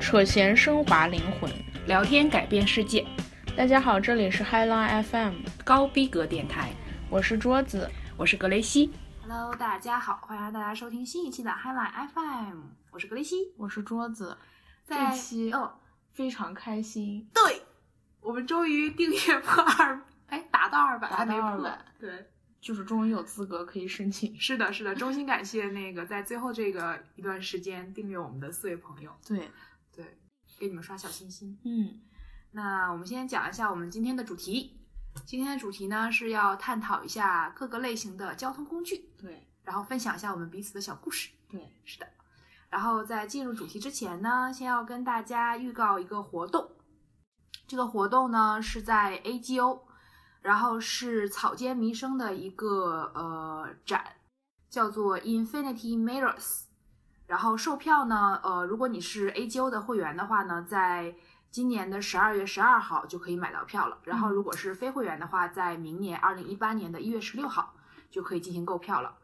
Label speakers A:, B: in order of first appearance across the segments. A: 扯闲升华灵魂。
B: 聊天改变世界，
A: 大家好，这里是 High Line FM，
B: 高逼格电台，
A: 我是桌子。
B: 我是格雷西。
C: Hello，大家好，欢迎大家收听新一期的 Highline FM，我是格雷西。
A: 我是桌子，
C: 在
A: 这期
C: 哦，
A: 非常开心，
C: 对，我们终于订阅破二，哎，达到二百，
A: 达
C: 还没
A: 到
C: 破
A: 200。
C: 对，
A: 就是终于有资格可以申请。
C: 是的，是的，衷心感谢那个在最后这个一段时间订阅我们的四位朋友，
A: 对，
C: 对，给你们刷小心心。
A: 嗯，
C: 那我们先讲一下我们今天的主题。今天的主题呢是要探讨一下各个类型的交通工具，
A: 对，
C: 然后分享一下我们彼此的小故事。
A: 对，
C: 是的。然后在进入主题之前呢，先要跟大家预告一个活动。这个活动呢是在 AGO，然后是草间弥生的一个呃展，叫做 Infinity Mirrors。然后售票呢，呃，如果你是 AGO 的会员的话呢，在今年的十二月十二号就可以买到票了。然后如果是非会员的话，在明年二零一八年的一月十六号就可以进行购票了。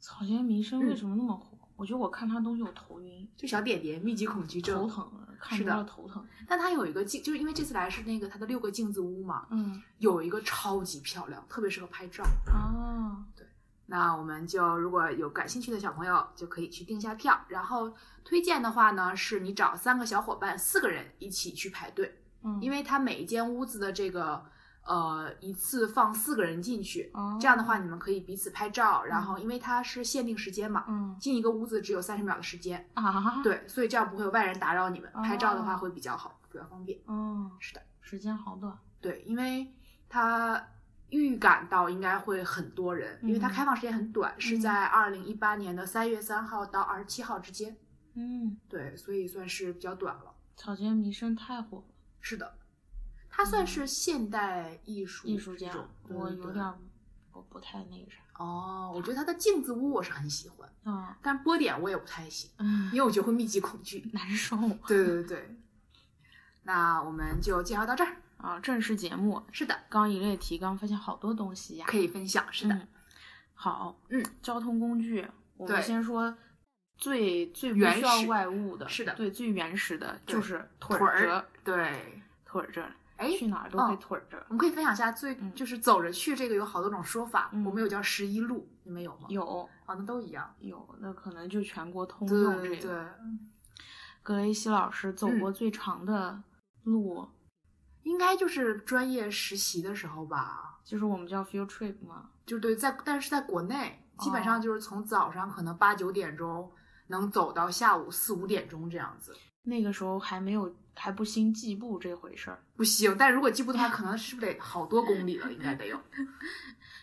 A: 草间弥生为
C: 嗯
A: 什么那么火？我觉得我看他东西我头晕，
C: 就小点点密集恐惧
A: 头
C: 症。
A: 疼了，看
C: 是
A: 着
C: 的
A: 要头疼。
C: 但它有一个镜，就是因为这次来是那个它的六个镜子屋嘛，
A: 嗯
C: 有一个超级漂亮，特别适合拍照。
A: 啊，
C: 那我们就如果有感兴趣的小朋友，就可以去订一下票。然后推荐的话呢，是你找三个小伙伴，四个人一起去排队，
A: 嗯，
C: 因为它每一间屋子的这个呃一次放四个人进去，
A: 哦
C: 这样的话你们可以彼此拍照。然后因为它是限定时间嘛，
A: 嗯
C: 进一个屋子只有三十秒的时间，
A: 啊，，
C: 对，所以这样不会有外人打扰你们。拍照的话
A: 哦
C: 会比较好，比较方便。
A: 嗯，
C: 是的，
A: 时间好短。
C: 对，因为它预感到应该会很多人，因为它
A: 嗯
C: 开放时间很短，是
A: 嗯
C: 在二零一八年的三月三号到二十七号之间。
A: 嗯，
C: 对，所以算是比较短了。
A: 草间弥生太火了，
C: 是的，它算是现代艺术
A: 嗯艺术
C: 这
A: 家
C: 种，
A: 我
C: 对对
A: 有
C: 对
A: 点儿我不太那个啥。
C: 哦，我觉得它的镜子屋我是很喜欢，
A: 嗯
C: 但波点我也不太行，
A: 嗯
C: 因，为我觉得会密集恐惧。
A: 难受
C: 对对对对，那我们就介绍到这儿。
A: 啊！正式节目
C: 是的，
A: 刚一类提纲，发现好多东西呀。
C: 可以分享。是的，
A: 嗯好，
C: 嗯，
A: 交通工具，我们
C: 对
A: 先说最最不
C: 原
A: 需要
C: 始
A: 外物的，
C: 是的
A: 对，最原始的
C: 对
A: 就是腿
C: 腿儿
A: 着，
C: 对，
A: 腿着，
C: 哎，
A: 去哪儿都会
C: 哦
A: 腿着。
C: 我们可以分享一下最
A: 嗯
C: 就是走着去这个有好多种说法，
A: 嗯
C: 我们有叫十一路，你们有吗？
A: 有
C: 好像都一样。
A: 有，那可能就全国通
C: 对
A: 用
C: 对
A: 这
C: 对嗯
A: 个。，格雷西老师走过最长的路，
C: 应该就是专业实习的时候吧，
A: 就是我们叫 field trip 嘛，
C: 就对，在但是在国内，基本
A: 哦
C: 上就是从早上可能八九点钟能走到下午四五点钟这样子。
A: 那个时候还没有还不兴计步这回事儿。
C: 不行，但如果记不的话，可能是不是得好多公里了？应该 得有。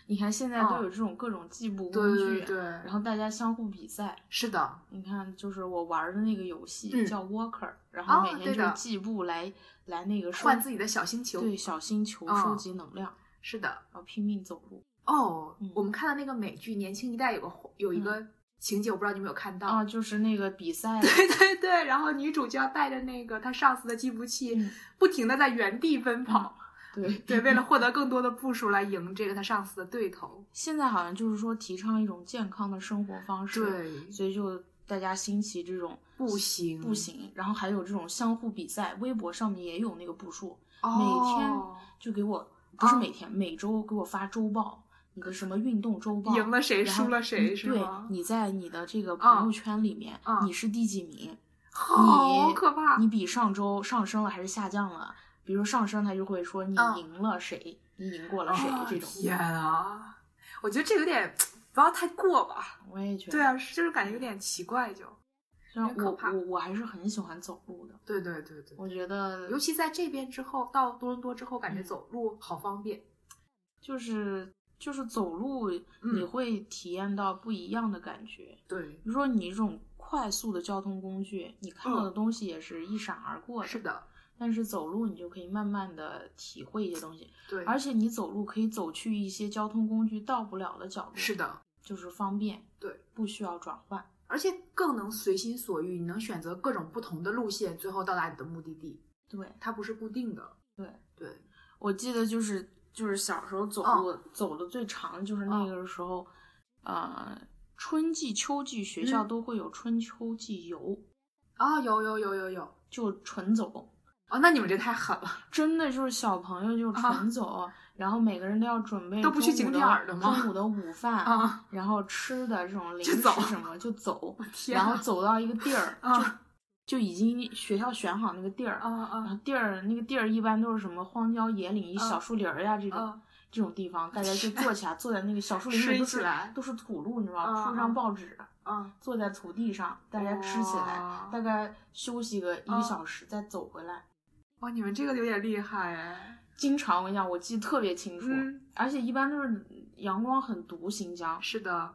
A: 你看现在
C: 哦
A: 都有这种各种计步工
C: 对
A: 具，
C: 对对，
A: 然后大家相互比赛。
C: 是的，
A: 你看，就是我玩的那个游戏、
C: 嗯
A: 叫 Walker，然
C: 哦
A: 后每天
C: 对
A: 就
C: 的
A: 是计步来、来那个收
C: 换自己的小星球。
A: 嗯对小星球
C: 嗯
A: 收集能量，
C: 是的。
A: 然后拼命走路
C: 哦
A: 嗯，
C: 我们看到那个美剧《年轻一代》有个有一个情节，我不知道你有没有看到
A: 啊，就是那个比赛
C: 对对对，然后女主就要带着那个她上司的计步器，
A: 嗯
C: 不停的在原地奔跑，
A: 对
C: 对，为了获得更多的步数来赢这个她上司的对头。
A: 现在好像就是说提倡一种健康的生活方式，，
C: 对，
A: 所以就大家兴起这种
C: 步行
A: 步行，然后还有这种相互比赛，微博上面也有那个步数，
C: 哦
A: 就给我不是
C: 哦
A: 每天、每周给我发周报，你的什么运动周报，
C: 赢了谁，
A: 然后
C: 输了谁
A: 你
C: 是
A: 对
C: 吗，？啊
A: 你在你的这个朋友圈里面，
C: 嗯
A: 你是第几名？
C: 好
A: 你
C: 可怕！
A: 你比上周上升了还是下降了？比如上升，他就会说你
C: 嗯
A: 赢了谁，你赢过了谁、
C: 哦
A: 这种。
C: 天啊，我觉得这有点不要太过吧？
A: 我也觉得，
C: 对啊，是就是感觉有点奇怪就。
A: 虽然
C: 有点
A: 我
C: 可怕
A: 我我还是很喜欢走路的，
C: 对对对对，
A: 我觉得
C: 尤其在这边之后，到多伦多之后，感觉
A: 嗯
C: 走路好方便。
A: 就是就是走路，
C: 嗯
A: 你会体验到不一样的感觉。
C: 对，
A: 比如说你这种快速的交通工具，你看到的东西也是一闪而过的，
C: 嗯是的，
A: 但是走路你就可以慢慢的体会一些东西。
C: 对，
A: 而且你走路可以走去一些交通工具到不了的角度，
C: 是，的。
A: 就是方便，
C: 对，
A: 不需要转换，
C: 而且更能随心所欲，你能选择各种不同的路线，最后到达你的目的地，
A: 对
C: 它不是固定的。
A: 对。
C: 对，
A: 我记得就是就是小时候走
C: 嗯
A: 路、走的最长，就是那个时候，呃，春季、秋季学校
C: 嗯
A: 都会有春秋季游，
C: 哦，有有有有有，
A: 就纯走，
C: 哦，那你们这太狠了，
A: 真的就是小朋友就纯走，然后每个人都要准备
C: 啊都不去
A: 中午
C: 景点儿的吗
A: 中午的午饭，
C: 啊！
A: 然后吃的这种零
C: 就
A: 食
C: 走
A: 什么就走，
C: 天
A: 然
C: 啊，
A: 后走到一个地儿，
C: 啊
A: 就已经学校选好那个地儿，
C: 啊
A: 然后
C: 啊
A: 地儿那个地儿一般都是什么荒郊野岭、
C: 啊
A: 小树林儿呀这种
C: 啊！
A: 这种地方，大家就坐起来，坐在那个小树林
C: 吃
A: 里都
C: 起
A: 是
C: 来
A: 都是土路，你知道
C: 啊
A: 吧？铺
C: 啊
A: 上报纸，
C: 啊！
A: 坐在土地上，大家吃起来，
C: 哇
A: 大概休息个一
C: 啊
A: 个小时再走回来。
C: 哇，你们这个有点厉害哎。
A: 经常我跟你讲，我记得特别清楚，
C: 嗯，
A: 而且一般都是阳光很毒，新疆。
C: 是的。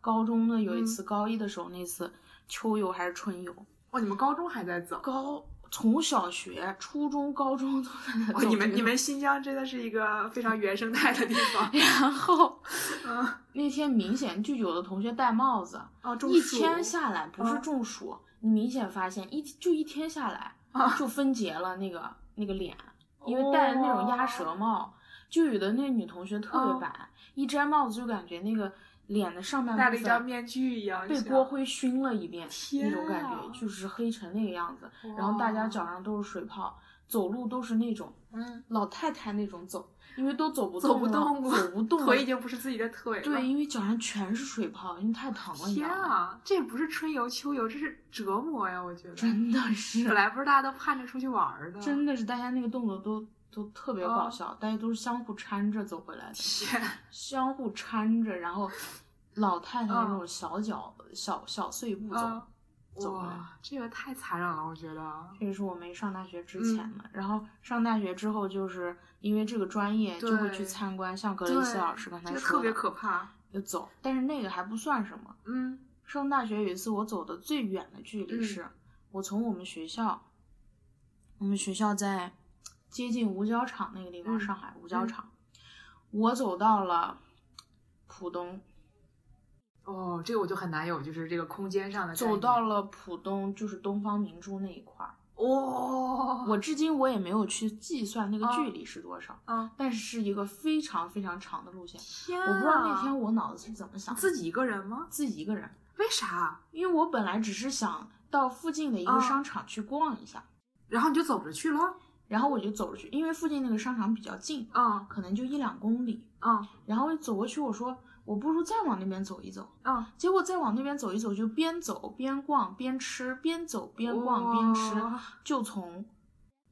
A: 高中的有一
C: 嗯
A: 次，高一的时候那次秋游还是春游，
C: 哇，你们高中还在走？
A: 高从小学、初中、高中都在那
C: 哇，
A: 走
C: 哦你们
A: 这
C: 你
A: 个。
C: 们新疆真的是一个非常原生态的地方
A: 然后
C: 嗯，
A: 那天明显就有的同学戴帽子，
C: 哦，中
A: 一
C: 暑
A: 天下来不是
C: 嗯
A: 中暑，你明显发现一就一天下来、
C: 啊
A: 就分解了那个那个脸，
C: 哦
A: 因为戴那种鸭舌帽，就有的那女同学特
C: 嗯
A: 别白，一摘帽子就感觉那个脸的上半
C: 戴了
A: 部
C: 一张
A: 分
C: 面具一样，
A: 被
C: 像
A: 锅。灰熏了一遍，
C: 啊天
A: 那种感
C: 啊
A: 觉就是黑成那个样子，然后大家
C: 哇
A: 脚上都是水泡，走路都是那种。
C: 嗯，
A: 老太太那种走，因为都走不
C: 走不
A: 动
C: 动
A: 了
C: 了
A: 走不动了，
C: 腿已经不是自己的腿了。
A: 对，因为脚上全是水泡，因为太疼了，你知
C: 天
A: 道吗？
C: 啊，这不是春游秋游，这是折磨呀！我觉得，
A: 真的是
C: 本，来不是大家都盼着出去玩儿的，
A: 真的是，大家那个动作都都特别
C: 啊
A: 搞笑，大家都是相互搀着走回来的，
C: 天，啊
A: 相互搀着，然后老太太
C: 嗯
A: 那种小脚、小小碎步走。
C: 啊
A: 走回来
C: 哇，这个太残忍了，我觉得。
A: 这个是我没上大学之前
C: 嗯
A: 的，然后上大学之后，就是因为这个专业就会
C: 对
A: 去参观，像格
C: 对
A: 雷西老师刚才
C: 这
A: 说的，
C: 个特别可怕。
A: 就走。但是那个还不算什么，
C: 嗯，
A: 上大学有一次，我走的最远的距离
C: 嗯
A: 是，我从我们学校，我们学校在接近五角场那个地方，
C: 嗯
A: 上海五
C: 嗯
A: 角场，我走到了浦东，
C: 哦，这个我就很难有，就是这个空间上的概
A: 走
C: 念。
A: 到了浦东，就是东方明珠那一块儿。
C: 哦，
A: 我至今我也没有去计算那个
C: 哦
A: 距离是多少，
C: 啊，
A: 但是是一个非常非常长的路线。
C: 天啊！
A: 我不知道那天我脑子是怎么想的，
C: 自己一个人吗？
A: 自己一个人，
C: 为啥？
A: 因为我本来只是想到附近的一
C: 哦
A: 个商场去逛一下。
C: 然后你就走着去了？
A: 然后我就走出去，因为附近那个商场比较近，
C: 嗯
A: 可能就一两公里。
C: 嗯
A: 然后我走过去，我说我不如再往那边走一走。
C: 嗯，
A: 结果再往那边走一走，就边走边逛边吃，边走边逛边吃，
C: 哇
A: 就从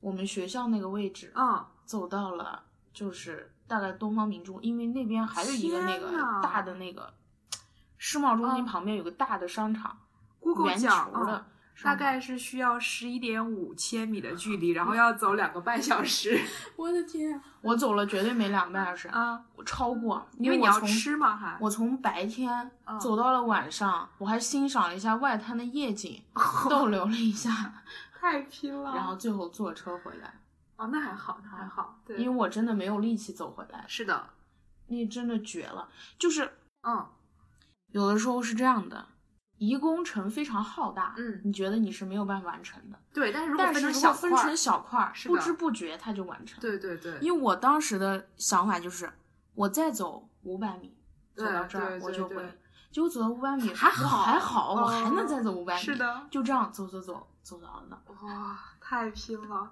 A: 我们学校那个位置
C: 嗯，
A: 走到了，就是大概东方明珠，因为那边还有一个那个
C: 天呐
A: 大的那个世贸中心
C: 嗯
A: 旁边有个大的商场，
C: Google
A: 圆球
C: 讲
A: 的
C: 啊，
A: 商
C: 大
A: 场
C: 概是需要十一点五千米的距离，然
A: 嗯
C: 后要走两个半小 时
A: 我的天、啊我走了绝对没两个半小时，
C: 啊，
A: 我超过，
C: 因
A: 为
C: 为你
A: 我
C: 要
A: 从
C: 吃嘛，还
A: 我从白天
C: 嗯
A: 走到了晚上，我还欣赏了一下外滩的夜 景，逗留了一下，
C: 太拼了。
A: 然后最后坐车回来，
C: 哦，那还好，那还好，对，
A: 因为我真的没有力气走回来，
C: 是的，
A: 那真的绝了。就是
C: 嗯
A: 有的时候是这样的，一工程非常浩大，
C: 嗯，
A: 你觉得你是没有办法完成的，
C: 对，但是如果
A: 但
C: 分
A: 是
C: 成
A: 如
C: 小
A: 果分
C: 块儿
A: 成小块儿，
C: 是的
A: 不知不觉它就完成。，
C: 对对对，
A: 因为我当时的想法就是，我再走五百米，走
C: 对
A: 到这
C: 对
A: 儿我
C: 对
A: 就
C: 对
A: 回。结果走到五百米
C: 还
A: 我
C: 好
A: 还好，我还
C: 嗯
A: 能再走五百米。
C: 是的，
A: 就这样走走走走到了那儿。
C: 哇，太拼了。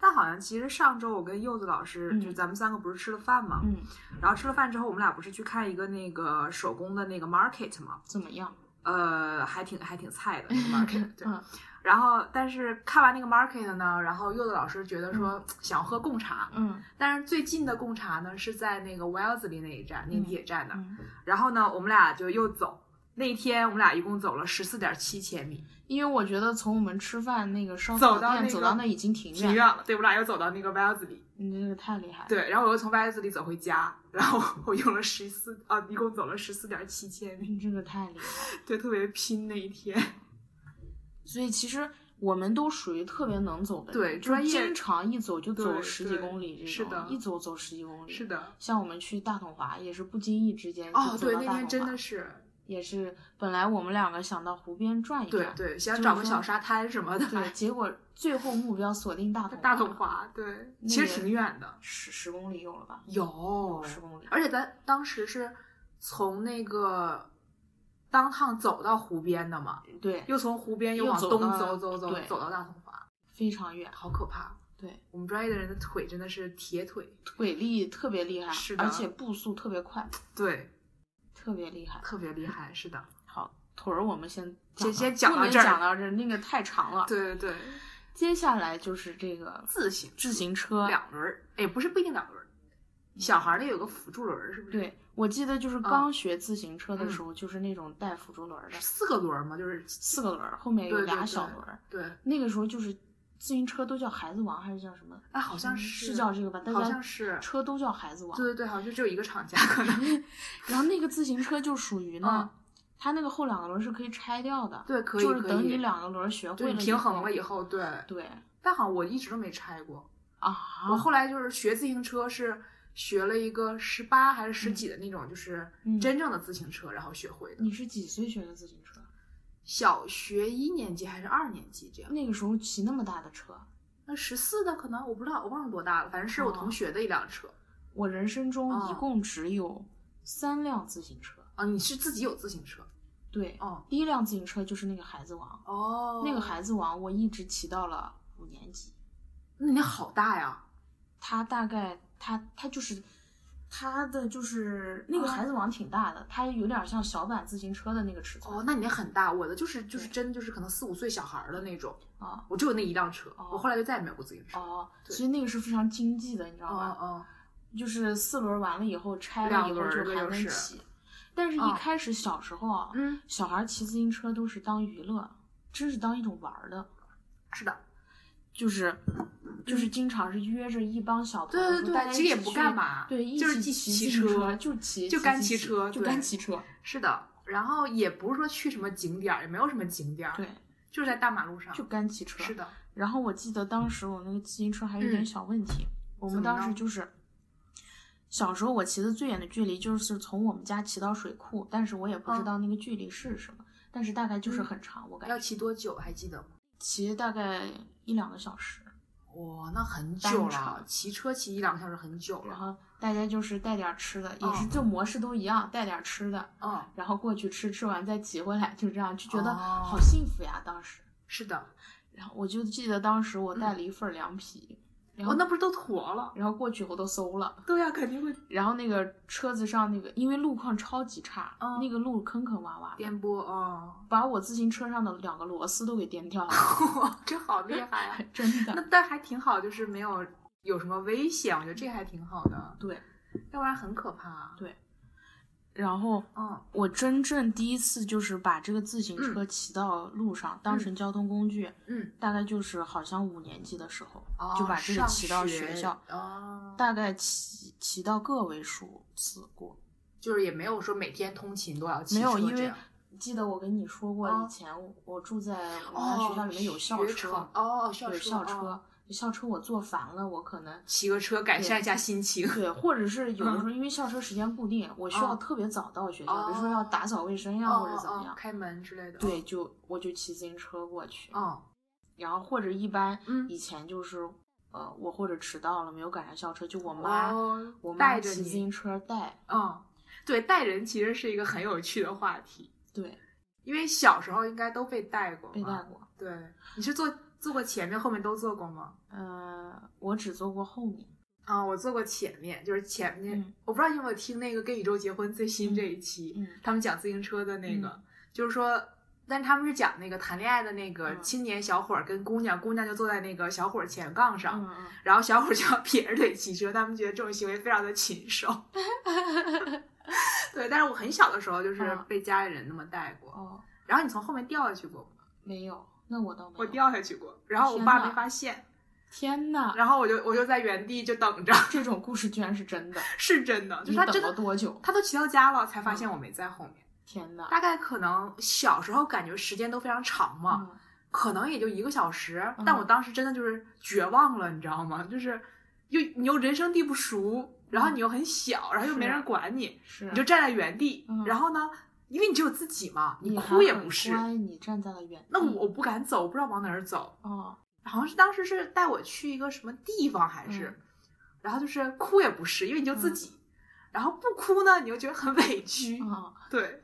C: 但好像其实上周我跟柚子老师，
A: 嗯
C: 就咱们三个不是吃了饭嘛，
A: 嗯，
C: 然后吃了饭之后，我们俩不是去看一个那个手工的那个 market 嘛，
A: 怎么样？
C: 呃，还挺还挺菜的那个 market，对。
A: 嗯
C: 然后但是看完那个 market 呢，然后柚子老师觉得说、想喝贡茶，
A: 嗯
C: 但是最近的贡茶呢是在那个 Wellesley 那一站，那个
A: 嗯
C: 地铁站那儿。
A: 嗯，
C: 然后呢，我们俩就又走。那一天我们俩一共走了十四点七千米，
A: 因为我觉得从我们吃饭那个烧
C: 走
A: 烤
C: 到那
A: 店
C: 个
A: 走到那已经挺
C: 挺
A: 远
C: 远了。对，我们俩又走到那个 Wellesley。
A: 你这个太厉害了。
C: 对，然后我又从 Wellesley 走回家，然后我用了十四啊，一共走了十四点七千米，
A: 你这个太厉害了。
C: 对，特别拼那一天。
A: 所以其实我们都属于特别能走的人，
C: 对
A: 就是
C: 专业
A: 经常一走就
C: 对
A: 走十几
C: 对
A: 公里这
C: 是
A: 种，
C: 的
A: 一走走十几公里。
C: 是的，
A: 像我们去大统华也是不经意之间就
C: 哦，
A: 走
C: 对，
A: 到
C: 那
A: 大
C: 天真
A: 统华
C: 的，是，
A: 也是本来我们两个想到湖边转一
C: 对
A: 转，
C: 对，想
A: 啊就是
C: 找个
A: 说
C: 小沙滩什么的，
A: 对，结果最后目标锁定大统
C: 大统华，对，
A: 那
C: 其实
A: 个
C: 挺远的，
A: 十十公里有了吧？
C: 有
A: 十公里。
C: 而且咱当时是从那个当趟走到湖边的嘛，
A: 对，
C: 又从湖边又
A: 又
C: 往
A: 走
C: 东
A: 到
C: 走走走
A: 对
C: 走到大统华，
A: 非常远，
C: 好可怕！
A: 对，
C: 我们专业的人的腿真的是铁腿，
A: 腿力特别厉害，
C: 是的
A: 而且步速特别快，
C: 对，
A: 特别厉害。
C: 特别厉害，是的，
A: 好，腿儿我们先
C: 先先
A: 讲
C: 讲
A: 到
C: 到
A: 不能
C: 这儿
A: 讲到这儿，那个太长了。
C: 对对对，
A: 接下来就是这个
C: 自行
A: 自行车，
C: 两轮儿，哎，不是不一定两轮儿，小孩儿的有个辅助轮儿，是不是？，
A: 对我记得就是
C: 嗯
A: 刚学自行车的时候，就是那种带辅助轮儿的
C: 是，四个轮儿嘛，就是
A: 四个轮儿，后面有
C: 对对
A: 俩
C: 对
A: 小轮儿。
C: 对，
A: 那个时候就是自行车都叫孩子王还是叫什么？嗯
C: 哎，好像
A: 是
C: 是
A: 叫这个吧？大
C: 好
A: 家
C: 像是
A: 车都叫孩子王
C: 对。对对，好像就只有一个厂家可能。
A: 然后那个自行车就属于呢，它那个后两个轮是可以拆掉的，
C: 嗯对，可以
A: 就是
C: 可
A: 等
C: 以
A: 你两个轮学
C: 对
A: 会
C: 你
A: 了
C: 平衡
A: 后
C: 了以后，对。
A: 对
C: 但好像我一直都没拆过。
A: 啊，
C: 我后来就是学自行车是学了一个十八还是十
A: 嗯
C: 几的那种，就是
A: 嗯
C: 真正的自行车，然后学会的。
A: 你是几岁学的自行车？
C: 小学一年级还是二年级这样？
A: 那个时候骑那么大的车，
C: 那十四的可能我不知道，我忘了多大了，反正是我
A: 哦
C: 同学的一辆车。
A: 我人生中一
C: 哦
A: 共只有三辆自行车。
C: 啊，你是自己有自行车？
A: 对，
C: 哦
A: 第一辆自行车就是那个孩子王，
C: 哦
A: 那个孩子王我一直骑到了五年级。
C: 那你好大呀！
A: 他大概他他就是他的就是那个
C: 哦
A: 孩子王挺大的，他有点像小版自行车的那个尺寸
C: 哦，那你那很大，我的就是就是
A: 对
C: 真就是可能四五岁小孩儿的那种，
A: 啊
C: 我只有那一辆车，
A: 哦
C: 我后来就再也没有过自行车。
A: 哦，
C: 对
A: 所以那个是非常经济的，你知道吧？
C: 哦
A: 就是四轮完了以后拆了
C: 两
A: 以后
C: 轮儿
A: 就
C: 这个
A: 还
C: 就
A: 能
C: 是
A: 骑，但是一
C: 嗯
A: 开始小时候啊，
C: 嗯，
A: 小孩骑自行车都是当娱乐，真是当一种玩儿的，
C: 是的，
A: 就是就是经常是约着一帮小朋
C: 嗯对
A: 友，
C: 对
A: 说大家一
C: 对，其实也
A: 起
C: 不
A: 去
C: 干，嘛，
A: 对，一
C: 就是
A: 起
C: 骑
A: 骑自行
C: 车，
A: 就骑
C: 就
A: 骑
C: 干
A: 自
C: 骑
A: 行
C: 车
A: 就
C: 对
A: 干骑车，
C: 是的。然后也不是说去什么景点儿，也没有什么景点儿，
A: 对，
C: 就是在大马路上，
A: 就干骑车，
C: 是的，
A: 然后我记得当时我那个自行车还有点
C: 嗯
A: 小问题，我
C: 怎
A: 们
C: 么
A: 当时
C: 了
A: 就是小时候我骑的最远的距离就是从我们家骑到水库，但是我也不知
C: 嗯
A: 道那个距离是什么，但是大概就是
C: 嗯
A: 很长，我感
C: 要
A: 觉
C: 骑多久还记得吗？
A: 骑大概一两个小时，
C: 哇、那很
A: 单
C: 久了
A: 程，
C: 骑车骑一两个小时很久
A: 然
C: 了。
A: 后大家就是带点儿吃的，也是
C: 哦
A: 这模式都一样，带点儿吃的，
C: 嗯，
A: 然后过去吃，吃完再骑回来，就这样就觉得
C: 哦
A: 好幸福呀，当时。
C: 是的，
A: 然后我就记得当时我带了一份儿凉皮，然
C: 嗯哦
A: 后，
C: 那不是都坨了？
A: 然后过去我都搜了。
C: 对呀、肯定会
A: 然后那个车子上那个，因为路况超级差，
C: 嗯
A: 那个路坑坑洼洼的，
C: 颠簸哦，
A: 把我自行车上的两个螺丝都给颠掉了，
C: 这好厉害 啊！
A: 真
C: 哦那
A: 的。
C: 但还挺好，就是没有有什么危险，我觉得这还挺好的，
A: 对，
C: 要不然很可怕。啊
A: 然后
C: 嗯，
A: 我真正第一次就是把这个自行车骑到路上、当成交通工具，
C: 嗯，
A: 大概就是好像五年级的时候、
C: 哦
A: 就把这个
C: 上
A: 骑到
C: 学
A: 学校，
C: 哦，
A: 大概骑骑到个位数次过，
C: 就是也没有说每天通勤都要骑
A: 没有，
C: 车
A: 因
C: 这
A: 为
C: 样
A: 记得我跟你说过，
C: 嗯
A: 以前我我住在我们
C: 哦
A: 学校里面有校
C: 学
A: 车，
C: 程哦，校
A: 有
C: 车
A: 校
C: 哦
A: 车，校车我坐烦了，我可能
C: 骑个车改善一下 心情。
A: 对，或者是有的时候因为校车时间固定，我需要
C: 嗯哦
A: 特别早到学校，比如说要打扫卫生呀，或者怎么
C: 哦哦
A: 样，
C: 开门之类的。
A: 对，，就我就骑自行车过去，
C: 哦，
A: 然后或者一般
C: 嗯
A: 以前就是呃我或者迟到了没有赶上校车，就我
C: 我
A: 妈我妈
C: 哦带着
A: 骑自
C: 你，
A: 行车带，
C: 嗯，对，带人其实是一个很有趣的话题，
A: 对，
C: 因为小时候应该都被带过嘛。
A: 被带过，
C: 对，你是坐坐过前面，后面都坐过吗？
A: 呃，我只坐过后面，
C: 啊、我坐过前面，就是前面，
A: 嗯
C: 我不知道你有没有听那个《跟宇宙结婚》最新这一期，
A: 嗯嗯
C: 他们讲自行车的那个，
A: 嗯
C: 就是说，但是他们是讲那个谈恋爱的那个
A: 嗯
C: 青年小伙儿跟姑娘，姑娘就坐在那个小伙儿前杠上，
A: 嗯嗯，
C: 然后小伙儿就要撇着腿骑车，他们觉得这种行为非常的 禽兽。对，但是我很小的时候就是
A: 嗯
C: 被家里人那么带过，
A: 哦，
C: 然后你从后面掉下去过吗？
A: 没有，那我倒没有，
C: 我掉下去过，然后我爸
A: 天哪
C: 没发现，
A: 天呐，
C: 然后我就我就在原地就等着，
A: 这种故事居然是真的，
C: 是真的，就是
A: 你
C: 他
A: 等
C: 真
A: 了
C: 的
A: 多久？嗯
C: 他都骑到家了，才发现我没在后面。
A: 天呐，
C: 大概可能小时候感觉时间都非常长嘛，
A: 嗯
C: 可能也就一个小时
A: 嗯，
C: 但我当时真的就是绝望了，你知道吗？就是又你又人生地不熟，然后你又很小，然后又
A: 是
C: 没人管你，
A: 是，啊
C: 你就站在原地
A: 嗯，
C: 然后呢，因为你只有自己嘛，
A: 你还
C: 哭也
A: 很
C: 不是，
A: 乖嗯你站在了原地。
C: 那我不敢走，不知道往哪儿走，
A: 哦，
C: 好像是当时是带我去一个什么地方还是，
A: 嗯
C: 然后就是哭也不是，因为你
A: 嗯
C: 就嗯 自己，然后不哭呢，你又觉得很委屈，
A: 哦，
C: 对，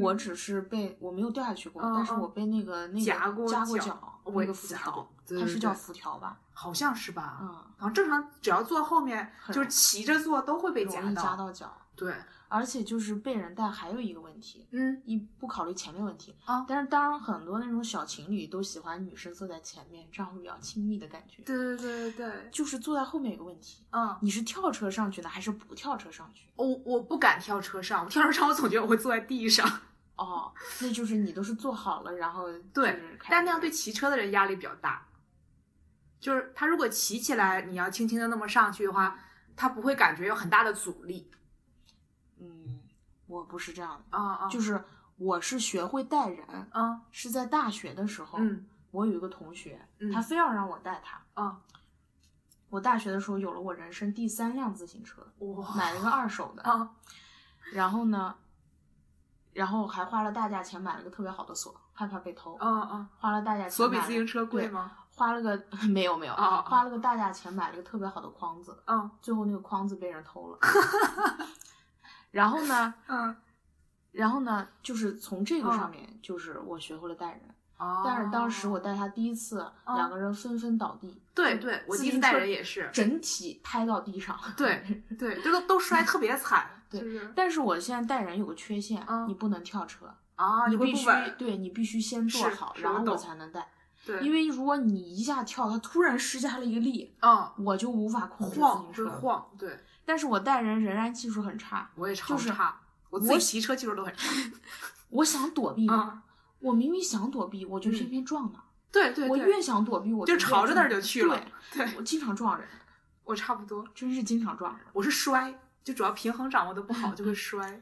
A: 我
C: 嗯
A: 只是被我没有掉下去过，
C: 嗯
A: 但是
C: 嗯
A: 我被那个那个
C: 夹过
A: 夹过
C: 脚
A: 脚，
C: 我
A: 那个
C: 也
A: 浮
C: 夹
A: 条
C: 过，对
A: 它
C: 对
A: 是叫
C: 对
A: 浮条吧？
C: 好像是吧？
A: 嗯，
C: 好像正常只要坐后面，
A: 很
C: 就是骑着坐都会被
A: 容易夹
C: 到。
A: 到脚，
C: 对，
A: 而且就是被人带还有一个问题，
C: 嗯
A: 一不考虑前面问题
C: 啊
A: 但是当然很多那种小情侣都喜欢女生坐在前面，这样会比较亲密的感觉。，
C: 对对对对对，
A: 就是坐在后面有个问题，
C: 嗯。
A: 你是跳车上去呢，还是不跳车上去？
C: 我我不敢跳车上，我跳车上我总觉得我会坐在地上，
A: 哦，那就是你都是坐好了，然后
C: 对
A: 就是开
C: 但那样
A: 始
C: 对骑车的人压力比较大。就是他如果骑起来，你要轻轻的那么上去的话，他不会感觉有很大的阻力。
A: 嗯，我不是这样的，
C: 啊啊
A: 嗯就是是我是学会带人，
C: 啊
A: 是在大学的时候，
C: 嗯
A: 我有一个同学，
C: 嗯
A: 他非要让我带他。
C: 啊
A: 我大学的时候有了我人生第三辆自行车，
C: 哇
A: 买了一个二手的，
C: 啊
A: 然后呢，然后还花了大价钱买了个特别好的锁，害怕被偷。
C: 啊啊！
A: 花了大价钱，
C: 锁比自行车贵？
A: 对
C: 吗？
A: 花了个 没有没有，
C: 哦哦
A: 花了个大价钱买了个特别好的筐子，
C: 嗯
A: 最后那个筐子被人偷 了。然后呢，
C: 嗯
A: 然后呢，就是从这个
C: 嗯
A: 上面，就是我学会了带人。
C: 哦
A: 但是当时我带他第一次，
C: 哦
A: 两个人纷纷倒地，
C: 对对，
A: 嗯
C: 我
A: 自
C: 第一次
A: 行
C: 带
A: 车
C: 人也是，
A: 整体拍到地上。
C: 对对，这都都摔特别惨，
A: 对
C: 就是
A: 但是我现在带人有个缺陷，
C: 嗯
A: 你不能跳车，
C: 啊，
A: 你
C: 会
A: 必
C: 不
A: 须
C: 稳，
A: 对你必须先做
C: 是
A: 好，
C: 是
A: 然
C: 我
A: 后我
C: 懂
A: 才能带。
C: 对，
A: 因为如果你一下跳，他突然施加了一个力，
C: 嗯
A: 我就无法控制
C: 晃
A: 自行车。
C: 会晃，对
A: 但是我带人仍然技术很差，
C: 我也超
A: 就是
C: 差，我自
A: 我
C: 己骑车技术都 很差，
A: 我想躲避，
C: 嗯，
A: 我明明想躲避，我就
C: 嗯
A: 偏偏撞了。
C: 对对
A: 我
C: 对，
A: 越想躲避，我
C: 就
A: 越
C: 朝着那儿
A: 撞
C: 就去了，对
A: 对，我经常撞人，
C: 我差不多，
A: 真是经常撞人。
C: 我是摔，就主要平衡掌握的不 好就会摔，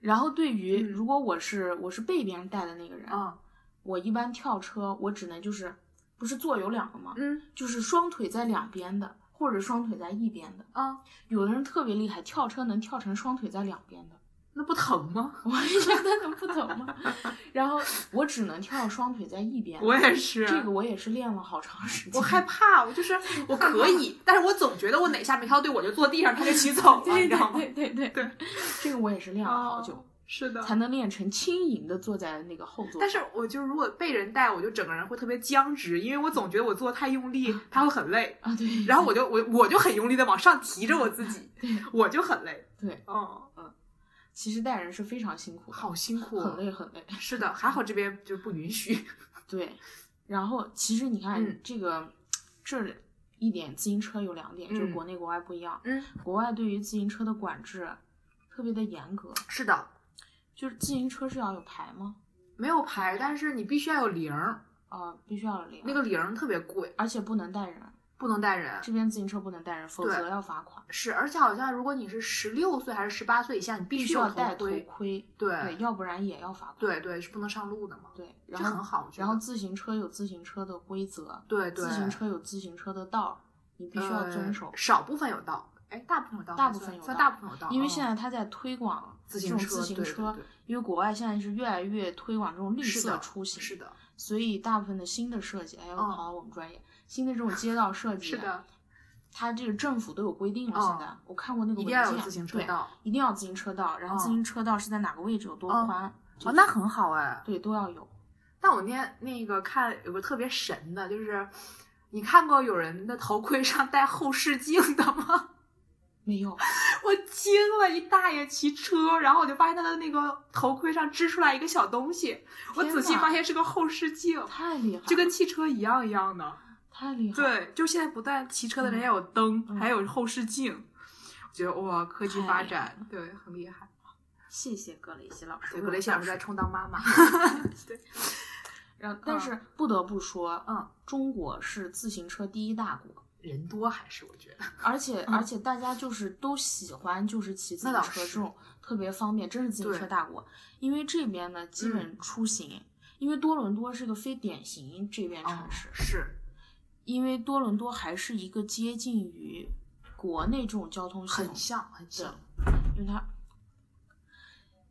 A: 然后对于
C: 嗯
A: 如果我是我是被别人带的那个人，
C: 嗯
A: 我一般跳车，我只能就是不是坐有两个吗？
C: 嗯
A: 就是双腿在两边的，或者双腿在一边的。
C: 啊，
A: 有的人特别厉害，跳车能跳成双腿在两边的，
C: 那不疼吗？
A: 我也觉得能不懂吗？然后我只能跳双腿在一边。
C: 我也是，
A: 这个我也是练了好长时间。
C: 我害怕，我就是我可以，但是我总觉得我哪下没跳对，我就坐地上，他就骑走了，你
A: 对
C: 知道吗？
A: 对哦对对
C: 对，
A: 这个我也是练了好久，
C: 是的，
A: 才能练成轻盈的坐在那个后座。
C: 但是我就如果被人带，我就整个人会特别僵直，因为我总觉得我做太用力，他会很累。
A: 啊，对，
C: 然后我就我我就很用力的往上提着我自己，
A: 对
C: 我就很累。
A: 对，
C: 嗯，
A: 其实带人是非常辛苦哦的，
C: 好辛苦，
A: 很。累很累。
C: 是的，还好这边就不 允许。
A: 对，然后其实你看、
C: 嗯
A: 这个，这一点自行车有两点，就是
C: 嗯
A: 国内国外不一样。
C: 嗯，
A: 国外对于自行车的管制特别的严格，
C: 是的，
A: 就是自行车是要有牌吗？
C: 没有牌，但是你必须要有铃儿，
A: 啊、必须要有零，
C: 那个铃儿特别贵，
A: 而且不能带人，
C: 不能带人。
A: 这边自行车不能带人，否
C: 对
A: 则要罚款。
C: 是，而且好像如果你是十六岁还是十八岁以下，你必
A: 必
C: 须
A: 须
C: 有
A: 要戴头
C: 盔。嗯
A: 盔，对，
C: 对
A: 要不然也要罚款。
C: 对对，是不能上路的嘛。
A: 对，
C: 这
A: 然
C: 很
A: 后
C: 好，我觉
A: 然后
C: 得
A: 自行车有自行车的规则，
C: 对对，
A: 自行车有自行车的道儿，你必须要遵
C: 呃
A: 守。
C: 少部分有道，哎，大部分有道吗，
A: 大部分
C: 算
A: 有
C: 算
A: 道
C: 大部分有道，
A: 因为
C: 嗯
A: 现在他在推广
C: 自
A: 这
C: 行
A: 种
C: 车，
A: 自行
C: 对
A: 车，
C: 对对
A: 因为国外现在是越来越推广这种绿
C: 是
A: 色
C: 的
A: 出行，
C: 是的，
A: 所以大部分的新的设计，还有
C: 嗯
A: 跑到我们专业，新的这种街道设计，
C: 是，的，
A: 它这个政府都有规定了。
C: 嗯
A: 现在我看过那个
C: 一
A: 文件，
C: 定要有自行车
A: 对，
C: 道，哦
A: 一定要有自行车道，然后自
C: 嗯
A: 行车道是在哪个位置有多
C: 嗯
A: 宽，
C: 哦，那很好哎。
A: 对，都要有。
C: 但我那天那个看有个特别神的，就是你看过有人的头盔上戴后视镜的吗？
A: 没有，
C: 我惊了，一大爷骑车，然后我就发现他的那个头盔上支出来一个小东西，我
A: 天
C: 仔细
A: 哪
C: 发现是个后视镜，
A: 太厉害了，
C: 就跟汽车一样一样的。
A: 太厉害了，
C: 对，就现在不但骑车的人
A: 嗯
C: 也有灯，
A: 嗯
C: 还有后视镜，我觉得哇，科技
A: 太
C: 发
A: 厉害
C: 展对很厉害。
A: 谢谢格雷西老师，
C: 对，格雷西老师啊在。充当 妈妈。对，
A: 然后，但是不得不说，
C: 嗯，
A: 中国是自行车第一大国。
C: 人多还是我觉得
A: 而且、
C: 嗯
A: 而且大家就是都喜欢就是骑自
C: 那
A: 行
C: 倒
A: 车这
C: 是
A: 种特别方便，真是自行车
C: 对嗯
A: 大国。因为这边呢，基本出行，因为多伦多是个非典型这边城市，
C: 哦是
A: 因为多伦多还是一个接近于国内这种交通系
C: 很
A: 统，
C: 像很像，
A: 因为它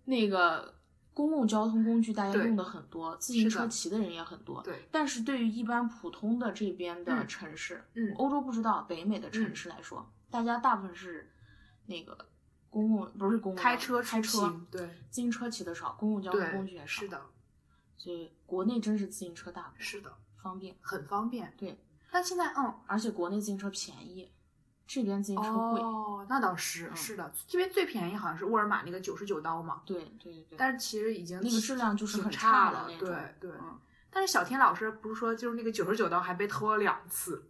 A: 那个公共交通工具大家
C: 对
A: 用的很多，自
C: 是
A: 行车
C: 的
A: 骑的人也很多。
C: 对，
A: 但是对于一般普通的这边的
C: 嗯
A: 城市，
C: 嗯
A: 欧洲不知道，北美的城市来说，大家大部分是那个公共不是公共
C: 开
A: 交
C: 车
A: 通
C: 出
A: 开车
C: 行，，对
A: 自行车骑的少，公共交通工具也
C: 对，
A: 少，
C: 是，的，
A: 所以国内真是自行车大国，
C: 是的，
A: 方便。
C: 很方便。
A: 对，
C: 但现在嗯，
A: 而且国内自行车便宜，这边自行车贵。
C: 哦，那倒是、
A: 嗯
C: 是的，这边最便宜好像是沃尔玛那个九十九刀嘛，
A: 对对对对，
C: 但是其实已经
A: 那个质量就是
C: 挺
A: 很差
C: 差
A: 的那
C: 对
A: 种
C: 对。
A: 嗯
C: 但是小天老师不是说就是那个九十九刀还被偷了两 次，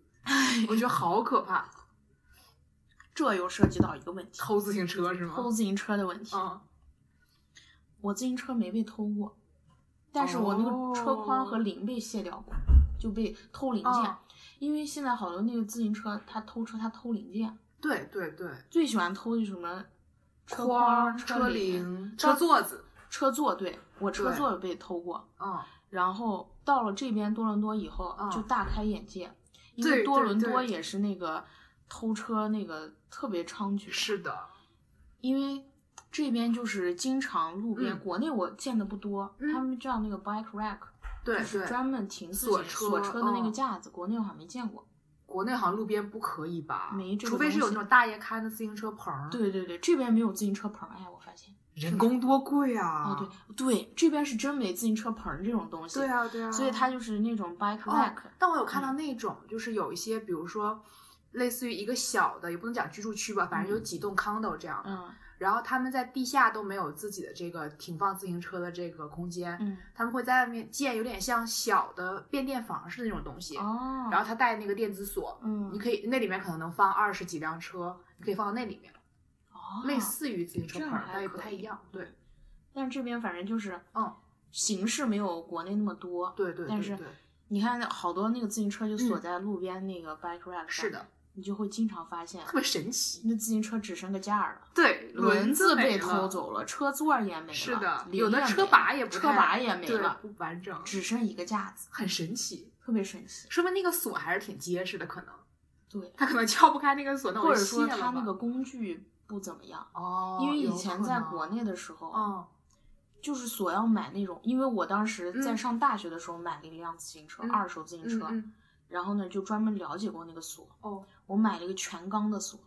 C: 我觉得好可怕，
A: 这又涉及到一个问题，
C: 偷自行车是吗？
A: 偷自行车的问题。
C: 嗯，
A: 我自行车没被偷过，但是我那个车筐和铃被卸掉过，就被偷零件。
C: 哦
A: 因为现在好多那个自行车，他偷车他偷零件，
C: 对对对，
A: 最喜欢偷的什么车
C: 筐、
A: 车
C: 车
A: 铃、
C: 铃、
A: 到
C: 车座子，
A: 车座。对我车
C: 对
A: 座有被偷过，
C: 嗯，
A: 然后到了这边多伦多以后，
C: 嗯
A: 就大开眼界，因
C: 对
A: 为多
C: 对
A: 伦多
C: 对
A: 也是那个偷车那个特别猖獗，
C: 是的，
A: 因为这边就是经常路边，
C: 嗯
A: 国内我见的不多，
C: 嗯
A: 他们叫那个 bike rack，
C: 对
A: 就是
C: 对，
A: 专门停自
C: 锁
A: 行
C: 车
A: 锁车的那个
C: 嗯
A: 架子，国内我还没见过。
C: 国内好像路边不可以吧？
A: 没这个
C: 除非是有
A: 东西
C: 那种大爷开的自行车棚儿。，
A: 对对对，这边没有自行车棚，哎，我发现。
C: 人工多贵
A: 哦
C: 啊！，
A: 对对，这边是真没自行车棚这种东西。
C: 对啊对啊，
A: 所以嗯它就是那种 bike
C: 哦
A: rack，、，
C: 但我有看到那种，就是有一些，比如说，类似于一个小的，也不能讲居住区吧，反正有几栋 condo 这样的，
A: 嗯
C: 然后他们在地下都没有自己的这个停放自行车的这个空间，
A: 嗯，
C: 他们会在外面建有点像小的变电房似的那种东西，
A: 哦，
C: 然后他带那个电子锁，
A: 嗯，
C: 你可以那里面可能能放二十几辆车，你可以放到那里面，
A: 哦，
C: 类，似于自行车
A: 这样
C: 棚，
A: 还
C: 但也不
A: 可
C: 太
A: 以
C: 一样，对
A: 但这边反正就是，
C: 嗯，
A: 形式没有国内那么多。
C: 对对
A: 但
C: 对
A: 是
C: 对，
A: 你看好多那个自行车就锁
C: 嗯
A: 在路边那个 bike rack 上，
C: 是的，
A: 你就会经常发现
C: 特别神奇，
A: 那自行车只剩个架儿了。
C: 对，
A: 轮
C: 子
A: 被
C: 没
A: 偷
C: 了。
A: 走了，车座儿也没了，
C: 是的，
A: 铃
C: 有的
A: 也
C: 车
A: 没
C: 把
A: 了
C: 也不
A: 车
C: 太
A: 把也没
C: 对
A: 了，
C: 不完整，
A: 只剩一个架子，
C: 很神奇，
A: 特别神奇。
C: 说明那个锁还是挺结实的，可能
A: 对，
C: 他可能撬不开那个锁，那我
A: 或者
C: 就
A: 说
C: 卸了
A: 它那
C: 吧
A: 个工具不怎么样，
C: 哦，
A: 因为以
C: 有
A: 前
C: 可
A: 在
C: 能
A: 国，内的时候，
C: 哦，
A: 就是索要买那种，因为我当时在
C: 嗯
A: 上大学的时候买了一辆自行车，
C: 嗯
A: 二手自行
C: 嗯
A: 车，
C: 嗯，
A: 然后呢就专门了解过那个锁，
C: 哦，
A: 我买了一个全钢的锁，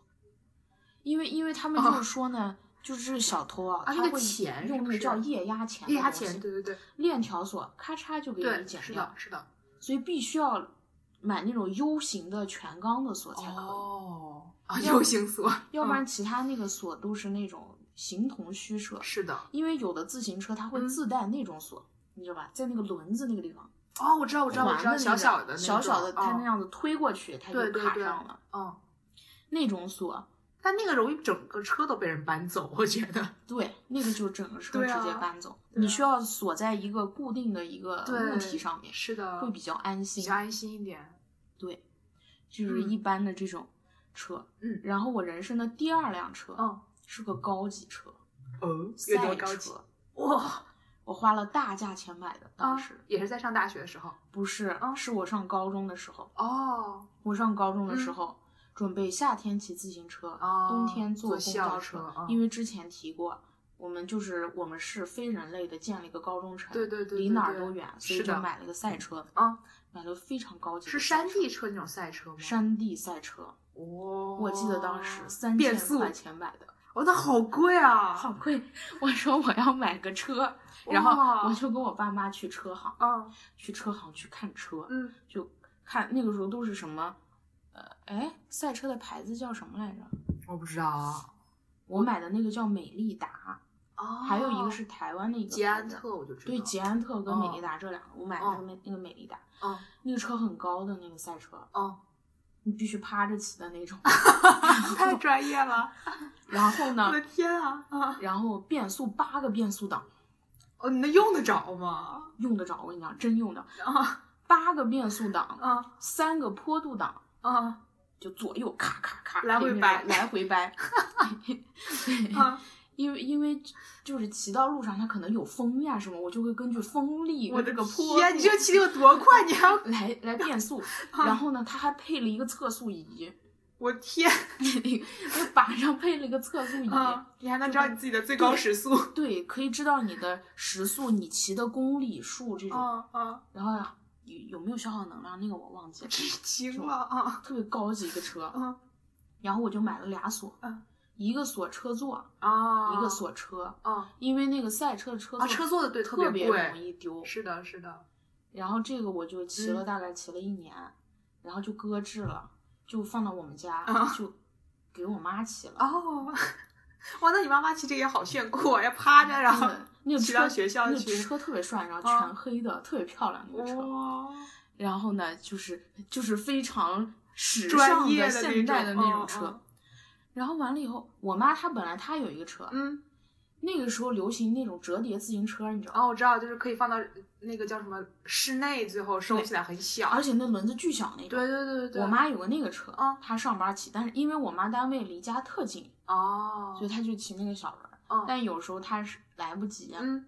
A: 因为因为他们就是说呢，就是小偷啊，
C: 哦啊
A: 他
C: 那个
A: 会
C: 钱是
A: 用那
C: 不
A: 个
C: 是
A: 叫液压钳的东西，
C: 液压钳，对对对
A: 链条锁咔嚓就给你
C: 对，
A: 剪
C: 是的
A: 掉，，
C: 是的，
A: 所以必须要买那种 U 型的全钢的锁才可以，
C: 哦，啊，
A: 要
C: 有形锁，
A: 要不然
C: 嗯
A: 其他那个锁都是那种形同虚设，
C: 是的，
A: 因为有的自行车它会
C: 嗯
A: 自带那种锁，你知道吧，在那个轮子那个地方。
C: 哦，我知道，我知道，我知
A: 环
C: 道，
A: 的
C: 小
A: 那
C: 小
A: 个
C: 的，
A: 小小的，它那
C: 样，
A: 样子推过去，它就
C: 对对
A: 卡
C: 对
A: 上了。
C: 嗯，
A: 那种锁，
C: 但那个容易整个车都被人搬走，我觉得，
A: 对，那个就整个车
C: 对
A: 直
C: 啊
A: 接搬走。
C: 对
A: 你
C: 啊
A: 需要锁在一个固定的一个
C: 对
A: 物体上面，
C: 是的，
A: 会比较安心
C: 比。较安心一点，
A: 对，就是
C: 嗯
A: 一般的这种车。
C: 嗯
A: 然后我人生的第二辆车
C: 嗯，
A: 是个高级车，
C: 哦，越
A: 赛
C: 多高级，
A: 车，
C: 哇，
A: 我花了大价钱买的，当
C: 啊
A: 时。
C: 也是在上大学的时候，
A: 不是
C: 啊，
A: 是我上高中的时候。
C: 哦，
A: 我上高中的时
C: 嗯
A: 候，准备夏天骑自行车，
C: 哦
A: 冬天坐
C: 坐
A: 公
C: 校
A: 交
C: 车哦
A: 因为之前提过，我们就是我们是非人类的建了一个高中城，
C: 对对对
A: 离
C: 对
A: 哪儿
C: 对
A: 都远，所以
C: 是
A: 就
C: 的
A: 买了个赛车，
C: 啊，
A: 买了非常高级的
C: 是
A: 赛
C: 山
A: 车
C: 地车那种赛车吗？
A: 山地赛车，
C: 哦，
A: 我记得当时三
C: 变
A: 千
C: 速，
A: 块钱买的。
C: 哦，那好贵啊！
A: 好贵！我说我要买个车，然
C: 哇
A: 后我就跟我爸妈去车行，
C: 啊，
A: 去车行去看车，
C: 嗯，
A: 就看那个时候都是什么，呃，哎，赛车的牌子叫什么来着？
C: 我不知道啊。
A: 我买的那个叫美利达，
C: 哦
A: 还有一个是台湾的一个
C: 捷
A: 牌
C: 安
A: 子，
C: 特，我就知道。
A: 对捷安特跟美利达这两个，我买的是
C: 嗯
A: 美那个美利达，
C: 嗯
A: 那个车很高的那个赛车，
C: 嗯，
A: 你必须趴着骑的那种。
C: 太专业 了，
A: 然后呢
C: 我，的天啊！啊，
A: 然后变速八个变速档
C: 哦，你能用得着吗？
A: 用得着，我跟你讲，真用得着，
C: 啊
A: 八个变速档，
C: 啊
A: 三个坡度档，
C: 啊
A: 就左右咔咔咔
C: 来回掰
A: 来回掰。 哎
C: 啊！
A: 因为因为就是骑到路上，它可能有封面什么，我就会根据风力
C: 我
A: 跟
C: 的
A: 这个坡
C: 天，
A: 度
C: 你这骑得有多快？你还要……
A: 来来变速，然后呢，它还配了一个测速仪，
C: 我天
A: 那个把上配了一个测速仪，
C: 啊！你还能知道你自己的最高时速？
A: 对，可以知道你的时速、你骑的公里数这种，
C: 啊啊！
A: 然后呀有有没有消耗能量，那个我忘记了，
C: 吃惊了啊！
A: 特别高级一个车
C: 嗯，
A: 然后我就买了俩锁
C: 嗯，
A: 一个锁车座，
C: 哦，
A: 一个锁车，
C: 哦，
A: 因为那个赛车的车座
C: 啊，车座的对
A: 特
C: 别
A: 别
C: 贵，
A: 容易丢。
C: 是的，是的，
A: 然后这个我就骑了
C: 嗯
A: 大概骑了一年，然后就搁置了，就放到我们家、
C: 啊
A: 就给我妈骑了。
C: 哦，哇，那你妈妈骑这个也好炫酷啊，要趴着然后
A: 真的那个
C: 骑
A: 车
C: 到学校
A: 那个
C: 去
A: 车特别帅，然后
C: 啊哦
A: 全黑的，特别漂亮那个车。
C: 哇，
A: 然后呢，就是就是非常时
C: 专
A: 尚
C: 业
A: 的、
C: 的
A: 现代的那
C: 种嗯
A: 种车。，然后完了以后，我妈她本来她有一个车，
C: 嗯，
A: 那个时候流行那种折叠自行车，你知道吗？
C: 哦，我知道，就是可以放到那个叫什么室内，最后收起来很小，
A: 而且那轮子巨小那种。
C: 对对对对对，
A: 我妈有个那个车，
C: 啊
A: 她上班骑，但是因为我妈单位离家特近，
C: 哦
A: 所以，她就骑那个小轮儿。
C: 嗯
A: 但有时候她是来不及，
C: 嗯，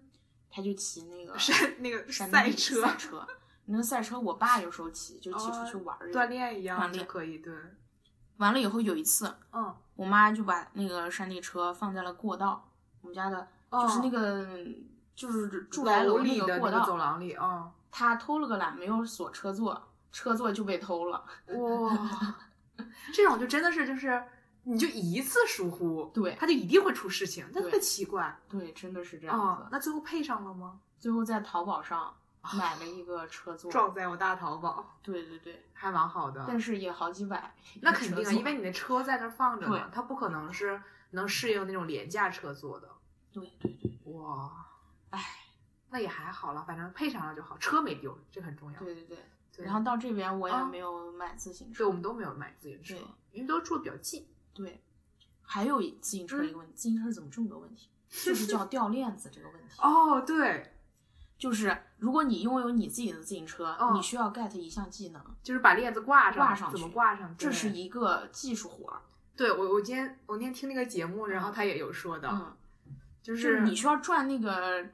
A: 她就骑那个
C: 是那个
A: 山
C: 赛
A: 地
C: 车哦
A: 赛车，那个赛车，我爸有时候骑，就骑出去玩儿去。
C: 锻炼一样
A: 锻
C: 就
A: 炼
C: 可以，对，
A: 完了以后有一次，
C: 嗯，
A: 我妈就把那个山地车放在了过道，我们家的，
C: 哦
A: 就是那个、就是住宅楼
C: 里
A: 那
C: 的
A: 个过
C: 那个
A: 道，
C: 走廊里啊，
A: 她偷了个懒，没有锁车座，车座就被偷了。
C: 哇，这种就真的是就是。你就一次疏忽，
A: 对
C: 他就一定会出事情，但特
A: 对
C: 别奇怪
A: 对，真的是这样
C: 啊、
A: 子。
C: 那最后配上了吗？
A: 最后在淘宝上买了一个车座，
C: 啊撞在我大淘宝，
A: 对对对，
C: 还蛮好的。
A: 但是也好几百。
C: 那肯定
A: 车
C: 啊，
A: 座
C: 因为你的车在那儿放着呢
A: 对，
C: 它不可能是能适应那种廉价车坐的。
A: 对对对
C: 哇，
A: 唉，
C: 那也还好了，反正配上了就好，车没丢，这很重要。
A: 对对对。
C: 对，
A: 然后到这边我也
C: 啊
A: 没有买自行
C: 对
A: 车，
C: 我们都没有买自行车
A: 对，
C: 因为都住的比较近。
A: 对。还有一自行
C: 嗯
A: 车一个问题，自行车怎么这么多 问题？就是叫掉链子这个问题。
C: 哦，对，
A: 就是如果你拥有你自己的自行车，
C: 嗯
A: 你需要 get 一项技能，
C: 就是把链子挂上，
A: 挂上去
C: 怎么挂上？
A: 这
C: 对
A: 是一个技术活儿，
C: 对我，我今天我那天听那个节目，然后他也有说的，
A: 嗯，
C: 就
A: 就是
C: 是
A: 你需要转那个，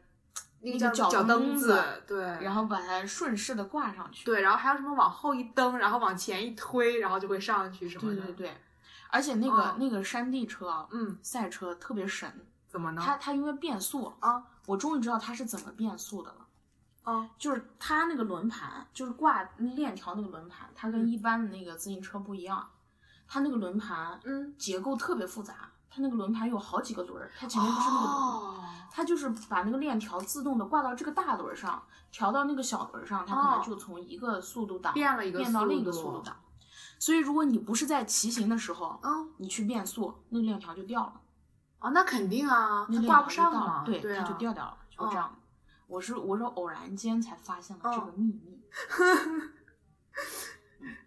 C: 那
A: 那
C: 叫
A: 个脚
C: 脚
A: 蹬
C: 蹬
A: 子
C: 对，
A: 然后把它顺势的挂上去。
C: 对，然后还有什么往后一蹬，然后往前一推，然后就会上去什么
A: 对
C: 的。
A: 对对，而且那个、
C: 哦
A: 那个山地车啊，
C: 嗯，
A: 赛车特别神，
C: 怎么呢？
A: 它它因为变速
C: 啊，
A: 我终于知道它是怎么变速的了。
C: 啊，
A: 就是它那个轮盘，就是挂链条那个轮盘，它跟一般的那个自行车不一样，它那个轮盘
C: 嗯，
A: 结构特别复杂，它那个轮盘有好几个轮儿，它前面不是那个轮儿。
C: 哦，
A: 它就是把那个链条自动的挂到这个大轮儿上，调到那个小轮儿上，它可
C: 哦
A: 能就从一个速度档
C: 变了一个
A: 变到另一个
C: 速
A: 速
C: 度
A: 度档。所以如果你不是在骑行的时候，
C: 嗯，
A: 你去变速，那个链条就掉了，
C: 哦，那肯定啊，
A: 那
C: 它
A: 链
C: 挂
A: 条
C: 不
A: 就
C: 上
A: 到
C: 嘛
A: 了，，对，
C: 啊，
A: 它就掉掉了，就
C: 哦
A: 这样的。我是我是偶然间才发现了这
C: 哦
A: 个秘密，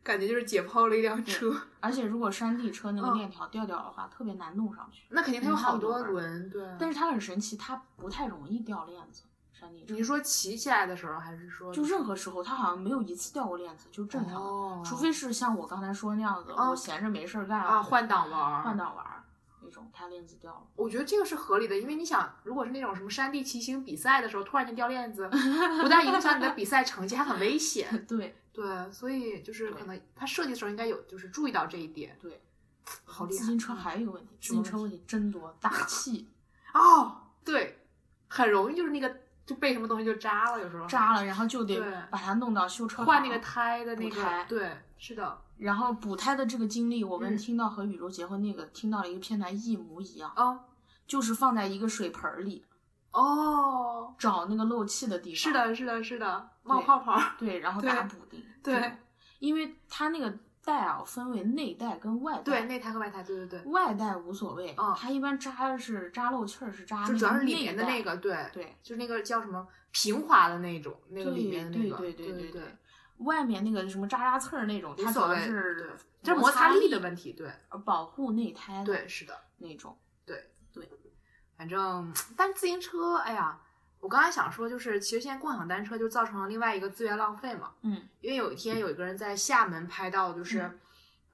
C: 感觉就是解剖了一辆
A: 对
C: 车。
A: 而且如果山地车那
C: 哦
A: 个链条掉掉的话，特别难弄上去。
C: 那肯定它
A: 嗯
C: 有
A: 它有
C: 好多
A: 轮儿
C: 轮，对。
A: 但是它很神奇，它不太容易掉链子。山地车
C: 你说骑起来的时候，还是说
A: 就任何时候，它好像没有一次掉过链子，就正常的。
C: 哦，
A: 除非是像我刚才说那样子，
C: 啊
A: 我闲着没事儿干
C: 啊换挡玩儿
A: 换挡玩儿那种，它链子掉了，
C: 我觉得这个是合理的，因为你想，如果是那种什么山地骑行比赛的时候，突然间掉链子，不但影响你的比赛成绩，还很危险。
A: 对，
C: 对，所以就是
A: 对
C: 可能它设计的时候应该有，就是注意到这一点。
A: 对，
C: 好厉害。嗯
A: 自行车还有一个问题，
C: 什
A: 自
C: 么
A: 行车问题真多，打气
C: 哦，对，很容易就是那个就被什么东西就扎了，有时候
A: 扎了，然后就得
C: 对
A: 把它弄到修车
C: 换
A: 行
C: 那个，胎的那
A: 补
C: 个
A: 胎，
C: 对，是的，
A: 然后补胎的这个经历，我
C: 嗯
A: 们听到和宇宙结婚那个听到了一个片段一模一样，
C: 哦
A: 就是放在一个水盆儿里
C: 哦，
A: 找那个漏气的地方，
C: 是，的，是的，是的，冒
A: 对
C: 泡泡儿，
A: 对，然后
C: 对
A: 打补丁，
C: 对
A: 这种，因为它那个带啊分为内带跟外带，
C: 对，内胎和外胎，对对对，
A: 外带无所谓，
C: 嗯
A: 它一般扎是扎漏气儿，是扎
C: 就主要是里
A: 内
C: 面啊的
A: 带
C: 那，个，对，
A: 对
C: 就是那个叫什么平滑的那种，那个
A: 对
C: 里面的那个，
A: 对
C: 对
A: 对
C: 对
A: 对对，外面那个什么扎扎刺儿那种，
C: 无
A: 它主
C: 所
A: 要
C: 谓，对
A: 是
C: 这摩
A: 摩
C: 擦
A: 力
C: 力嗯的问题，对
A: 呃，保护内胎的
C: 对，是的。
A: 那种，
C: 反正，但自行车，哎呀，我刚才想说，就是其实现在共享单车就造成了另外一个资源浪费嘛。
A: 嗯，
C: 因为有一天有一个人在厦门拍到，就是
A: 嗯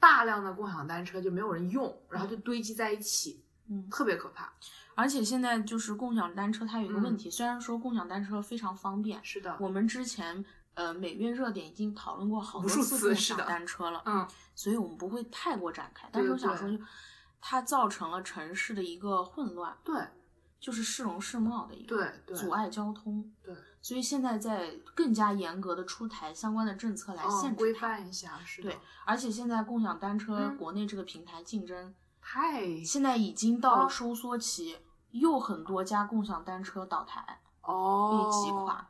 C: 大量的共享单车就没有人用，然后就堆积在一起，
A: 嗯，
C: 特别可怕。
A: 而且现在就是共享单车，它有一个
C: 嗯
A: 问题，虽然说共享单车非常方便，
C: 是的，
A: 我们之前呃每月热点已经讨论过好
C: 无
A: 多
C: 数
A: 次
C: 次
A: 共
C: 是
A: 享
C: 的
A: 单车了，
C: 嗯，
A: 所以我们不会太过展开，但是
C: 对
A: 我想
C: 对
A: 说就，它造成了城市的一个混乱，
C: 对
A: 就是市容市貌的一个
C: 对对，
A: 阻碍交通。
C: 对，
A: 所以现在在更加严格的出台相关的政策来
C: 嗯
A: 限
C: 规
A: 制它。
C: 范一下，是的
A: 对，而且现在共享单车
C: 嗯
A: 国内这个平台竞争
C: 太
A: 现在已经到了
C: 哦
A: 收缩期，又很多家共享单车倒台
C: 哦
A: 被挤垮，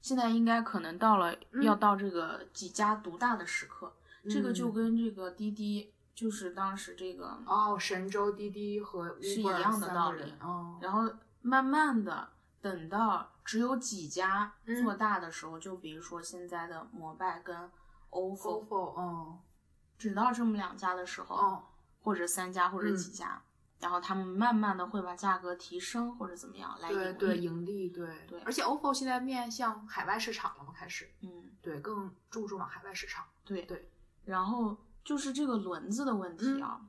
A: 现在应该可能到了
C: 嗯
A: 要到这个几家独大的时刻，这个就
C: 嗯
A: 跟这个滴滴就是当时这个
C: 哦，神州、滴滴和 Uber
A: 是一样的
C: 三个
A: 道理
C: 人哦，
A: 然后慢慢的等到只有几家
C: 嗯
A: 做大的时候，就比如说现在的摩拜跟 ofo，、
C: ofo，哦
A: 只到这么两家的时候，
C: 哦，
A: 或者三家或者
C: 嗯
A: 几家，然后他们慢慢的会把价格提升或者怎么样来
C: 对
A: 盈
C: 对，
A: 利
C: 盈利对
A: 对
C: 而且 ofo 现在面向海外市场了嘛，开始
A: 嗯，
C: 对更注重往海外市场，
A: 对
C: 对。
A: 然后就是这个轮子的问题啊，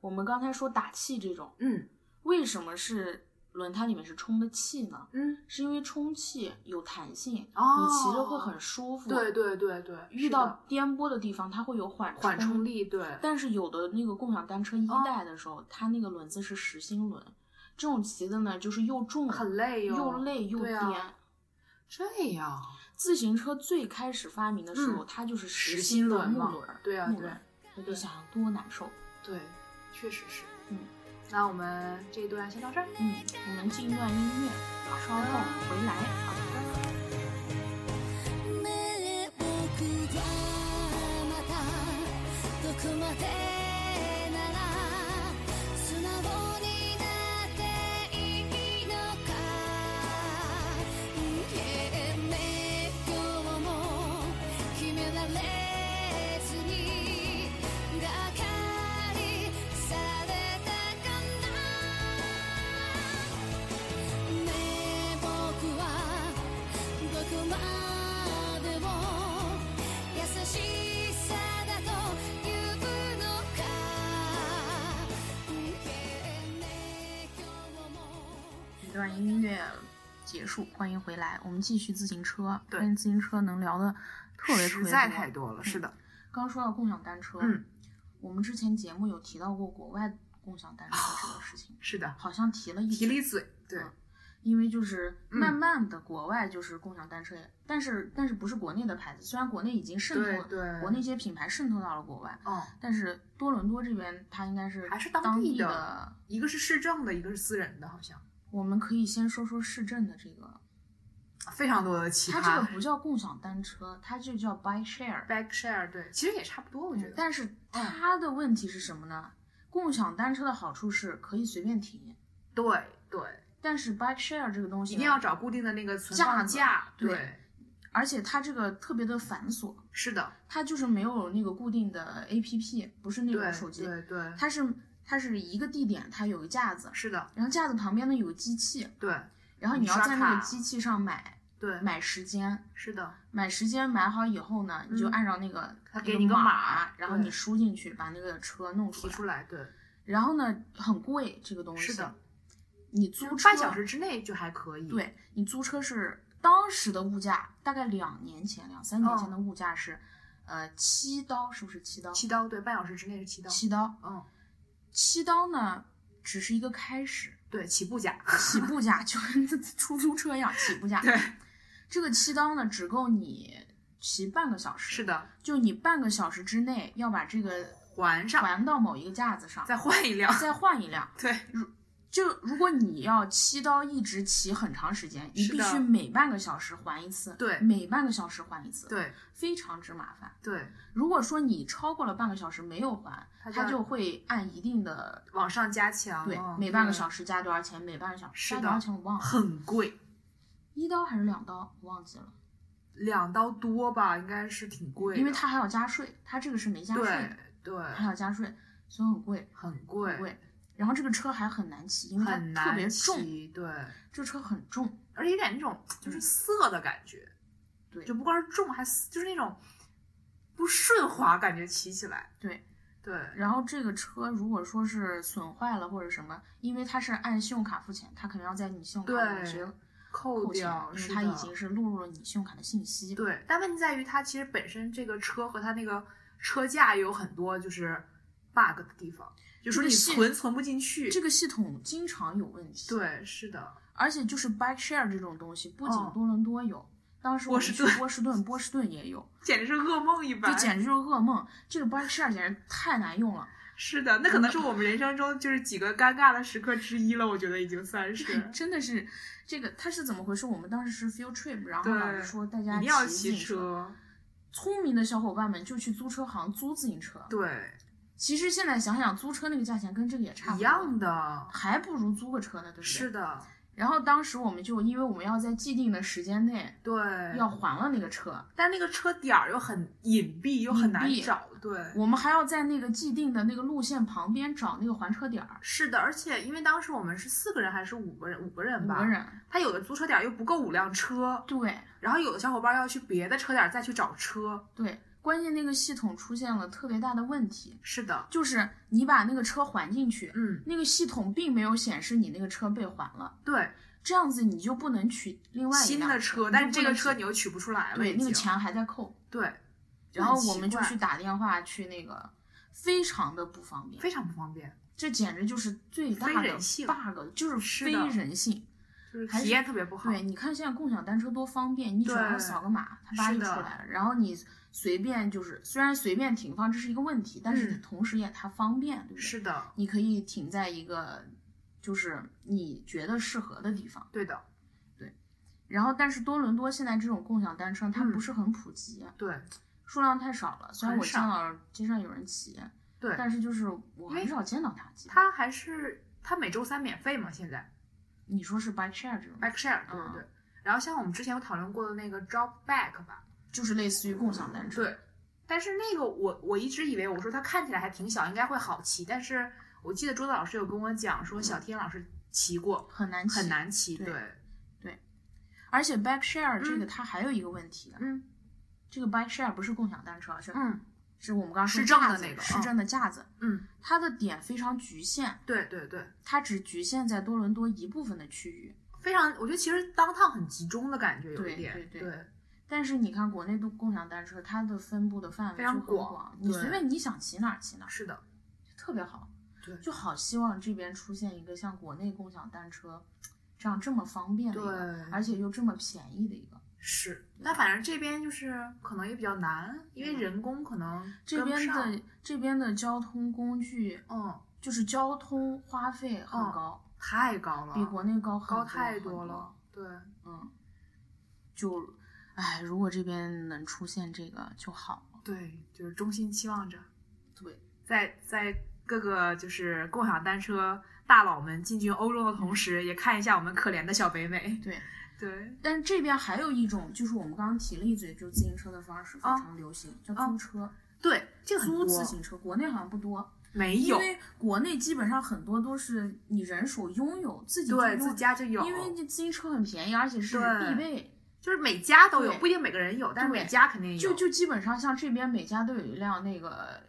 A: 我们刚才说打气这种，
C: 嗯
A: 为什么是轮胎里面是充的气呢？
C: 嗯，
A: 是因为充气有弹性，
C: 哦
A: 你骑着会很舒服。
C: 对对对对，
A: 遇
C: 是
A: 到
C: 的
A: 颠簸的地方，它会有缓
C: 缓冲。力，对，
A: 但是有的那个共享单车一代的时候，它那个轮子是实心轮，这种骑的呢就是又重
C: 很累哟
A: 又累又
C: 对
A: 颠。
C: 啊这样
A: 自行车最开始发明的时候，
C: 嗯
A: 它就是
C: 实
A: 实
C: 心
A: 心的
C: 轮
A: 木
C: 嘛
A: 轮儿，
C: 对啊
A: 木
C: 对
A: 轮儿，你就想想多难受。
C: 对，确实是。
A: 嗯，
C: 那我们这一段先到这儿。
A: 嗯，我们进一段音乐，稍后回来。
D: 「ねえ僕がまたどこまでなら素直になっていいのか」「夢今日も決められずにがかりされたかな」「ねえ僕は」どこまでも優しさだと言うのか
A: 一段音乐结束，欢迎回来，我们继续自行车。
C: 对
A: 跟自行车能聊的特别特
C: 实
A: 别嗯
C: 在太多了，是的，
A: 刚说到共享单车，
C: 嗯，
A: 我们之前节目有提到过国外共享单车这个事情，
C: 是的，
A: 好像啊提了一
C: 提了一
A: 嘴，
C: 嘴，对，
A: 嗯因为就是
C: 嗯
A: 慢慢的国外就是共享单车也，但是但是不是国内的牌子，虽然国内已经渗
C: 对
A: 透，
C: 对，
A: 国内一些品牌渗透到了国外，
C: 哦，
A: 但是多伦多这边它应该是
C: 还是当
A: 当
C: 地
A: 地
C: 的
A: 的。
C: 一个是市政的，一个是私人的，好像
A: 我们可以先说说市政的这个，
C: 啊非常多的奇
A: 它这
C: 葩
A: 个。不叫共享单车，它就叫 bike share。
C: back share 对，其实也差不多，我觉
A: 嗯
C: 得。
A: 但是它的问题是什么呢？共享单车的好处是可以随便停，
C: 对对，
A: 但是 bike share 这个东西
C: 一定要，找固定的那个存放
A: 架子
C: 架。
A: 对
C: 对，
A: 而且它这个特别的繁琐，
C: 是的，
A: 它就是没有那个固定的 APP，不是那
C: 对
A: 种手机，
C: 对对，
A: 它是它是一个地点，它有个架子，
C: 是的，
A: 然后架子旁边呢有个机器，
C: 对
A: 然后你
C: 你
A: 要
C: 刷
A: 在那
C: 卡
A: 个机器上买
C: 对，
A: 买时间，
C: 是的，
A: 买时间买好以后呢，你就
C: 嗯
A: 按照那个
C: 它
A: 那
C: 给你个码
A: 码，然后
C: 对
A: 你输进去，把那个车弄出
C: 提
A: 来，
C: 出来，对，
A: 然后呢很贵这个东西，
C: 是的，
A: 你租车
C: 半小时之内就还可以。，
A: 对你租车是当时的物价，大概两年前、两三年前的物价是，呃，七刀，是不是七刀？
C: 哦七刀，对，半小时之内是七刀。
A: 七刀，
C: 嗯，
A: 七刀呢，只是一个开始，
C: 对，起步 价。
A: 起步价就跟出租车一样，起步价。
C: 对，
A: 这个七刀呢，只够你骑半个小时。
C: 是，的，
A: 就你半个小时之内要把这个
C: 还上，
A: 还到某一个架子上，
C: 再换一辆。
A: 再换一辆。
C: 对，
A: 就如果你要七刀一直骑很长时间，你
C: 是
A: 必
C: 的
A: 须每半个小时还一次，
C: 对
A: 每半个小时还一次，，
C: 对，
A: 非常之麻烦。
C: 对，
A: 如果说你超过了半个小时没有还，
C: 它
A: 它
C: 就
A: 就会按一定的
C: 往上加强。
A: 对
C: 嗯
A: 每半个
C: 对
A: 小时加多少钱，每半个小时
C: 是
A: 加
C: 的
A: 多少钱我忘了，
C: 很贵，
A: 一刀还是两刀我忘记了，
C: 两刀多吧，应该是挺贵的。
A: 因为它还要加税，它这个是没加税
C: 对
A: 的，
C: 对，
A: 它还要加税，所以很贵
C: 很贵，
A: 很贵。然后这个车还很难骑，因为它
C: 很
A: 特
C: 难
A: 别重，
C: 骑，对，
A: 这车很重，
C: 而且有点那种就是涩的感觉，
A: 对
C: 就不光是重，还涩就是那种不顺滑，感觉骑起来，
A: 对。
C: 对，
A: 然后这个车如果说是损坏了或者什么，因为它是按信用卡付钱，它肯定要在你信用卡里面
C: 对
A: 直接
C: 扣
A: 扣钱
C: 掉，，
A: 因为
C: 是
A: 它已
C: 的
A: 经是录入了你信用卡的信息。
C: 对。但问题在于，它其实本身这个车和它那个车架也有很多就是 bug 的地方，就说
A: 这个
C: 你
A: 系
C: 存存不进去，
A: 这个系统经常有问题。，
C: 对，是的，
A: 而且就是 bike share 这种东西，不仅
C: 哦
A: 多伦多有，当时我们
C: 波士
A: 去
C: 顿
A: 波士顿，波 士顿也有，
C: 简直是噩梦一般，
A: 就简直就是噩梦。这个 bike share 简直太难用了，
C: 是的，那可能是我们人生中就是几个尴尬的时刻之一了，我觉得已经 算是。
A: 真的是这个，它是怎么回事？我们当时是 field trip，然后
C: 对
A: 老师说大
C: 一
A: 家
C: 定要
A: 骑
C: 骑
A: 自行车。
C: 车，
A: 聪明的小伙伴们就去租车行租自行车。
C: 对，
A: 其实现在想想，租车那个价钱跟这个也差不
C: 一
A: 多，
C: 样，的，
A: 还不如租个车呢，对不对？
C: 是。的，
A: 然后当时我们就因为我们要在既定的时间内
C: 对。
A: 要还了那个车，
C: 但那个车点儿又很隐蔽，又很难
A: 隐蔽
C: 找，对。
A: 我们还要在那个既定的那个路线旁边找那个还车点儿。
C: 是的，而且因为当时我们是四个人还是五个人？五个人
A: 五
C: 吧。
A: 个。人，
C: 他有的租车点儿又不够五辆车，
A: 对
C: 然后有的小伙伴要去别的车点儿再去找车。
A: 对，关键那个系统出现了特别大的问题，
C: 是的，
A: 就是你把那个车还进去，
C: 嗯，
A: 那个系统并没有显示你那个车被还了，
C: 对，
A: 这样子你就不能取另外一
C: 新
A: 辆
C: 的车，但是
A: 你
C: 这
A: 就不
C: 个
A: 能
C: 车
A: 取
C: 你又取不出来了，
A: 对
C: 已
A: 那个
C: 经。
A: 钱还在扣，
C: 对。
A: 然后我们
C: 很奇
A: 就
C: 怪
A: 去打电话去那个，非常的不方便，
C: 非常不方便，
A: 这简直就是最大
C: 非
A: 的
C: 人性
A: bug，就是
C: 是
A: 非
C: 的
A: 人性。
C: 就是
A: 还
C: 体
A: 是
C: 验特别不好。
A: 对，你看现在共享单车多方便，你只要
C: 对
A: 扫个码，它叭
C: 是
A: 就出
C: 的
A: 来了。然后你随便就是，虽然随便停放这是一个问题，但是
C: 嗯
A: 同时也它方便，对不对？
C: 是的，
A: 你可以停在一个就是你觉得适合的地方。
C: 对的，
A: 然后，但是多伦多现在这种共享单车它
C: 嗯
A: 不是很普及，
C: 对
A: 数量太少了。虽然我
C: 很少
A: 见到街上有人骑，
C: 对。
A: 但是就是我
C: 因为
A: 很少见到他骑。
C: 他还是他每周三免费嘛，现在
A: 你说是 bike share 这种，
C: bike share，对
A: 嗯
C: 对对。然后像我们之前有讨论过的那个 drop back 吧，
A: 就是类似于共享单车。
C: 对，但是那个我我一直以为我说它看起来还挺小，应该会好骑，但是我记得桌子老师有跟我讲说小天老师骑过，
A: 很难骑，
C: 很。难骑，
A: 对
C: 对，
A: 而且 bike share 这个
C: 嗯
A: 它还有一个问题，
C: 嗯
A: 这个 bike share 不是共享单车，是
C: 嗯
A: 是我们刚刚说
C: 市政的
A: 架子
C: 那个
A: 市政的架子，
C: 嗯，
A: 它的点非常局限，
C: 对对对，
A: 它只局限在多伦多一部分的区域。
C: 非常，我觉得其实当趟很集中的感觉有
A: 对
C: 一点，
A: 对对但是你看，国内的共享单车，它的分布的范围
C: 非
A: 就
C: 常
A: 很
C: 广
A: 你
C: 对
A: 随便你想骑哪儿骑哪儿，
C: 是的，
A: 特别好。
C: 对
A: 就好希望这边出现一个像国内共享单车这样这么方便的一个
C: 对，
A: 而且又这么便宜的一个。
C: 是。但反正这边就是可能也比较难，因为人工可能
A: 这
C: 跟不
A: 边
C: 上
A: 的这边的交通工具，
C: 嗯
A: 就是交通花费很
C: 嗯
A: 高，
C: 太高了，
A: 比国内高很
C: 高
A: 多
C: 太
A: 很多
C: 多了，对，
A: 嗯，就，哎，如果这边能出现这个就好了。
C: 对，就是衷心期望着。
A: 对，
C: 在在各个就是共享单车大佬们进军欧洲的
A: 嗯
C: 同时，也看一下我们可怜的小北美。
A: 对，
C: 对，
A: 但这边还有一种，就是我们刚刚提了一嘴，就是自行车的方式非
C: 啊
A: 常流行，叫
C: 啊
A: 租车。
C: 对，这个很
A: 租
C: 多
A: 自行车，国内好像不多，
C: 没
A: 因
C: 有，
A: 为国内基本上很多都是你人手拥有，自己就
C: 对
A: 拥
C: 自家就有，
A: 因为这自行车很便宜，而且是
C: 对
A: 必备，
C: 就是每家都有，
A: 对
C: 不一定每个人有，但是
A: 对
C: 每家肯定有，
A: 就就基本上像这边每家都有一辆那个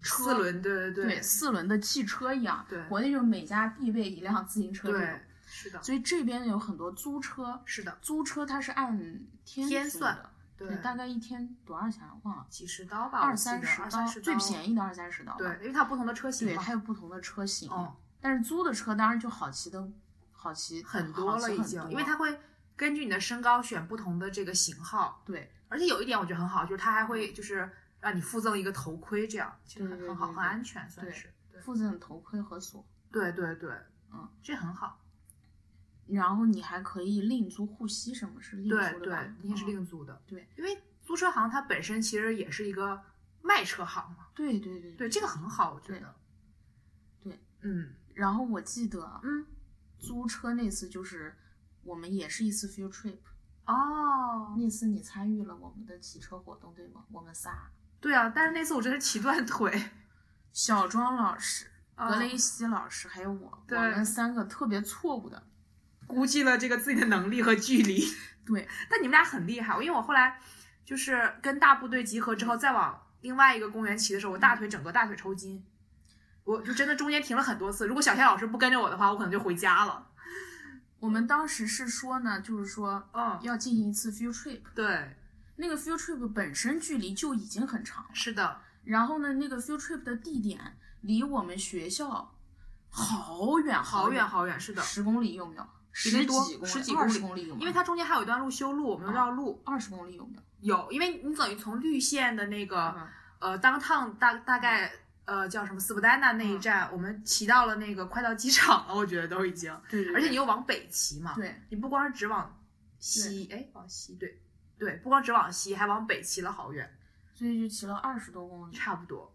A: 车
C: 四，轮，对对
A: 对，四轮的汽车一样，
C: 对
A: 国内就是每家必备一辆自行车这种
C: 对，，是的，
A: 所以这边有很多租车，
C: 是的，
A: 租车它是按天
C: 天
A: 租
C: 算
A: 的，
C: 对，
A: 大概一天多少钱啊忘了，
C: 几十刀吧，
A: 二三十
C: 二
A: 刀
C: 三十，
A: 最
C: 宜，
A: 便宜的二三十刀吧，
C: 对，因为它有不同的车型
A: 对，
C: 嘛，
A: 它有不同的车型，
C: 嗯，
A: 但是租的车当然就好骑的，好骑
C: 很
A: 好
C: 多
A: 骑
C: 了已
A: 很
C: 经，
A: 多
C: 因为它会根据你的身高选不同的这个型号，
A: 对
C: 而且有一点我觉得很好，就是它还会就是让你附赠一个头盔，这样其实
A: 嗯对对
C: 很很好，
A: 对
C: 很安全，算
A: 对
C: 是。对
A: 附赠头盔和锁，
C: 对对对，
A: 嗯，
C: 这很好。
A: 然后你还可以另租护膝，什么是另
C: 对
A: 租的
C: 对
A: 吧？，
C: 一定是
A: 嗯
C: 另租的。
A: 对，
C: 因为租车行它本身其实也是一个卖车行嘛。
A: 对对对
C: 对，这个很好，我觉得。
A: 对，
C: 嗯
A: 然后我记得啊
C: 嗯，
A: 租车那次就是我们也是一次 field trip，
C: 哦，
A: 那次你参与了我们的骑车活动对吗？我们仨，
C: 对啊，但是那次我真是骑断腿。
A: 小庄老师、
C: 啊
A: 格雷西老师还有我，我
C: 对
A: 们三个特别错误的，
C: 估计了这个自己的能力和距离。
A: 对，
C: 但你们俩很厉害，因为我后来就是跟大部队集合之后，再往另外一个公园骑的时候，我大腿整个大腿抽筋，我就真的中间停了很多次。如果小夏老师不跟着我的话，我可能就回家了。
A: 我们当时是说呢，就是说
C: 嗯，
A: 要进行一次 field trip，
C: 对，
A: 那个 field trip 本身距离就已经很长了，
C: 是的，
A: 然后呢，那个 field trip 的地点离我们学校好远
C: 好
A: 远
C: 远，好远，是的，
A: 十公里有没有？十
C: 有点
A: 几
C: 多
A: 公里，
C: 十几
A: 二
C: 公
A: 十
C: 里
A: 公里有没有？
C: 因为它中间还有一段路修路，我们绕路。
A: 二十公里有没有？
C: 啊有，因为你等于从绿线的那个
A: 嗯
C: 呃当趟大大概呃叫什么斯普丹纳那一站，我们骑到了那个快到机场了，我觉得都已经，
A: 对对
C: 而且你又往北骑嘛，
A: 对
C: 你不光是只往西，哎，往西，对对，不光只往西，还往北骑了好远，
A: 所以就骑了二十多公里，
C: 差不多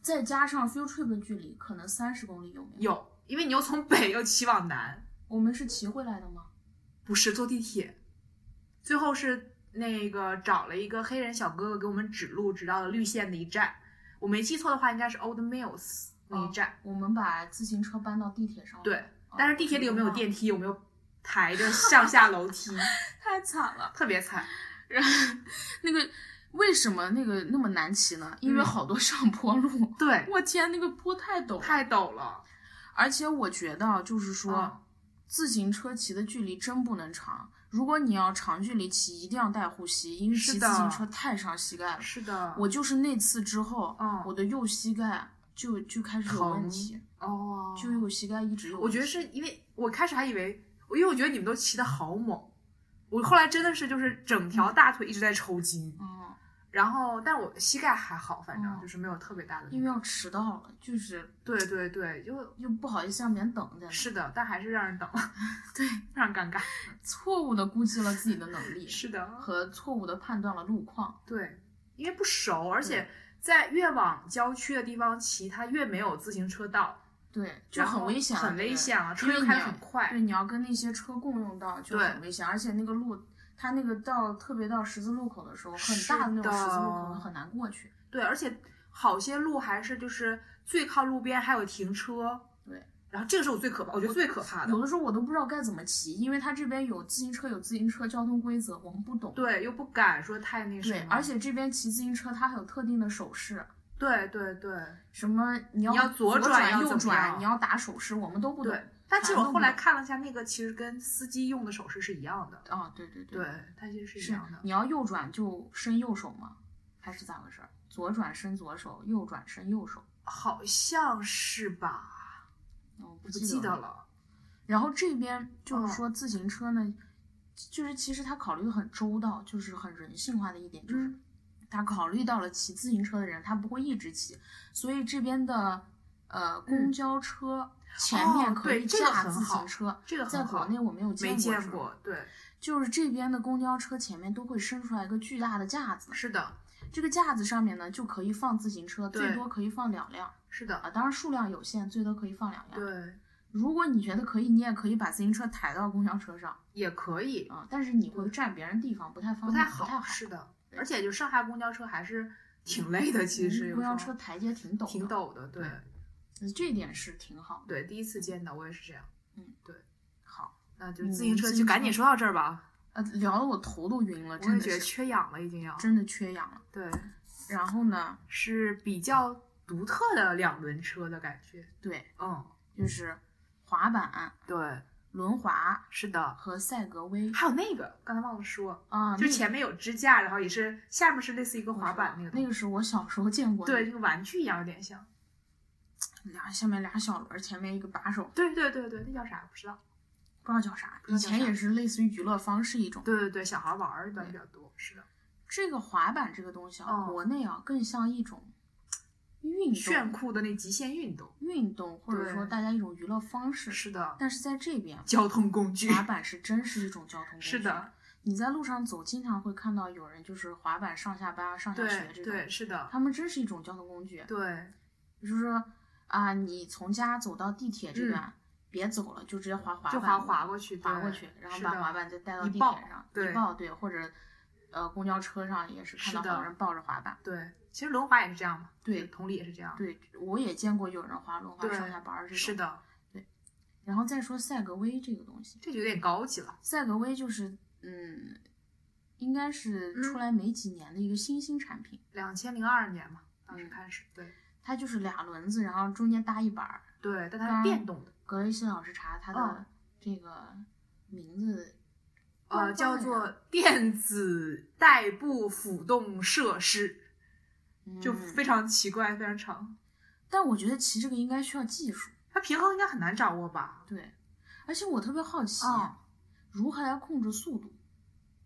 A: 再加上 field trip 的距离，可能三十公里有没有？
C: 有，因为你又从北又骑往南，
A: 我们是骑回来的吗？
C: 不是坐地铁，最后是那个找了一个黑人小哥哥给我们指路，指到了绿线的一站，我没记错的话，应该是 Old Mills 那一站。
A: 哦我们把自行车搬到地铁上了。
C: 对
A: 啊，
C: 但是地铁里有没有电梯？有没有抬着上下楼梯？
A: 太惨了。
C: 特别惨。
A: 然后那个为什么那个那么难骑呢？因为
C: 嗯
A: 好多上坡路。
C: 对，
A: 我天，那个坡太陡了，
C: 太陡了。
A: 而且我觉得就是说，
C: 嗯
A: 自行车骑的距离真不能长。如果你要长距离骑，一定要带护膝，因为骑
C: 是
A: 自
C: 的
A: 行车太伤膝盖了。
C: 是的，
A: 我就是那次之后，
C: 嗯
A: 我的右膝盖就就开始有问
C: 疼
A: 题，
C: 哦，
A: 就右膝盖一直有问题。
C: 我觉得是因为我开始还以为，因为我觉得你们都骑的好猛，我后来真的是就是整条大腿一直在抽筋，
A: 嗯，
C: 然后但我膝盖还好，反正
A: 嗯
C: 就是没有特别大的。
A: 因为要嗯迟到了，就是
C: 对对对，就
A: 又不好意思让别人等在那，
C: 是的，但还是让人等了，
A: 对，
C: 让人尴尬。
A: 错误的估计了自己的能力，
C: 是的，
A: 和错误的判断了路况。
C: 对，因为不熟，而且在越往郊区的地方骑，它越没有自行车道，
A: 对，就
C: 然
A: 很
C: 后
A: 危险啊，
C: 很
A: 那个
C: 危险啊，
A: 因
C: 车
A: 为
C: 又
A: 你
C: 开得很快
A: 对，。你要跟那些车共用道就
C: 对
A: 很危险，而且那个路，它那个到特别到十字路口的时候，很大的那种
C: 是的
A: 十字路口很难过去。
C: 对，而且好些路还是就是最靠路边还有停车。
A: 对，
C: 然后这个是我最可怕，我觉得最可怕的
A: 有。的时候我都不知道该怎么骑，因为它这边有自行车有自行车交通规则，我们不懂。
C: 对，又不敢说太那什
A: 对
C: 么。
A: 而且这边骑自行车它还有特定的手势，
C: 对对对
A: 什么你要
C: 你要左
A: 左
C: 转要
A: 右
C: 怎么
A: 转，
C: 样
A: 你要打手势，我们都不懂。
C: 对。但其实我
A: 反正
C: 后来
A: 不
C: 看了一下，那个其实跟司机用的手势是一样的。
A: 啊、对对对
C: 对，它其实是一
A: 是
C: 样的。
A: 你要右转就伸右手吗？还是咋回事儿？左转伸左手，右转伸右手。
C: 好像是吧？
A: 嗯我不
C: 不记得
A: 了。
C: 了。
A: 然后这边就是
C: 嗯
A: 说自行车呢，就是其实他考虑的很周到，就是很人性化的一点，就是
C: 嗯
A: 他考虑到了骑自行车的人，他不会一直骑，所以这边的呃公交车前面
C: 嗯哦
A: 可以
C: 对这个
A: 架
C: 很
A: 自
C: 好
A: 行车，
C: 这个很
A: 在
C: 好
A: 国内我没有
C: 没
A: 见过
C: 见
A: 是吧，
C: 过，对，
A: 就是这边的公交车前面都会伸出来一个巨大的架子，
C: 是的，
A: 这个架子上面呢就可以放自行车，最
C: 对
A: 多可以放两辆
C: 是的，
A: 啊，当然数量有限，最多可以放两辆。
C: 对，
A: 如果你觉得可以，你也可以把自行车抬到公交车上
C: 也可以，
A: 啊、但是你会占别人地方，不太方
C: 不
A: 便，
C: 太
A: 哦不太
C: 好，
A: 好。
C: 是的，而且就上海公交车还是挺累的，其实有
A: 嗯公
C: 时
A: 交
C: 候
A: 车台阶挺陡，
C: 挺，陡的，对
A: 对呃这一点是挺好的。
C: 对，第一次见到我也是这样，
A: 好，
C: 那就
A: 嗯
C: 自行车
A: 自
C: 就
A: 行
C: 赶紧
A: 车
C: 说到这儿吧，
A: 呃，聊得我头都晕了，
C: 我
A: 真
C: 也
A: 的
C: 觉得
A: 是，
C: 缺氧了已经要，
A: 真的缺氧了。
C: 对，
A: 然后呢，
C: 是比较独特的两轮车的感觉，
A: 对，
C: 嗯，
A: 就是滑板、
C: 对，
A: 轮滑
C: 是的，
A: 和赛格威
C: 还有那个刚才忘了说，
A: 啊，
C: 就
A: 那
C: 前面有支架，然后也是下面是类似一个
A: 我
C: 滑
A: 知
C: 板
A: 道
C: 那个
A: 那
C: 东西，
A: 个是我小时候见过的，
C: 对，就，跟玩具一样，有点像，
A: 俩下面俩小轮儿，前面一个把手，
C: 对对对对，那叫啥不知道。
A: 不知道叫啥，
C: 不知
A: 以
C: 道叫
A: 前
C: 啥
A: 也是类似于娱乐方式一种。
C: 对对对，小孩玩儿的比较多，是的，
A: 这个滑板这个东西啊，
C: 哦
A: 国内啊更像一种运
C: 炫
A: 动、
C: 酷的那极限运动，
A: 运动或者
C: 对
A: 说大家一种娱乐方式。
C: 是的，
A: 但是在这边，
C: 交通工具，
A: 滑板是真是一种交通工具。
C: 是的，，
A: 你在路上走，经常会看到有人就是滑板上下班、啊、上下学
C: 对
A: 这
C: 对，
A: 种，
C: 是的，
A: 他们真是一种交通工具。
C: 对
A: 就是说啊，你从家走到地铁这
C: 嗯
A: 段，别走了，就直接滑滑板，
C: 就滑滑过去，
A: 滑
C: 对
A: 过去，然后
C: 是
A: 把
C: 的
A: 滑板再带到
C: 一
A: 地铁
C: 抱
A: 上，
C: 对
A: 一抱对，或者呃公交车上也是看
C: 是
A: 到好
C: 的
A: 多人抱着滑板。
C: 对，其实轮滑也是这样嘛，
A: 对
C: 同理也是这样，
A: 对，我也见过有人滑轮滑
C: 对
A: 上下班儿这种。
C: 是。的，
A: 然后再说赛格威这个东西，
C: 这就有点高级了，
A: 赛格威就是嗯，应该是
C: 嗯
A: 出来没几年的一个新兴产品，
C: 两千零二年嘛，当时
A: 嗯
C: 开始，对
A: 它就是俩轮子，然后中间搭一板儿。
C: 对，但它
A: 刚
C: 是变动的，
A: 格雷西老师查它
C: 嗯
A: 的这个名字，
C: 呃，
A: 官方
C: 叫
A: 的
C: 做
A: 呀
C: 电子代步辅动设施，就
A: 嗯
C: 非常奇怪，非常长，
A: 但我觉得骑这个应该需要技术，
C: 它平衡应该很难掌握吧？
A: 对。而且我特别好奇，
C: 嗯
A: 如何来控制速度？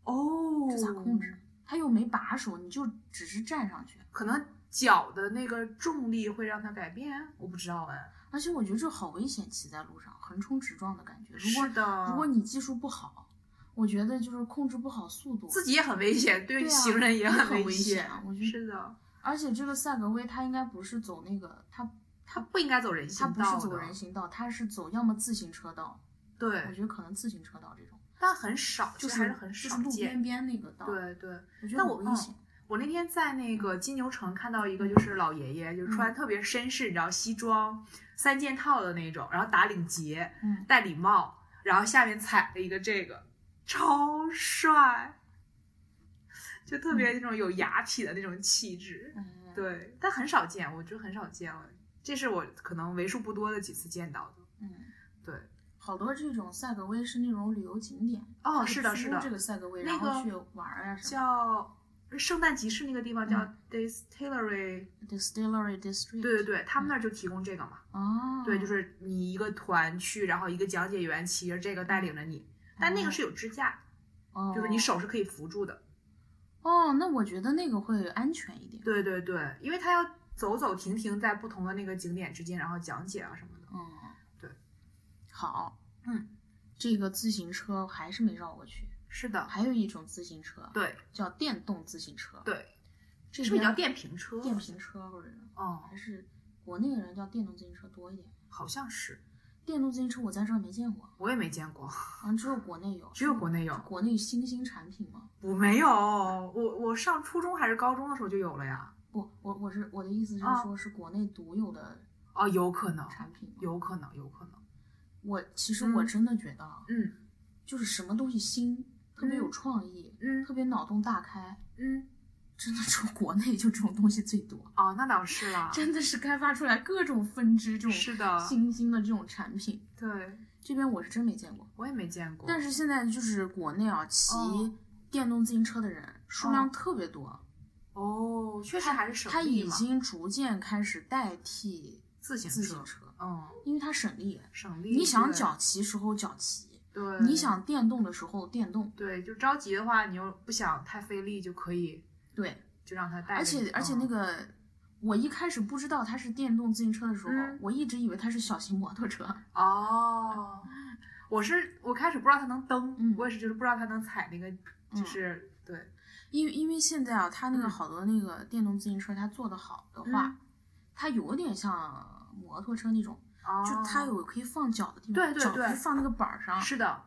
C: 哦
A: 哦这咋控制？它又没把手，你就只是站上去。
C: 可能脚的那个重力会让它改变？我不知道哎。
A: 而且我觉得这好危险，骑在路上横冲直撞的感觉。如
C: 是
A: 果
C: 的，
A: 如果你技术不好，我觉得就是控制不好速度，
C: 自己也很危险，对
A: 对啊
C: 行人也
A: 很危
C: 险。
A: 险啊我觉得
C: 是的，
A: 而且这个赛格威它应该不是走那个，它
C: 它不应该走人行
A: 它
C: 道
A: 不是走
C: 的
A: 人行道，它是走要么自行车道，我
C: 对，
A: 觉得可能自行车道这种，
C: 但很少，
A: 就是
C: 其实还是很
A: 就
C: 少
A: 是路
C: 见。
A: 边边那个道，，
C: 对对，
A: 我觉
C: 那
A: 得
C: 我
A: 很危险。
C: 我那天在那个金牛城看到一个，
A: 嗯
C: 就是老爷爷，就是穿特别绅士，你知道西装三件套的那种，然后打领结，
A: 嗯
C: 戴礼帽，然后下面踩了一个这个，超帅，就特别那种有雅痞的那种气质。
A: 嗯，
C: 对，但很少见，我觉得很少见了，这是我可能为数不多的几次见到的。
A: 嗯，
C: 对，
A: 好多这种赛格威是那种旅游景点，
C: 哦，
A: 它
C: 是的，
A: 租
C: 是的，
A: 这个赛格威，
C: 那
A: 然
C: 个
A: 后去玩儿呀什么
C: 叫圣诞集市那个地方叫
A: 嗯
C: Distillery，、
A: 的，Distillery District，
C: 对对对，他们那儿就提供这个嘛。
A: 哦，
C: 对，就是你一个团去，然后一个讲解员骑着这个带领着你，但那个是有支架，
A: 哦，
C: 就是你手是可以扶住的。
A: 哦，那我觉得那个会安全一点，
C: 对对对，因为他要走走停停在不同的那个景点之间，然后讲解啊什么的。
A: 嗯，
C: 对，
A: 好，
C: 嗯，
A: 这个自行车还是没绕过去，
C: 是的，
A: 还有一种自行车
C: 对
A: 叫电动自行车，
C: 对，
A: 这
C: 是不是叫
A: 边
C: 电瓶车？
A: 电瓶车或者
C: 哦，
A: 还是国内的人叫电动自行车多一点。
C: 好像是，
A: 电动自行车我在这儿没见过，
C: 我也没见过，
A: 好像只有国内有，
C: 只有国内有
A: 是国内新兴产品吗？
C: 我没有，我我上初中还是高中的时候就有了呀。
A: 不，我我是我的意思是
C: 啊
A: 说，是国内独有的
C: 哦，有可能，
A: 产品吗。
C: 有可能，有可能。
A: 我其实
C: 嗯
A: 我真的觉得，啊，
C: 嗯
A: 就是什么东西新，特别有
C: 嗯
A: 创意，
C: 嗯
A: 特别脑洞大开，
C: 嗯，
A: 真的只有国内就这种东西最多，
C: 哦，那倒是啦，
A: 真的是开发出来各种分支这种
C: 是的，
A: 新兴的这种产品，
C: 对，
A: 这边我是真没见过。
C: 我也没见过。
A: 但是现在就是国内啊，骑
C: 哦
A: 电动自行车的人数量
C: 哦
A: 特别多，
C: 哦，确实
A: 它
C: 还是省
A: 它
C: 力
A: 已
C: 嘛
A: 经逐渐开始代替
C: 自行
A: 自行
C: 车，
A: 车，
C: 嗯，
A: 因为它省力。
C: 省力。
A: 你想
C: 对
A: 脚，骑时候脚骑，
C: 对，
A: 你想电动的时候电动，
C: 对，就着急的话，你又不想太费力，就可以
A: 对。
C: 就让它带着
A: 而
C: 你。
A: 且而且那
C: 嗯
A: 个，我一开始不知道它是电动自行车的时候，
C: 嗯
A: 我一直以为它是小型摩托车。
C: 哦，我是我开始不知道它能蹬，
A: 嗯
C: 我也是就是不知道它能踩那个，就
A: 嗯
C: 是、对，
A: 因为因为现在啊，它那个
C: 嗯
A: 好多那个电动自行车，它做的好的话，
C: 嗯
A: 它有点像摩托车那种。
C: 哦，
A: 就它有可以放脚的地方，
C: 对对
A: 脚
C: 对
A: 可以放那个板儿上。
C: 是的，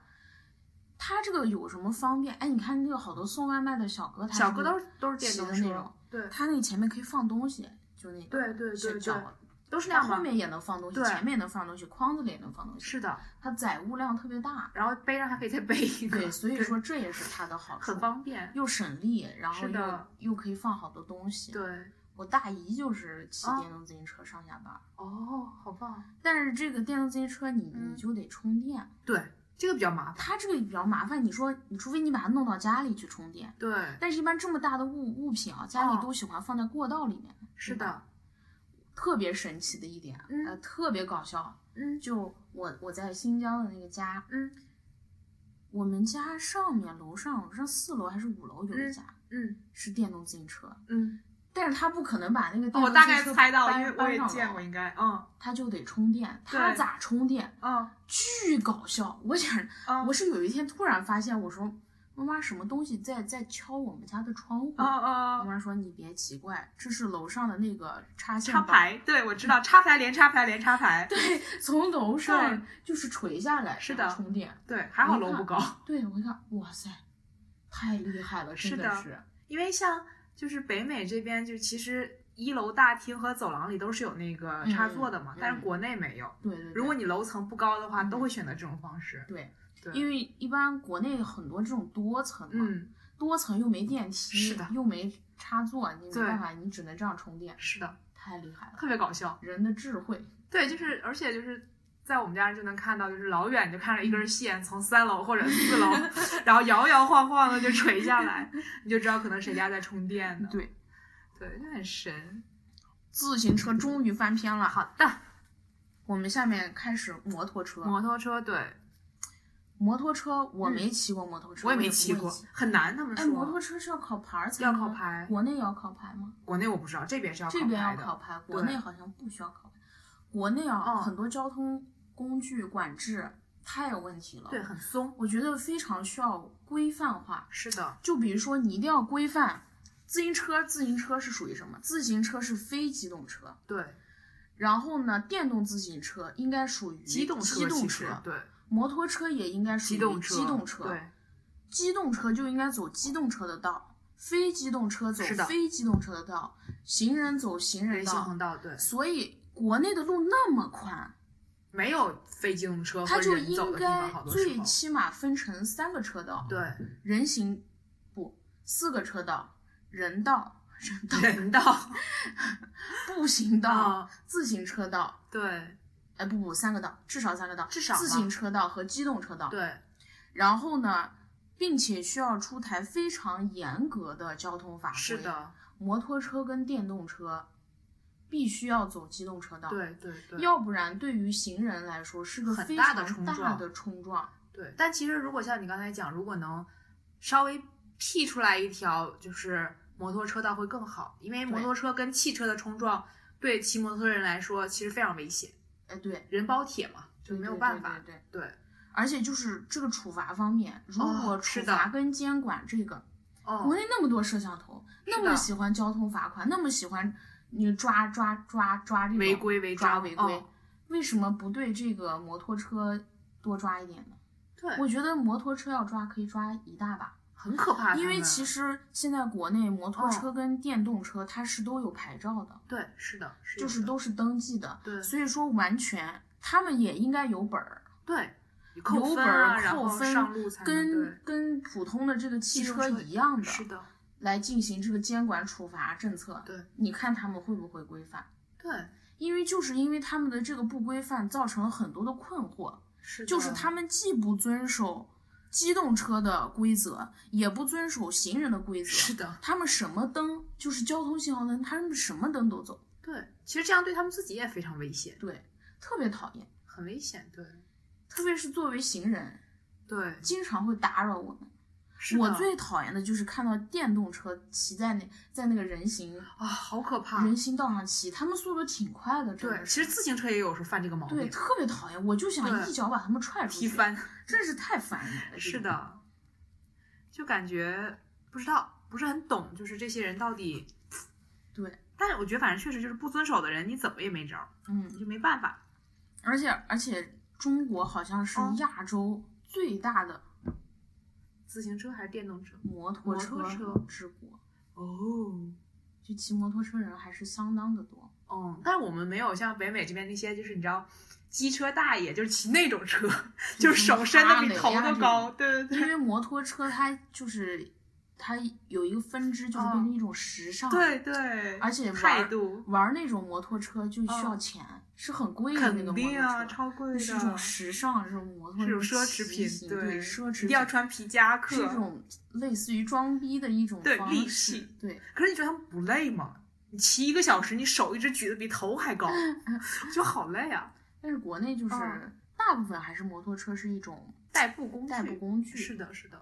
A: 它这个有什么方便？哎，你看那个好多送外卖的小哥，他
C: 小哥都
A: 是
C: 是都是电
A: 骑
C: 动
A: 的那
C: 车
A: 种，
C: 对，
A: 他那前面可以放东西，就那个
C: 对对对
A: 小
C: 对
A: 脚，
C: 都是那
A: 它
C: 样
A: 后
C: 吗？
A: 面也能放东西，
C: 对
A: 前面也能放东西，筐子里也能放东西，
C: 是的，
A: 它载物量特别大。
C: 然后背上还可以再背 一个，
A: 对，所以说这也是它的好处，
C: 很方便，
A: 又省力，然后
C: 是的
A: 又又可以放好多东西。
C: 对，
A: 我大姨就是骑
C: 啊
A: 电动自行车上下班儿，
C: 哦，好棒，
A: 但是这个电动自行车你
C: 嗯
A: 你就得充电，
C: 对，这个比较麻烦，
A: 它这个比较麻烦。你说，你除非你把它弄到家里去充电，
C: 对，
A: 但是一般这么大的物物品啊，家
C: 哦
A: 里都喜欢放在过道里面。
C: 是的，
A: 特别神奇的一点，
C: 嗯
A: 呃，特别搞笑。
C: 嗯
A: 就我我在新疆的那个家，
C: 嗯
A: 我们家上面楼上，我上四楼还是五楼有一家、
C: 嗯
A: 是电动自行车，
C: 嗯。哦
A: 但是他不可能把那个电动
C: 我
A: 自行
C: 大
A: 车
C: 概猜到，
A: 搬
C: 因为我也见，
A: 搬
C: 过，
A: 上楼
C: 应该，嗯
A: 他就得充电。他
C: 对
A: 咋充电？
C: 嗯
A: 巨搞笑！我想，
C: 嗯，
A: 我是有一天突然发现，我说妈妈，什么东西在在敲我们家的窗户？
C: 嗯
A: 我
C: 嗯嗯，
A: 妈说：“你别奇怪，这是楼上的那个插线
C: 插
A: 板
C: 排，对我知道，插排连插排连插排，
A: 从楼
C: 对
A: 上就是垂下来，
C: 是
A: 然后
C: 的
A: 充电。
C: 对，还好楼不高，
A: 对我一看，哇塞，太厉害了，
C: 是
A: 真
C: 的
A: 是。
C: 因为像就是北美这边，就其实一楼大厅和走廊里都是有那个插座的嘛，
A: 嗯嗯
C: 但是国内没有。
A: 对对对，
C: 如果你楼层不高的话，
A: 嗯
C: 都会选择这种方式。
A: 对，
C: 对，
A: 因为一般国内很多这种多层嘛，
C: 嗯，
A: 多层又没电梯，
C: 是的
A: 又没插座，你没
C: 对
A: 办法，你只能这样充电，
C: 是的，
A: 太厉害了，
C: 特别搞笑。
A: 人的智慧。
C: 对，就是而且就是。在我们家就能看到，就是老远就看着一
A: 嗯
C: 根线从三楼或者四楼， 然后摇摇晃晃的就垂下 来，你就知道可能谁家在充电呢。
A: 对，
C: 嗯对，就很神。
A: 自行车终于翻篇了。好
C: 的，
A: 我们下面开始摩托车。
C: 摩托车，对，
A: 摩托车我
E: 嗯
A: 没骑过摩托车，
C: 我也没
A: 不
C: 骑
A: 会
C: 过，很难。他们说
A: 哎，摩托车是要考牌儿才
E: 要
A: 能
E: 考牌
A: 国内要考牌吗？
C: 国内我不知道，这边是要
A: 这边要
C: 的
A: 考牌，国
C: 对
A: 内好像不需要考牌。国内啊，
C: 哦
A: 很多交通工具管制太有问题了。
C: 对，，很松。
A: 我觉得非常需要规范化。
C: 是的，
A: 就比如说，你一定要规范自行车，自行车是属于什么？自行车是非机动车。
C: 对，
A: 然后呢，电动自行车应该属于
C: 机动车，
A: 机动
C: 其实
A: 车，
C: 对，嗯
A: 摩托车也应该属于
C: 机动车，
A: 机动车。
C: 对，
A: 机动车就应该走机动车的道，非机动车走
C: 是的
A: 非机动车的道，行人走行人
C: 人行
A: 道
C: 横。道，对，
A: 所以国内的路那么宽，
C: 没有非机动车
A: 它
C: 和
A: 就
C: 人走
A: 应
C: 的地方，
A: 该
C: 好多时
A: 最
C: 候。
A: 起码分成三个车道，
C: 对，
A: 人行不四个车道，人道、人道、
C: 人道，
A: 步行道、
C: 啊
A: 自行车道。
C: 对
A: 哎，不不，三个道，至少三个道，
C: 至少吧
A: 自行车道和机动车道。
C: 对，
A: 然后呢，并且需要出台非常严格的交通法规。
C: 是，的，
A: 摩托车跟电动车必须要走机动车道，，
C: 对对对。
A: 要不然对于行人来说是个
C: 很
A: 非
C: 大
A: 常
C: 的冲
A: 大
C: 撞
A: 的冲撞。
C: 对，但其实如果像你刚才讲，如果能稍微辟出来一条，就是摩托车道会更好，因为摩
A: 对
C: 托车跟汽车的冲撞，对骑摩托车人来说其实非常危险，
A: 哎，对，
C: 人包铁嘛，就
A: 对
C: 没有
A: 对
C: 办
A: 对
C: 法。
A: 对对，
C: 对，
A: 而且就是这个处罚方面，如果
C: 哦
A: 处
C: 是的
A: 罚跟监管这个，国
C: 哦，
A: 内那么多摄像头，那
C: 是
A: 么
C: 的
A: 喜欢交通罚款，那么喜欢你抓抓抓抓这个
C: 违规违
A: 抓
C: 章
A: 违规
C: 哦，
A: 为什么不对这个摩托车多抓一点呢？
C: 对，
A: 我觉得摩托车要抓可以抓一大把。
C: 很可怕。
A: 因为
C: 他们
A: 其实现在国内摩托
C: 嗯
A: 车跟电动车它是都有牌照的，
C: 对，是的，是
A: 就
C: 有
A: 是
C: 的
A: 都是登记的，
C: 对
A: 所以说完全他们也应该有本儿，
C: 对，有
A: 有
C: 扣
A: 本
C: 分啊，
A: 儿
C: 然
A: 扣
C: 后
A: 分
C: 上路才能
A: 跟跟普通的这个汽
C: 机动车
A: 一样
C: 对
A: 的，
C: 是的，
A: 来进行这个监管处罚政策。
C: 对，
A: 你看他们会不会规范？
C: 对，
A: 因为就是因为他们的这个不规范，造成了很多的困惑，
C: 是
A: 就是
C: 的
A: 他们既不遵守机动车的规则，也不遵守行人的规则，
C: 是的，
A: 他们什么灯，就是交通信号灯，他们什么灯都走，
C: 对，其实这样对他们自己也非常危险，
A: 对，特别讨厌。
C: 很危险，对
A: 特别是作为行人，
C: 对，
A: 经常会打扰我们。
C: 是
A: 我
C: 的
A: 最讨厌的就是看到电动车骑在那在那个人行、
C: 啊，好可怕，
A: 人行道上骑，他们速度挺快的，真
C: 对，
A: 的
C: 其
A: 是。
C: 实自行车也有时候犯这个毛
A: 对，
C: 病，
A: 特别讨厌，我就想
C: 对
A: 一脚把他们踹出去，
C: 踢，翻，
A: 真是太烦人了。
C: 是，的，就感觉不知道，不是很懂，就是这些人到底，
A: 对，
C: 但是我觉得反正确实就是不遵守的人，你怎么也没招儿，
A: 嗯
C: 你，就没办法，
A: 而且而且中国好像是
C: 嗯
A: 亚洲最大的
C: 自行车还是电动车？
A: 摩托车
C: 摩托车
A: 之国，
C: 哦。
A: 就骑摩托车人还是相当的多。
C: 嗯，但我们没有像北美这边那些，就是你知道，机车大爷就是骑那种车，就是手伸的比
A: 啊
C: 头都高，对对
A: 因为
C: 对
A: 摩托车它就是它有一个分支，就是变成一种时尚，，
C: 哦对对，
A: 而且玩
C: 态度
A: 玩那种摩托车就需要
C: 嗯
A: 钱，是很贵的那个摩托
C: 肯定
A: 车，
C: 啊，超贵的，
A: 是一种时尚，这种摩托
C: 是
A: 车
C: 种奢侈
A: 骑
C: 品，
A: 行对奢侈
C: 一
A: 品
C: 定要穿皮夹克
A: 是一。种类似于装逼的一种
C: 对
A: 方
C: 利
A: 式
C: 器，
A: 对，
C: 可是你觉得他们不累吗？你骑一个小时，你手一直举得比头 还高，就好累啊！
A: 但是国内就是。
C: 嗯
A: 大部分还是摩托车是一种
C: 代步工具，
A: 代步工具，
C: 是，的，是的，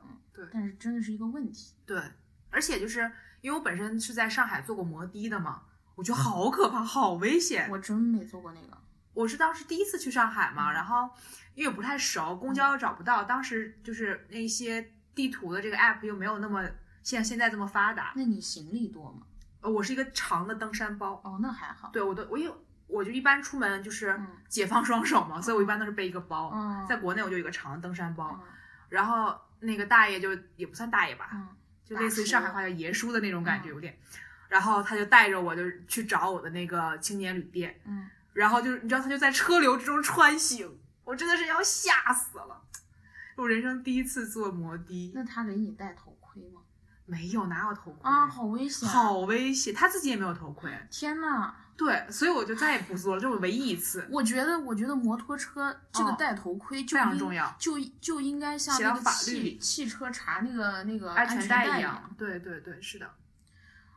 A: 但是真的是一个问题。
C: 对，而且就是因为我本身是在上海做过摩的的嘛，我觉得好可怕，好危险。
A: 我真没坐过那个，
C: 我是当时第一次去上海嘛，
A: 嗯
C: 然后因为我不太熟，公交又找不到，当时就是那些地图的这个 app 又没有那么像现在这么发达。
A: 那你行李多吗？
C: 呃我是一个长的登山包，
A: 哦，那还好。
C: 对我都我有我就一般出门就是
A: 嗯
C: 解放双手嘛，所以我一般都是背一个包。
A: 嗯，
C: 在国内我就有一个长的登山包，
A: 嗯
C: 然后那个大爷就也不算大爷吧，
A: 嗯，
C: 就类似于上海
A: 大叔
C: 话叫爷叔的那种感觉
A: 嗯
C: 有点。然后他就带着我就去找我的那个青年旅店，
A: 嗯，
C: 然后就是你知道他就在车流之中穿行，我真的是要吓死了。我人生第一次坐摩的，
A: 那他给你戴头盔吗？
C: 没有拿到头盔
A: 啊，好危险！
C: 好，危险，他自己也没有头盔，
A: 天呐，
C: 对，所以我就再也不坐了，这是我唯一一次，
A: 我觉得，我觉得摩托车这个
C: 哦
A: 戴头盔就
C: 非常
A: 应
C: 重要
A: 就就应该像
C: 写
A: 那
C: 到
A: 个
C: 法律
A: 汽
C: 里
A: 汽车查那个那个
C: 安
A: 全
C: 全带
A: 一
C: 一样。。对对对，是的，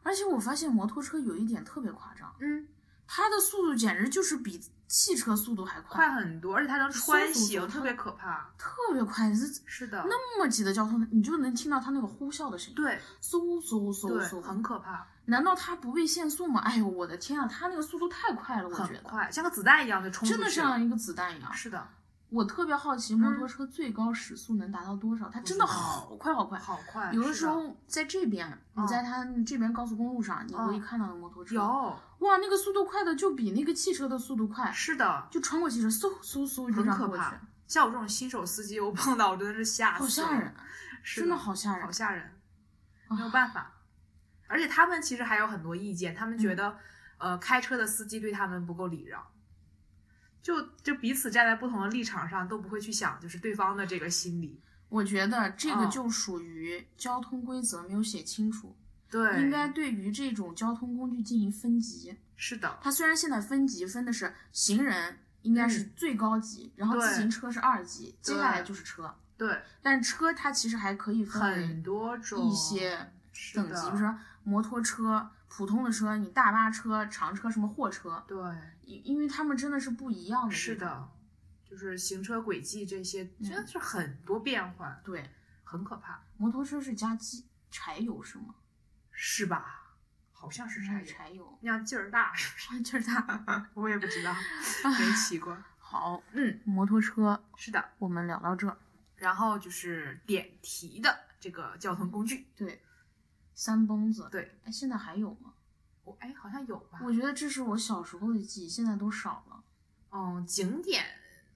A: 而且我发现摩托车有一点特别夸张，
C: 嗯，
A: 它的速度简直就是比汽车速度还快，
C: 快很多，而且它能穿行，特别可怕。
A: 特别快，你是
C: 是的，
A: 那么挤的交通，你就能听到它那个呼啸的声音，
C: 对
A: 嗖嗖嗖
C: 对，
A: 嗖，
C: 很可怕，
A: 难道它不畏限速吗？哎呦，我的天啊，它那个速度太快了，我觉
C: 很
A: 得
C: 快，像个子弹一样的冲出去
A: 真
C: 了。
A: 的像一个子弹一样。
C: 是的，
A: 我特别好奇摩托车最高时速能达到多少，它真的
C: 嗯不知道
A: 好快好快。
C: 好快。
A: 有的
C: 是
A: 时候在这边，你
C: 嗯
A: 在它这边高速公路上，你
C: 嗯
A: 可以看到的摩托车，
C: 有，
A: 哇，那个速度快的就比那个汽车的速度快，
C: 是的，
A: 就穿过汽车，嗖嗖嗖就这
C: 很
A: 样
C: 可
A: 过去
C: 怕，。像我这种新手司机，我碰到我真的是吓死
A: 好
C: 了，
A: 吓人，啊
C: 是
A: 真的好吓人
C: 好。吓人，
A: 啊
C: 没有办法。而且他们其实还有很多意见，他们
A: 嗯
C: 觉得，呃，开车的司机对他们不够礼让，就就彼此站在不同的立场上，都不会去想就是对方的这个心理。
A: 我觉得这个
C: 嗯
A: 就属于交通规则没有写清楚，
C: 对，
A: 应该对于这种交通工具进行分级。
C: 是的，
A: 它虽然现在分级分的是行人应该是最高级，然后
C: 嗯对
A: 自行车是二级，接
C: 对
A: 下来就是车。
C: 对，
A: 但是车它其实还可以
C: 很
A: 分
C: 多种
A: 为一些
C: 是
A: 等
C: 的
A: 级，比如说摩托车、普通的车、你大巴车、长车什么货车，
C: 对，
A: 因因为它们真的是不一样的。
C: 是，的，就是行车轨迹这些
A: 嗯
C: 真的是很多变幻，
A: 对，
C: 很可怕，
A: 摩托车是加机柴油是吗？
C: 是吧？好像是柴油，
A: 柴油，
C: 那样劲儿大是不是？
A: 就是它。
C: 我 也不 知道，没骑过。
A: 好，
C: 嗯，
A: 摩托车
C: 是的。
A: 我们聊到这儿，
C: 然后就是点题的这个交通工具，
A: 对，三蹦子，
C: 对，
A: 哎，现在还有吗？
C: 我哎好像有吧？
A: 我觉得这是我小时候的记忆，现在都少了。
C: 嗯，景点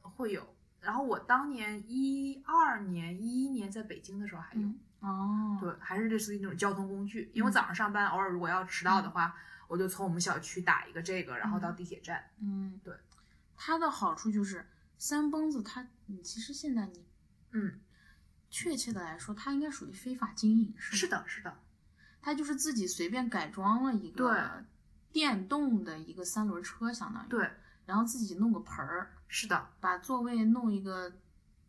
C: 会有。然后我当年一二年、一一年在北京的时候还有，
A: 嗯哦，
C: 对，还是类似于那种交通工具。因为我
A: 嗯
C: 早上上班，偶尔如果要迟到的话，我就从我们小区打一个这个，然后到地铁站。
A: 嗯，
C: 对，
A: 它的好处就是三蹦子它，你其实现在你
C: 嗯，
A: 确切的来说，它应该属于非法经营，是
C: 是
A: 是，
C: 的，是的，
A: 它就是自己随便改装了一个
C: 对
A: 电动的一个三轮车，相当于，
C: 对，
A: 然后自己弄个盆儿，
C: 是的，
A: 把座位弄一个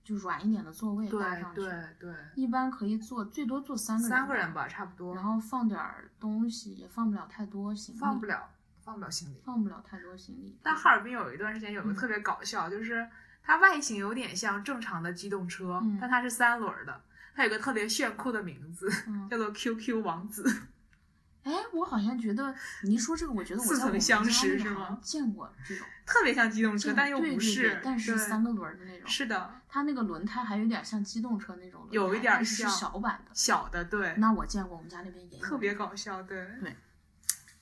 A: 就软一点的座位
C: 对
A: 搭上去，
C: 对对，
A: 一般可以坐最多坐三个
C: 三个人
A: 吧，
C: 吧，差不多
A: 然，后放点儿东西，也放不了太多行李，
C: 放不了，放不了行李。
A: 放不了太多行李。
C: 但哈尔滨有一段时间有个
A: 嗯
C: 特别搞笑，就是它外形有点像正常的机动车，
A: 嗯
C: 但它是三轮儿的。它有个特别炫酷的名字，
A: 嗯
C: 叫做 QQ 王子。
A: 哎，我好像觉得你一说这个，我觉得我
C: 似
A: 在我
C: 曾
A: 们家
C: 相
A: 那个
C: 识是
A: 好像
C: 吗
A: 见过这种，
C: 特别像机动车，
A: 见
C: 但
A: 过
C: 又
A: 对
C: 不
A: 对对
C: 是。
A: 但是
C: 对
A: 三个轮儿的那种。
C: 是的，
A: 它那个轮胎还有点像机动车那种轮胎，
C: 有一点
A: 但是是
C: 像
A: 小版的。
C: 小的，对，
A: 那我见过，我们家那边也有。
C: 特别。搞笑，对，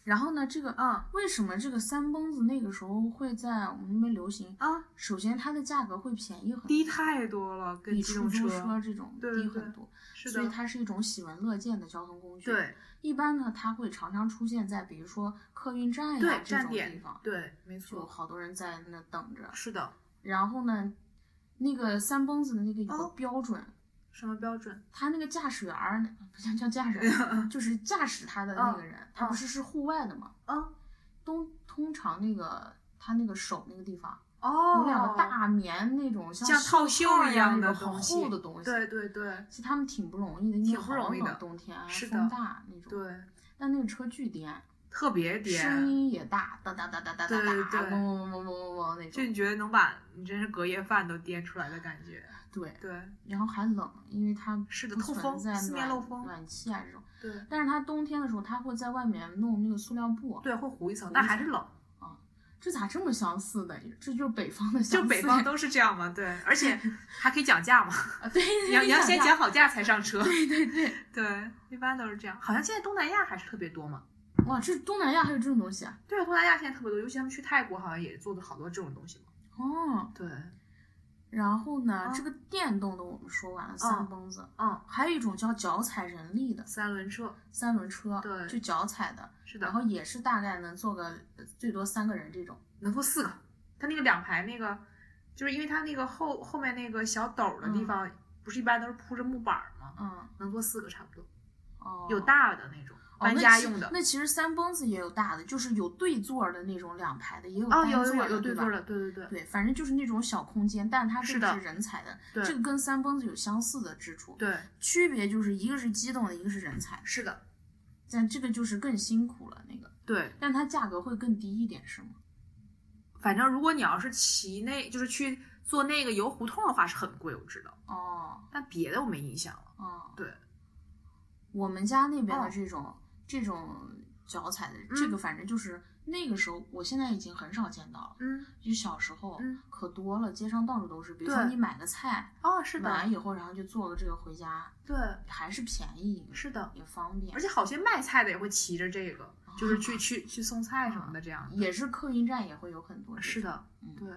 A: 然后呢，这个
C: 嗯
A: 为什么这个三蹦子那个时候会在我们那边流行？
C: 啊，
A: 首先，它的价格会便宜很多，
C: 低太多了，跟
A: 比
C: 机
A: 出
C: 动
A: 租
C: 车
A: 车这种
C: 对对
A: 低
C: 对
A: 很多，
C: 是
A: 所以
C: 的，
A: 它是一种喜闻乐见的交通工具。，
C: 对
A: 一般呢，它会常常出现在比如说客运站呀
C: 对，
A: 这
C: 站
A: 种地
C: 点
A: 方，，
C: 对，没
A: 就
C: 错，
A: 好多人在那等着。
C: 是的。
A: 然后呢，那个三蹦子的那个有个
C: 哦
A: 标准，
C: 什么标准？
A: 他那个驾驶员儿不叫叫驾驶员 儿，就是驾驶他的那个人，他不是是户外的嘛？
C: 嗯，
A: 都通常那个他那个手那个地方
C: 哦，
A: 有两个，大棉那种像
C: 像套
A: 袖
C: 袖
A: 套
C: 一样
A: 那
C: 的
A: 种
C: 东
A: 很
C: 西
A: 厚的东西。
C: 对对对
A: 其实他们挺不容易的，因为
C: 挺不容易
A: 好
C: 的
A: 冷冬天啊
C: 是的
A: 风大那种。
C: 对，
A: 但那个车巨颠，
C: 特别颠，
A: 声音也大，哒哒哒哒哒哒
C: 对
A: 哒，嗡
C: 对
A: 嗡嗡嗡嗡嗡那
C: 就
A: 种。
C: 你觉得能把你真是隔夜饭都颠出来的感觉。
A: 对，
C: 对
A: 然后还冷，因为它
C: 是的
A: 不
C: 透
A: 存
C: 风
A: 在
C: 四面
A: 暖
C: 漏风
A: 暖气啊这种。
C: 对
A: 但是它冬天的时候，它会在外面弄那个塑料布。
C: 对，会糊一层
A: 糊，
C: 但
A: 一
C: 还
A: 层
C: 是冷。
A: 这咋这么相似的？这就是北方的相
C: 就
A: 似。
C: 北方都是这样嘛， 对，而且还可以讲 价嘛，
A: 啊，对，
C: 你要你要先讲
A: 讲。
C: 好价才上 车。
A: 对对对，
C: 对，一般都是这样。好像现在东南亚还是特别多嘛。
A: 哇，这东南亚还有这种东西啊！
C: 对，东南亚现在特别多，尤其他们去泰国，好像也做的好多这种东西嘛。
A: 哦，
C: 对，
A: 然后呢，
C: 嗯
A: 这个电动的我们说完了，三蹦子，
C: 嗯，
A: 还有一种叫脚踩人力的
C: 三轮车，
A: 三轮车，
C: 对
A: 就脚踩的，
C: 是的
A: 然，后也是大概能坐个呃最多三个人这种。
C: 能坐四个。它那个两排那个，就是因为它那个后后面那个小斗儿的地
A: 嗯
C: 方，不是一般都是铺着木板儿吗？
A: 嗯，
C: 能坐四个差不多，
A: 哦，
C: 有大的那种，
A: 哦
C: 搬
A: 那
C: 家
A: 其
C: 用的。
A: 那其实三蹦子也有大的，就是有对座儿的那种两排的，也有
C: 哦，
A: 单
C: 有
A: 座
C: 有
A: 儿
C: 有
A: 的
C: 有对
A: 吧
C: 座的，对对对
A: 对，反正就是那种小空间，但它这
C: 是
A: 个
C: 的
A: 是人踩的，
C: 对
A: 这个跟三蹦子有相似的之处，
C: 对，
A: 区别就是一个是机动的，一个是人踩的，
C: 是的，
A: 但这个就是更辛苦了那个，
C: 对。
A: 但它价格会更低一点，是吗？
C: 反正如果你要是骑那，就是去坐那个游胡同的话，是很贵，我知道。
A: 哦
C: 但别的我没印象了。
A: 哦，
C: 对，
A: 我们家那边
C: 哦嗯
A: 的这种、这种脚踩的，这个反正就是那个时候，我现在已经很少见到了。
C: 嗯，
A: 就小时候
C: 嗯
A: 可多了，街上到处都是。比如说
C: 对
A: 你买个菜，
C: 哦，是
A: 买
C: 的
A: 完，以后，然后就做个这个回家，
C: 对，
A: 还是便宜，
C: 是的。
A: 也方便
C: 而，且好些卖菜的也会骑着这个，就是去去去送菜什么的，这样的。
A: 也是客运站也会有很多。
C: 是，的，
A: 嗯
C: 对，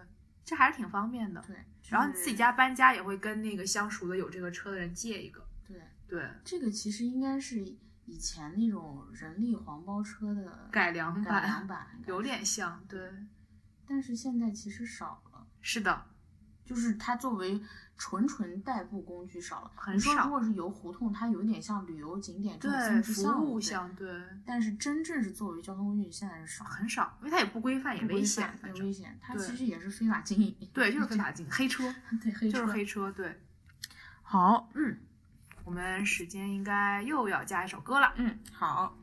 C: 这还是挺方便的。
A: 对。
C: 然后你自己家搬家也会跟那个相熟的有这个车的人借一个。
A: 对
C: 对，
A: 这个其实应该是以前那种人力黄包车的
C: 改良
A: 改
C: 版
A: 良版，应该
C: 有
A: 是
C: 点像。对，
A: 但是现在其实少了，
C: 是的，
A: 就是它作为纯纯代步工具少了。
C: 很
A: 你说
C: 少
A: 如果是游胡同，它有点像旅游景点这种
C: 对，
A: 性质
C: 服
A: 项目
C: 务
A: 对
C: 项对，
A: 但是真正是作为交通工具，现在是少了，
C: 很少，因为它也不规范，也
A: 不规
C: 危险，
A: 范
C: 反
A: 也
C: 正
A: 危险。它
C: 对
A: 其实也是非法经营，
C: 对，就是非法进黑车，
A: 对黑
C: 就是
A: 车
C: 黑车，对，
A: 好，
C: 嗯，我们时间应该又要加一首歌了，
A: 嗯，好。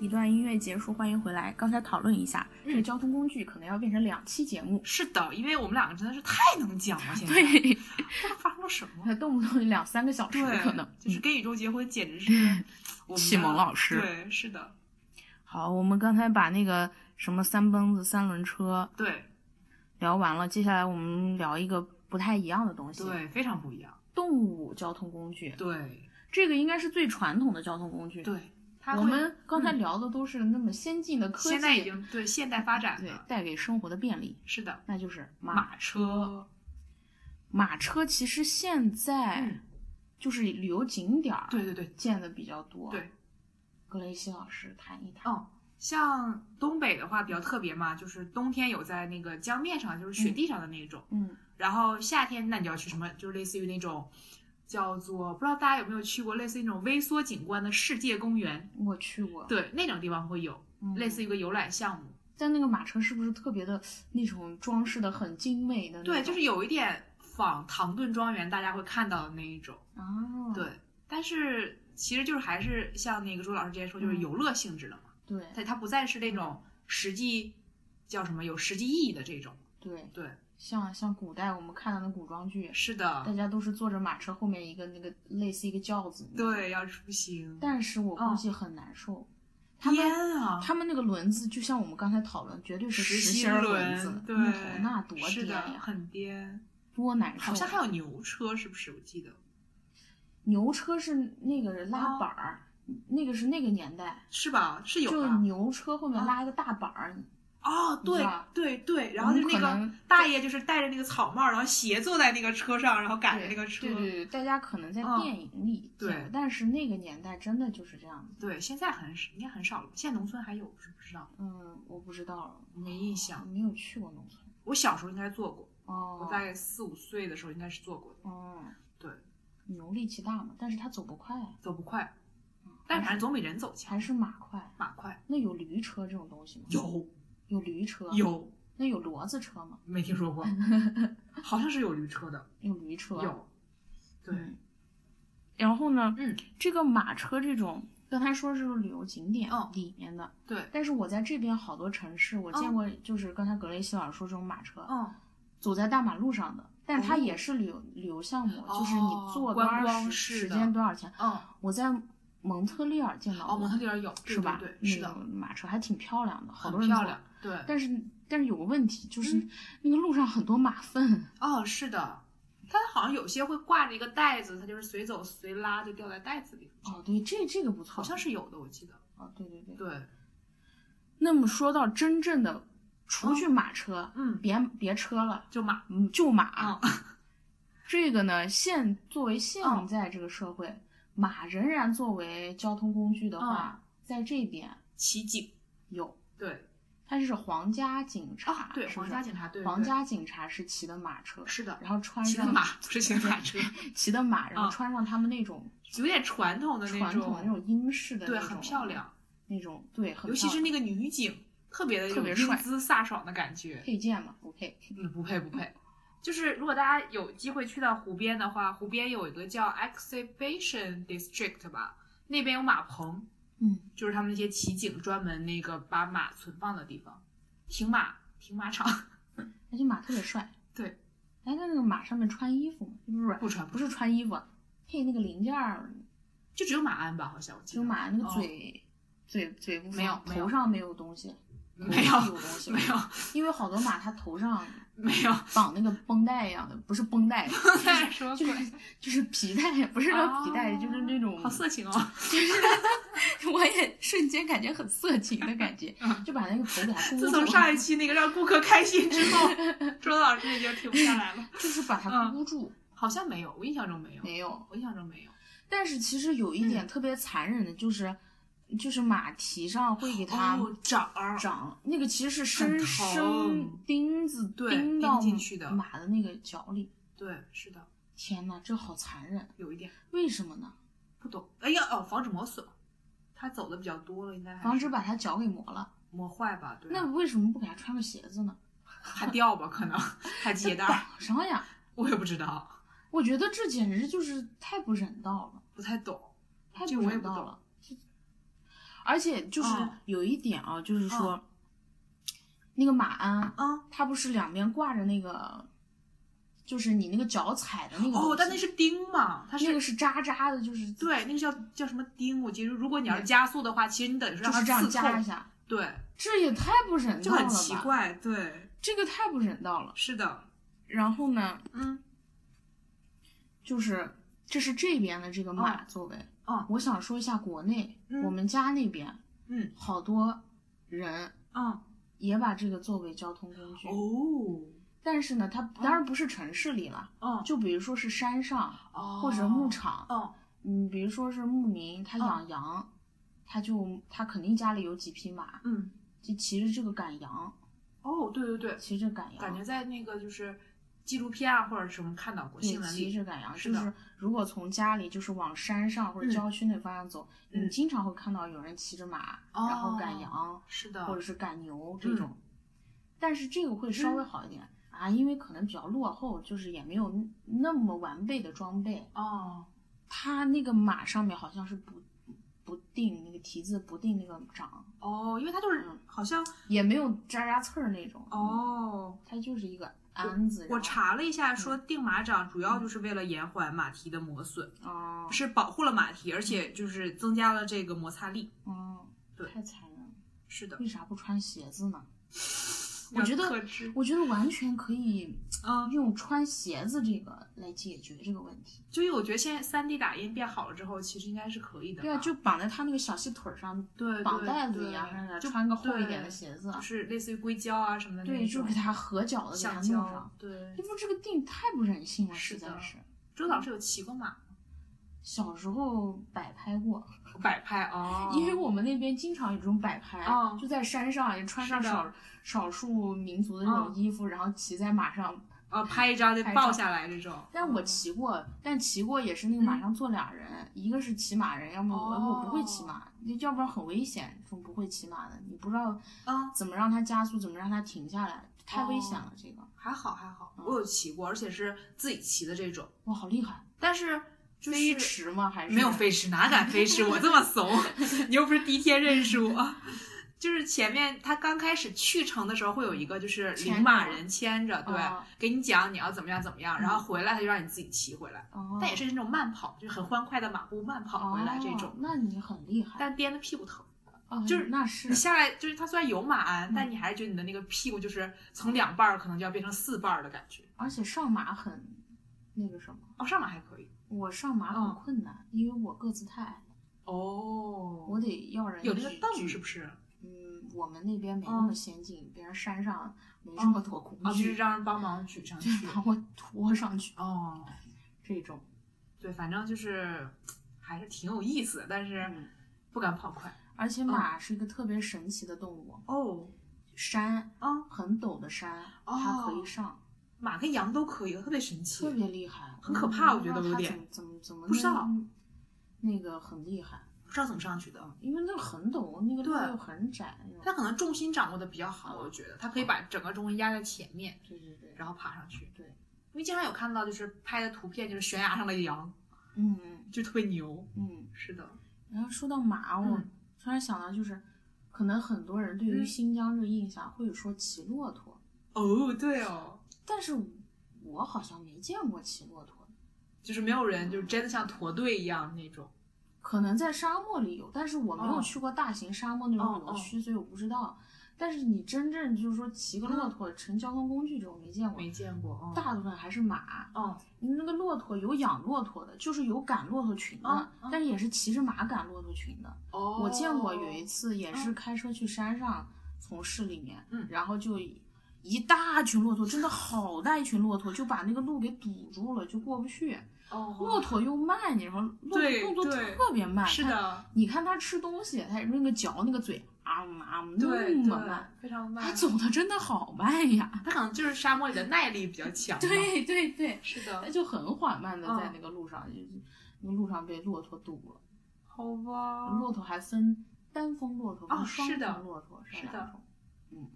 A: 一段音乐结束，欢迎回来。刚才讨论一下，这个交通工具可能要变成两期节目，
C: 是的，因为我们两个真的是太能讲了，现在不
A: 对，
C: 知道发生了什 么，
A: 动不动就两三个小时
C: 对，
A: 可能。嗯
C: 就是跟宇宙结婚，简直是我们
A: 启蒙
C: 的
A: 老师
C: 对，是的，
A: 好，我们刚才把那个什么三蹦子、三轮车
C: 对
A: 聊完了，接下来我们聊一个不太一样的东西，
C: 对，非常不一样，
A: 动物交通工具。
C: 对
A: 这个应该是最传统的交通工具。，
C: 对，它
A: 我
C: 会
A: 们刚才聊的都是那么先进的科技，
C: 嗯现在已经对现代发展
A: 对
C: 了，
A: 带给生活的便利，
C: 是的，
A: 那就是马
C: 马车，
A: 马车。其实现在
C: 嗯
A: 就是旅游景点儿，
C: 对对对，
A: 见的比较多。
C: 对，
A: 格雷西老师谈一谈。
C: 哦，像东北的话比较特别嘛，就是冬天有在那个江面上，就是雪地上的那种，
A: 嗯，
C: 然后夏天那你就要去什么，就是类似于那种叫做不知道大家有没有去过，类似于那种微缩景观的世界公园，
A: 我去过，
C: 对，那种地方会有，
A: 嗯
C: 类似于一个游览项目，
A: 但那个马车是不是特别的那种装饰的很精美的那种？
C: 对，就是有一点仿唐顿庄园大家会看到的那一种，
A: 啊，
C: 对，但是其实就是还是像那个朱老师之前说，就是
A: 嗯
C: 游乐性质的嘛，
A: 对
C: 它它不再是那种实际叫什么有实际意义的这种，
A: 对，
C: 对。
A: 像像古代我们看到的古装剧，
C: 是啊的
A: 大，家都是坐着马车后面一个那个类似一个轿子，，
C: 对，要出行。
A: 但是我估计很难受。他们
C: 嗯天啊，
A: 他们那个轮子，就像我们刚才讨论，绝对是
C: 实
A: 心
C: 心
A: 儿
C: 轮
A: 子，
C: 对
A: 那头那多
C: 是
A: 颠
C: 的，
A: 呀，
C: 很颠。
A: 多难受。啊
C: 好像还有牛车，是不是？我记得
A: 牛车是那个拉
C: 哦
A: 板儿，那个是那个年代，
C: 是吧？是有嗯
A: 就
C: 吧？
A: 牛车后面拉一个大板儿，
C: 哦，对
A: 是吧
C: 对对，然后就
A: 我们
C: 那
A: 可
C: 个
A: 能
C: 大爷就是戴着那个草帽，然后斜坐在那个车上，然后赶着
A: 对
C: 那个车。
A: 对对对，大家可能在
C: 嗯
A: 电影里见过
C: 对
A: 但是那个年代真的就是这样的。
C: 对现在很少，应该很少了。现在农村还有，是不知道，
A: 嗯，我不知道了，
C: 没印
A: 我
C: 象。
A: 没有去过农村。
C: 我小时候应该做过，
A: 嗯
C: 我
A: 哦，
C: 在四五岁的时候应该是做过的，
A: 哦，
C: 对，
A: 牛力气大嘛，但是它走不快，啊
C: 走不快，但反正总比人走
A: 嗯
C: 强
A: 还，是马快。
C: 马快。
A: 那有驴车这种东西吗？
C: 有
A: 有驴车，
C: 有，
A: 那有骡子车吗？
C: 没 听说过，好像是有驴车的，
A: 有驴车，
C: 有。对，
A: 嗯。然后呢，
C: 嗯，
A: 这个马车这种，刚才说是旅游景点
C: 嗯
A: 里面的，
C: 对，
A: 但是我在这边好多城市，我
C: 哦
A: 见过，就是刚才格雷西老师说这种马车，
C: 嗯，
A: 走在大马路上的，但是它
C: 哦
A: 也是旅游旅游项目，
C: 哦
A: 就是你坐多
C: 观
A: 少
C: 光
A: 时
C: 式
A: 时
C: 的
A: 间多少钱。
C: 嗯，
A: 我在蒙特利尔见到过，
C: 哦，蒙特利尔有，对
A: 嗯是吧？
C: 对，对是
A: 那
C: 的
A: 个，马车还挺漂亮的，好
C: 很
A: 多人坐
C: 漂亮。。对，
A: 但是但是有个问题，就是那个路上很多马粪，
C: 哦，是的，它好像有些会挂着一个袋子，它就是随走随拉就掉在袋子里，
A: 哦，对，这这个不错，
C: 好像是有的，我记得。
A: 哦，对对对。
C: 对，
A: 那么说到真正的，除去马车，
C: 嗯，
A: 别别车了，
C: 就马，
A: 嗯，就马。
C: 嗯，
A: 这个呢，现作为现
C: 嗯
A: 哦在这个社会，马仍然作为交通工具的话，在这边
C: 骑警，
A: 有，
C: 对
A: 他是皇家警察，
C: 啊，对
A: 是不
C: 皇
A: 是
C: 家警察，对
A: 哦皇
C: 对
A: 家警察是骑的马车，
C: 是的，
A: 然后穿
C: 骑的
A: 上
C: 马不是骑的 马车，
A: 骑的马，然后
C: 啊
A: 穿上他们那种
C: 有点传统的那
A: 传统的那
C: 种，
A: 种英式的那
C: 对，
A: 种，
C: 很漂亮，
A: 那种，对，很
C: 尤其
A: 漂
C: 是
A: 亮
C: 那个女警，特别的
A: 特别
C: 有英
A: 帅
C: 姿飒爽的感觉，
A: 配件嘛，不配，
C: 嗯，不配不配。就是如果大家有机会去到湖边的话，湖边有一个叫 Exhibition District 吧，那边有马棚，
A: 嗯，
C: 就是他们那些骑警专门那个把马存放的地方，停马停马场。
A: 而且马特别帅，
C: 对，
A: 哎，那那个马上面穿衣服嘛，不是
C: 不穿不
A: 不是穿衣服啊，配那个零件儿，
C: 就只有马鞍吧，好像我记得
A: 就马那个
C: 哦
A: 嘴、嘴嘴部
C: 没有
A: 分
C: 没有
A: 头上没有东西，
C: 没
A: 头
C: 有
A: 上有东西，
C: 没有，
A: 因为好多马它头上
C: 没 有。
A: 绑那个绷带一样的，不是绷带，
C: 在说
A: 就
C: 鬼，哦
A: 是就是皮带，不是说皮带，就是那种
C: 好色情哦。
A: 我也瞬间感觉很色情的感觉，就把那个头给它箍
C: 嗯自
A: 住
C: 从上
A: 了，
C: 一期那个让顾客开心之后，周老师已经停不下来了。
A: 就是把它
C: 嗯
A: 箍住，
C: 好像没有，我印象中没有，
A: 没有。
C: 我印象中没有。
A: 但是其实有
C: 嗯
A: 一点特别残忍的，就是就是马蹄上会给它
C: 哦，掌儿
A: 长那个其实是
C: 很
A: 生
C: 疼
A: 生钉子
C: 对
A: 钉到
C: 钉进去的
A: 马的那个脚里。
C: 对，是的，
A: 天呐，这好残忍！
C: 有一点
A: 为什么呢？
C: 不懂。哎呀，哦，防止磨损，他走的比较多了，应哎该还是
A: 防止把它脚给磨了。
C: 磨坏吧？对啊，
A: 那为什么不给它穿个鞋子呢？
C: 还掉吧？可能 还系鞋带儿，
A: 什么呀？
C: 我也不知道，
A: 我觉得这简直就是太不人道了。
C: 不太懂。
A: 太
C: 这
A: 不
C: 我也
A: 人
C: 不
A: 道
C: 懂
A: 了。而且就是
C: 嗯
A: 有一点啊，
C: 哦
A: 就是说、那个马鞍，
C: 嗯，
A: 它不是两边挂着那个，就是你那个脚踩的那个东西。
C: 哦，但那是钉嘛，它
A: 那
C: 是
A: 个是扎扎的，就是
C: 对，那个叫叫什么钉？我记得，如果你要是加速的话，其实你等于是
A: 就
C: 让它
A: 是这样
C: 刺
A: 扎
C: 痛
A: 一，下，
C: 对，
A: 这也太不人
C: 就
A: 道了
C: 很
A: 吧？
C: 奇怪，对，
A: 这个太不人道了。
C: 是的，
A: 然后呢，
C: 嗯，
A: 就是这是这边的这个马作为。
C: 哦
A: 我想说一下国内，
C: 嗯
A: 我们家那边，
C: 嗯，
A: 好多人
C: 嗯，
A: 也把这个作为交通工具。
C: 哦，
A: 但是呢，它当然不是城市里了，
C: 嗯，
A: 就比如说是山上
C: 哦，
A: 或者牧，场，
C: 嗯，
A: 嗯，比如说是牧民，他
C: 嗯
A: 养羊，他就他肯定家里有几匹马，
C: 嗯，
A: 就骑着这个赶羊，
C: 哦，对对对，
A: 骑着赶羊，
C: 感觉在那个就是纪录片啊或者什么看到过
A: 对
C: 新，闻
A: 骑
C: 里，
A: 着赶羊，
C: 是
A: 就
C: 的
A: 是如果从家里就是往山上或者
C: 嗯
A: 郊区那方向走，你
C: 嗯
A: 经常会看到有人骑着马，然后赶
C: 哦嗯
A: 羊
C: 是的，
A: 或者是赶牛这种，但是这个会稍
C: 嗯
A: 微好一点。啊，因为可能比较落后，就是也没有那么完备的装备，
C: 哦，
A: 它那个马上面好像是不不定那个蹄子不定那个掌，
C: 哦，因为它就是
A: 嗯
C: 好像
A: 也没有扎扎刺儿那种。，
C: 哦。
A: 它就是一个鞍子。
C: 我
A: 然后
C: 查了一
A: 嗯
C: 下，说定马掌主要就是为了延缓马蹄的磨损，
A: 哦，
C: 是保护了马蹄，而且就是增加了这个摩擦力。
A: 嗯，
C: 对
A: 太残忍了。
C: 是的，
A: 为啥不穿鞋子呢？嗯我觉
C: 要
A: 得
C: 克制，
A: 我觉得完全可以
C: 嗯，
A: 用穿鞋子这个来解决这个问题。
C: 就因为我觉得现在三 D 打印变好了之后，其实应该是可以的吧。
A: 对啊，就绑在他那个小细腿儿上，
C: 对
A: 绑
C: 对
A: 带子
C: 对
A: 一样，让他
C: 就
A: 穿个厚一
C: 对
A: 点的鞋子
C: 就。是类似于硅胶啊什么的那种，
A: 对，就给他合脚的给他
C: 橡
A: 弄
C: 胶
A: 上。。
C: 对
A: 因，为这个定太不人性了，
C: 是
A: 实在
C: 的
A: 是。
C: 周老师有骑过马，
A: 小时候摆拍过，
C: 摆拍哦，
A: 因为我们那边经常有这种摆拍，
C: 哦
A: 就在山上也穿上
C: 是的嗯
A: 少少数民族的那种衣服，然后骑在马上。
C: 呃拍一张就
A: 哦拍
C: 抱
A: 照
C: 下来这种。
A: 但我
C: 嗯
A: 骑过，但骑过也是那个马上坐俩人，一个是骑马人，要么我、
C: 哦
A: 我不会骑马，要不然很危险。这种不会骑马的，你不知道
C: 嗯
A: 怎么让它加速，怎么让它停下来，太危险
C: 哦
A: 了。这个
C: 还好还好，
A: 嗯
C: 我有骑过，而且是自己骑的这种，
A: 哇，好厉害！
C: 但是就
A: 飞
C: 是。
A: 驰吗？还是
C: 没有？飞驰，哪敢飞驰？我这么 怂，你又不是第一天认识我。就是前面他刚开始去程的时候，会有一个就是领马人牵着，对，
A: 哦
C: 给你讲你要怎么样怎么样，
A: 嗯
C: 然后回来他就让你自己骑回来，
A: 哦，
C: 但也是那种慢跑，就是很欢快的马步慢跑回来这
A: 哦
C: 种，
A: 那你很厉害。
C: 但颠的屁股疼。
A: 哦
C: 就是
A: 那是
C: 你下来就是他虽然有马鞍
A: 嗯，
C: 但你还是觉得你的那个屁股就是从两半儿可能就要变成四半儿的感觉。
A: 而且上马很那个什么，
C: 哦，上马还可以。
A: 我上马很
C: 嗯
A: 困难，因为我个子太矮，
C: 哦，
A: 我得要人
C: 有那个
A: 举
C: 凳
A: 举
C: 是不是？
A: 嗯，我们那边没那么
C: 嗯
A: 先进，别人山上没这么多工
C: 啊，就
A: 具，
C: 是让人帮忙举上去
A: 就。是把我拖上去
C: 哦，
A: 这种。
C: 对，反正就是还是挺有意思的，但是啊嗯
A: 嗯
C: 不敢跑快。
A: 而且马是一个特别神奇的动物，
C: 哦，
A: 山
C: 啊
A: 很陡的山，
C: 哦
A: 它可以上，
C: 马跟羊都可以，特别神奇
A: 特。别厉害，
C: 很可怕
A: 嗯
C: 我觉得
A: 不知道
C: 有
A: 它
C: 点
A: 怎么怎么怎么
C: 不知
A: 那
C: 道
A: 那个很厉害，
C: 不知道怎么上去的，
A: 因为那个很陡，那个路
C: 对
A: 又很窄，那
C: 它
A: 种
C: 可能重心掌握的比较好，我觉得它可以把整个重心压在前面，
A: 对对对，
C: 然后爬上去。
A: 对，
C: 因为经常有看到就是拍的图片，就是悬崖上的羊，
A: 嗯嗯
C: 就特别牛。
A: 嗯。
C: 是的，
A: 然后说到马，我
C: 嗯
A: 突然想到，就是可能很多人对于
C: 嗯
A: 新疆这个印象会说骑骆驼，
C: 哦，对哦，
A: 但是我好像没见过骑骆驼的，
C: 就是没有人就是真的像驼队一样那种。
A: 可能在沙漠里有，但是我没有
C: 哦
A: 去过大型沙漠那种
C: 哦
A: 裸区，所以我不知道。但是你真正就是说骑个骆驼乘交通工具这我没见过，
C: 嗯没见过，哦
A: 大部分还是马。
C: 哦，
A: 你那个骆驼有养骆驼的，就是有赶骆驼群的，
C: 哦哦
A: 但是也是骑着马赶骆驼群的。
C: 哦
A: 我见过有一
C: 次，
A: 次也是开车去山上，从市里面，
C: 嗯
A: 然后就一大群骆驼，真的好大一群骆驼，就把那个路给堵住了，就过不去。
C: 哦，
A: 骆驼又慢，你说骆
C: 对
A: 驼动作
C: 对
A: 特别慢，
C: 是
A: 它。
C: 的，
A: 你看它吃东西，它那个嚼那个嘴，啊嗯啊嗯
C: 对
A: 那
C: 对嗯
A: 么慢，，
C: 非常慢。
A: 它走的真的好慢呀！
C: 它可能就是沙漠里的耐力比较强。，
A: 对对对，
C: 是
A: 它
C: 的，
A: 就很缓慢的在
C: 嗯
A: 那个路上，就是那个路上被骆驼堵了。
C: 好吧。
A: 骆驼还分单峰骆驼
C: 哦
A: 跟双
C: 是的
A: 峰骆驼，
C: 是的
A: 两种。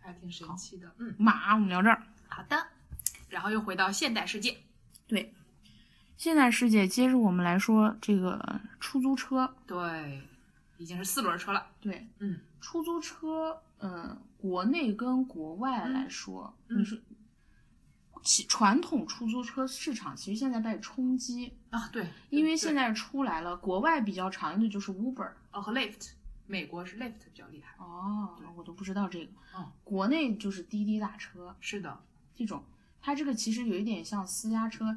C: 还挺神奇的，嗯，
A: 马，啊我们聊这儿。
C: 好的。然后又回到现代世界，
A: 对，现代世界接着我们来说这个出租车。
C: 对，已经是四轮车了，
A: 对，
C: 嗯，
A: 出租车，嗯，国内跟国外来说，
C: 嗯
A: 你说其传统出租车市场其实现在被冲击，
C: 啊，对，
A: 因
C: 对
A: 为现在出来了，国外比较常用的就是 Uber。
C: 哦和 Lyft，美国是 Lyft 比较厉害，
A: 哦，我都不知道这个。
C: 嗯
A: 国内就是滴滴打车，
C: 是的，
A: 这种，它这个其实有一点像私家车，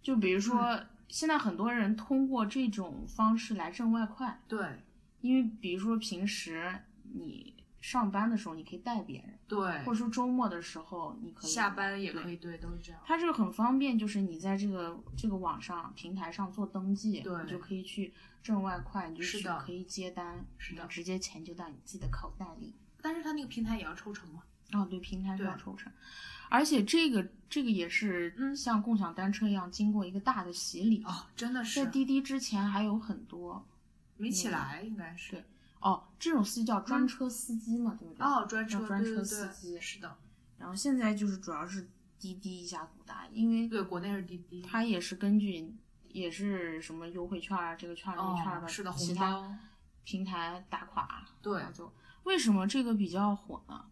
A: 就比如说、
C: 嗯
A: 现在很多人通过这种方式来挣外快，
C: 对
A: 因为比如说平时你上班的时候你可以带别人，
C: 对
A: 或者，说周末的时候你可以
C: 下班也可
A: 以。
C: 以，对，都是这样，
A: 它这个很方便，就是你在这个这个网上平台上做登记，
C: 对
A: 你就可以去挣外快，你就是去
C: 的
A: 可以接单，
C: 是的
A: 你直接钱就到你自己的口袋里。
C: 但是它那个平台也要抽成嘛，
A: 哦，对，平台
C: 对
A: 上抽成，而且这个这个也
C: 嗯
A: 是像共享单车一样，经过一个大的洗礼。
C: 哦，真的
A: 嗯在
C: 是
A: 滴滴之前还有很多
C: 没起
A: 嗯
C: 来，应该是
A: 对，哦，这种司机叫专
C: 嗯
A: 车司机嘛，对不对？
C: 哦，专车，
A: 叫专
C: 对
A: 车
C: 对
A: 司
C: 对，
A: 机。
C: 是的，
A: 然后现在就是主要是滴滴一家独大，因为
C: 对，国内是滴滴，
A: 它也是根据也是什么优惠券啊，这个券儿那个券儿
C: 哦
A: 把，
C: 是的，
A: 其
C: 红
A: 他
C: 包，
A: 平台打垮，
C: 对
A: 然后就为什么这个比较火呢？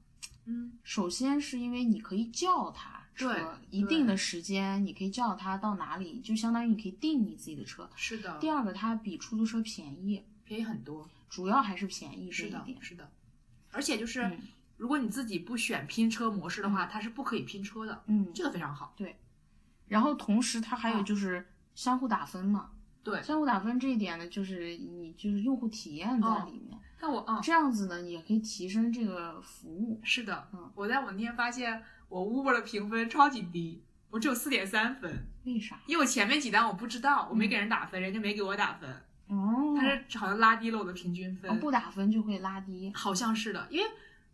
C: 嗯，
A: 首先是因为你可以叫他车，
C: 对
A: 一定的时间你可以叫他到哪里，就相当于你可以定你自己的车。
C: 是的，
A: 第二个，它比出租车便宜，
C: 便宜很多，
A: 主要还是便宜这
C: 是
A: 一
C: 的，
A: 点。
C: 是的，而且就是、
A: 嗯
C: 如果你自己不选拼车模式的话，它是不可以拼车的，
A: 嗯，
C: 这个非常好，
A: 然后同时它还有
C: 啊
A: 就是相互打分嘛，
C: 对，
A: 相互打分这一点呢，就是你就是用户体验
C: 哦
A: 在里面，
C: 但我嗯。
A: 这样子呢也可以提升这个服务。
C: 是的，
A: 嗯
C: 我在我那天发现我 Uber 的评分超级低，我只有四点三分，
A: 为啥？
C: 因为我前面几单我不知道，我没给人打分，人家没给我打分，
A: 哦，
C: 他是好像拉低了我的平均分，
A: 哦不打分就会拉低。
C: 好像是的，因为。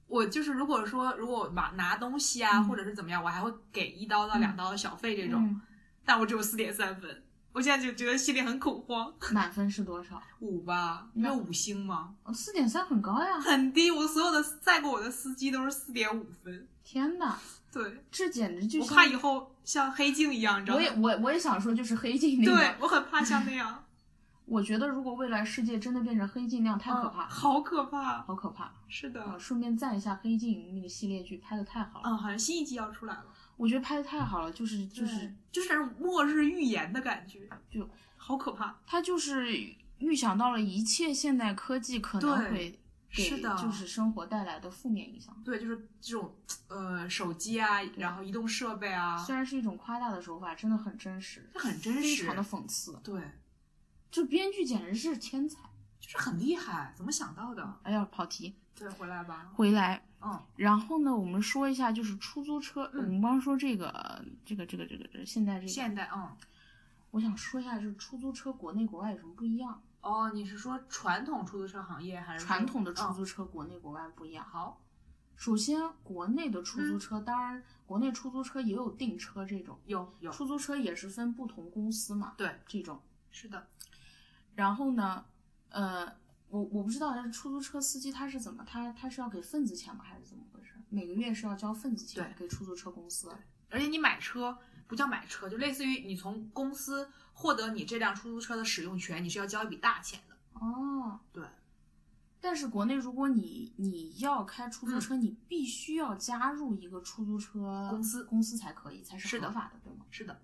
C: 我就是，如果说如果我拿拿东西啊，
A: 嗯
C: 或者是怎么样，我还会给一刀到两刀的小费这种，
A: 嗯
C: 但我只有四点三分，我现在就觉得心里很恐慌。
A: 满分是多少？哦
C: 五吧，
A: 嗯
C: 因为五星嘛，
A: 四点三很高呀！
C: 很低。我所有的载过我的司机都是四点五分，
A: 天哪，
C: 对，
A: 这简直就
C: 我
A: 像
C: 怕以后像黑镜一样，你知道
A: 我
C: 吗
A: 也？我我也想说，就是黑镜那
C: 对
A: 个，
C: 我很怕像那样，
A: 我觉得如果未来世界真的变成黑镜那样， 太可
C: 嗯
A: 怕了，
C: 好可怕。
A: 好可怕
C: 是的，
A: 啊！顺便赞一下黑镜那个系列剧拍的太好了，
C: 嗯，好像新一季要出来了，
A: 我觉得拍的太好了，就是就是
C: 对就是那种末日预言的感觉，
A: 就
C: 好可怕。
A: 它就是预想到了一切现代科技可
C: 对
A: 能会
C: 是
A: 给
C: 的
A: 就是生活带来的负面影响。
C: 对，就是这种呃手机啊，然后移动设备啊，
A: 虽然是一种夸大的手法，真的很真实，
C: 这很真
A: 非
C: 实
A: 常，的讽刺。
C: 对，
A: 就编剧简直是天才！
C: 就是很厉害，怎么想到的？
A: 哎呀，跑题
C: 对，回来吧，
A: 回来，
C: 嗯，
A: 然后呢，我们说一下，就是出租车，
C: 嗯
A: 我们刚说这个，这个，这个，这个，这个现在这个，
C: 现代，嗯，
A: 我想说一下，就是出租车国内国外有什么不一样？
C: 哦，你是说传统出租车行业还是说
A: 传统的出
C: 嗯
A: 租车国内国外不一样。
C: 好，
A: 首先，国内的出
C: 嗯
A: 租车，当然国内出租车也有订车这种，
C: 有有
A: 出租车也是分不同公司嘛，
C: 对，
A: 这种。
C: 是的，
A: 然后呢，呃，我我不知道，但是出租车司机他是怎么，他他是要给份子钱吗，还是怎么回事？每个月是要交份子钱给出租车公司。
C: 而且你买车不叫买车，就类似于你从公司获得你这辆出租车的使用权，你是要交一笔大钱的。
A: 哦，
C: 对。
A: 但是国内，如果你你要开出租车，你必须要加入一个出租车
C: 嗯公司
A: 公司才可以，才是
C: 是的
A: 合法的，对吗？
C: 是的，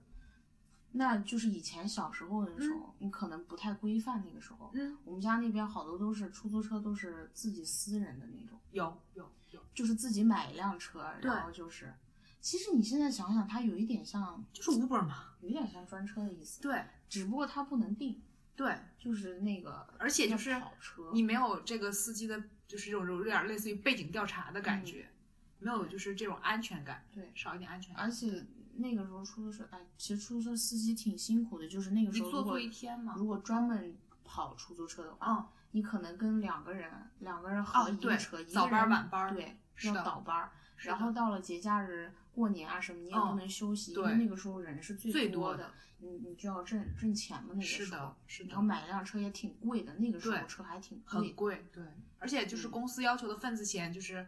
A: 那就是以前小时候的时候，你可能不太规范。那个时候，
C: 嗯，
A: 我们家那边好多都是出租车，都是自己私人的那种，
C: 有有有，
A: 就是自己买一辆车，
C: 对
A: 然后就是，其实你现在想想，它有一点像，
C: 就是 Uber 嘛。
A: 有一点像专车的意思，
C: 对
A: 只不过它不能定，
C: 对，
A: 就是那个，
C: 而且就是
A: 要跑车，
C: 你没有这个司机的，就是这种有点类似于背景调查的
A: 嗯
C: 感觉，没有就是这种安全感，
A: 对，
C: 少一点安全感。
A: 而且那个时候出租车，哎，其实出租车司机挺辛苦的，就是嗯那个
C: 你
A: 时候
C: 坐
A: 如果
C: 坐一天嘛，
A: 如果专门跑出租车的话，
C: 嗯，
A: 你可能跟两个人两个人合
C: 哦
A: 一
C: 对
A: 个车，一个
C: 早班
A: 人
C: 晚班
A: 对，
C: 是
A: 要
C: 的
A: 倒班儿。
C: 是
A: 然
C: 的
A: 后到了节假日、过年啊什么，你也不
C: 嗯
A: 能休息，因
C: 对
A: 为那个时候人是最
C: 最
A: 多
C: 多
A: 的，你你就要挣挣钱嘛。那个
C: 是
A: 时候
C: 的，，是
A: 然
C: 的
A: 后，买一辆车也挺贵的，那个时候
C: 对
A: 车还挺贵
C: 很。贵，对，而且就是
A: 嗯
C: 公司要求的份子钱就是